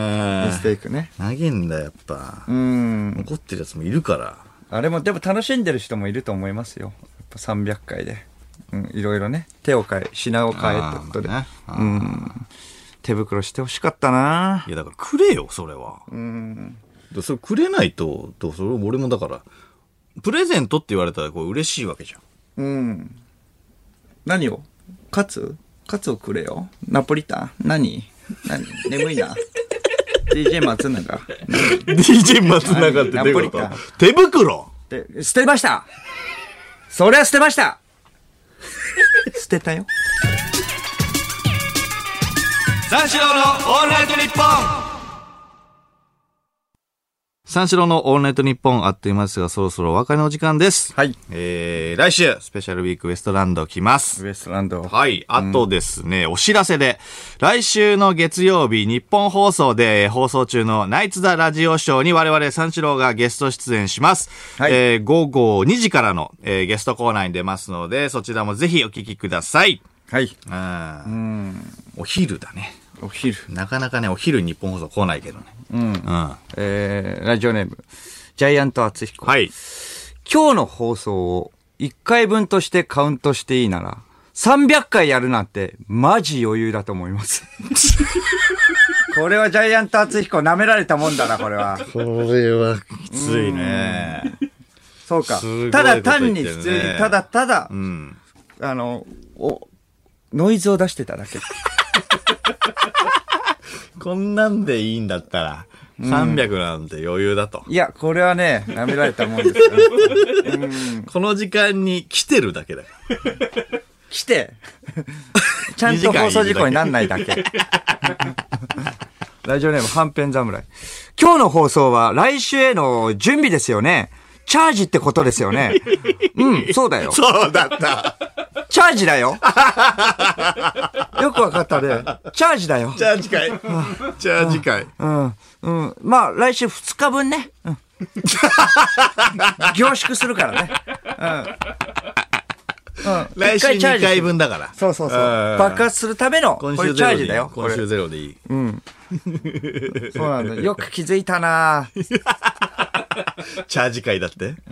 B: ステイクね。
A: 投げんだ、やっぱ
B: う。ん。
A: 怒ってるやつもいるから。
B: あれも、でも楽しんでる人もいると思いますよ。やっぱ300回で。うん、いろいろね。手を変え、品を変えってことで。
A: あーまあね
B: うん。手袋してほしかったない
A: や、だからくれよ、それは。
B: うん。
A: でそれくれないと、どうそれ俺もだから、プレゼン *laughs* トって言われたらこう嬉しいわけじゃん。
B: うん。何を勝つカツをくれよ。ナポリタン何何眠いな。DJ 松永。
A: DJ 松永ってどういうこと
B: ナポリ
A: 手袋
B: で、捨てましたそれは捨てました捨てたよ。
A: 三四郎のオールナイトニッポン三四郎のオールナイトニッポンあっという間ですが、そろそろお別れのお時間です。
B: はい。
A: えー、来週、スペシャルウィークウエストランド来ます
B: ウ。エストランド。
A: はい。あとですね、お知らせで、来週の月曜日、日本放送でえー放送中のナイツ・ザ・ラジオショーに我々三四郎がゲスト出演します。
B: はい
A: えー午後2時からの、えーゲストコーナーに出ますので、そちらもぜひお聞きください。
B: はい。
A: うんお昼だね。
B: お昼。
A: なかなかね、お昼日本放送来ないけどね。うん。は
B: えー、ラジオネーム。ジャイアント厚彦。
A: い。
B: 今日の放送を1回分としてカウントしていいなら、300回やるなんて、マジ余裕だと思います。 *laughs* これはジャイアント厚彦舐められたもんだな、これは。
A: これはきついね。
B: そうか
A: すごい。
B: ただ単に
A: こと言
B: 普
A: って
B: 通
A: るね
B: に、ただただ
A: う、ん。
B: あの、お、ノイズを出してただけ。
A: こんなんでいいんだったら、300なんて余裕だと。
B: いや、これはね、舐められたもんですよ。
A: この時間に来てるだけだから。
B: 来 *laughs* て、ちゃんと放送事故になんないだけ。 *laughs* ラジオネーム、はんぺん侍。今日の放送は来週への準備ですよね。チャージってことですよ *laughs* ね。うん、そうだ
A: *laughs*
B: よ。
A: そうだった。
B: チャージだ *laughs* よ。よくわかったね。チャージだよ
A: チ。ャージ会。チャージ *laughs* 会。
B: うん、うん。まあ、来週2日分ね。 *laughs* うん。凝縮するからね。うん。うん。
A: 来週
B: 一
A: 2
B: チャージ
A: 回
B: する
A: 分だから。
B: そうそうそう。
A: ん
B: 爆発するための、こ
A: 今
B: れ
A: 週
B: チ
A: ゼ
B: ャ
A: ロでい
B: ージ
A: い
B: だよ。こ
A: 今
B: れ
A: 週ゼロでいい。
B: そうなんだ。よく気づいたなぁ
A: チャージ会だ *laughs* って。よく気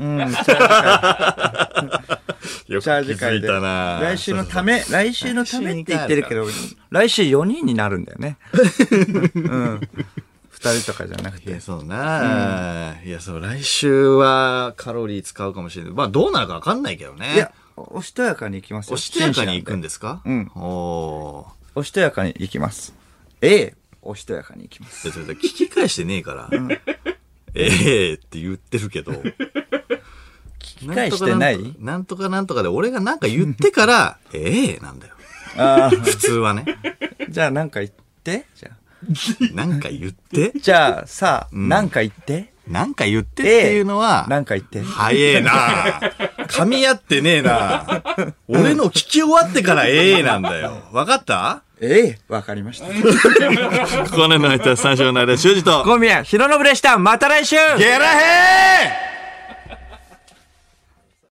B: チャージ
A: づ
B: 会
A: い
B: で。
A: たな
B: 来週のため、来週のためって言ってるけど、来週4人になるんだよ *laughs* ね。うん。2人とかじゃなく
A: いや、
B: て。
A: そうな、いや、そう、来週はカロリー使うかもしれない。まあ、どうなるかわかんないけどね。
B: いや、おしとやかに行きますよ。
A: おしとやかに行くんですか
B: うん
A: お
B: おしとやかに行きます。ええ、おしとやかに行きます。
A: ー。それ聞き返してねえから。ええって言ってるけど。
B: 聞き返してない
A: なんとかなんとかで、俺がなんか言ってから、ええなんだよ。
B: あ
A: 普通はね。
B: あ、 *laughs* じゃあなんか言って。じゃあ、
A: なんか言って、
B: じゃあさあ、なんか言って。
A: なんか言ってっていうのは、
B: なんか言って。
A: 早えな噛み合ってねえな俺の聞き終わってからええなんだよ。わかった
B: ええ、わかりました。
A: ここまでの相手は三章の間、修二と、
B: 小宮、ひろのぶでした。また来週
A: ゲラヘー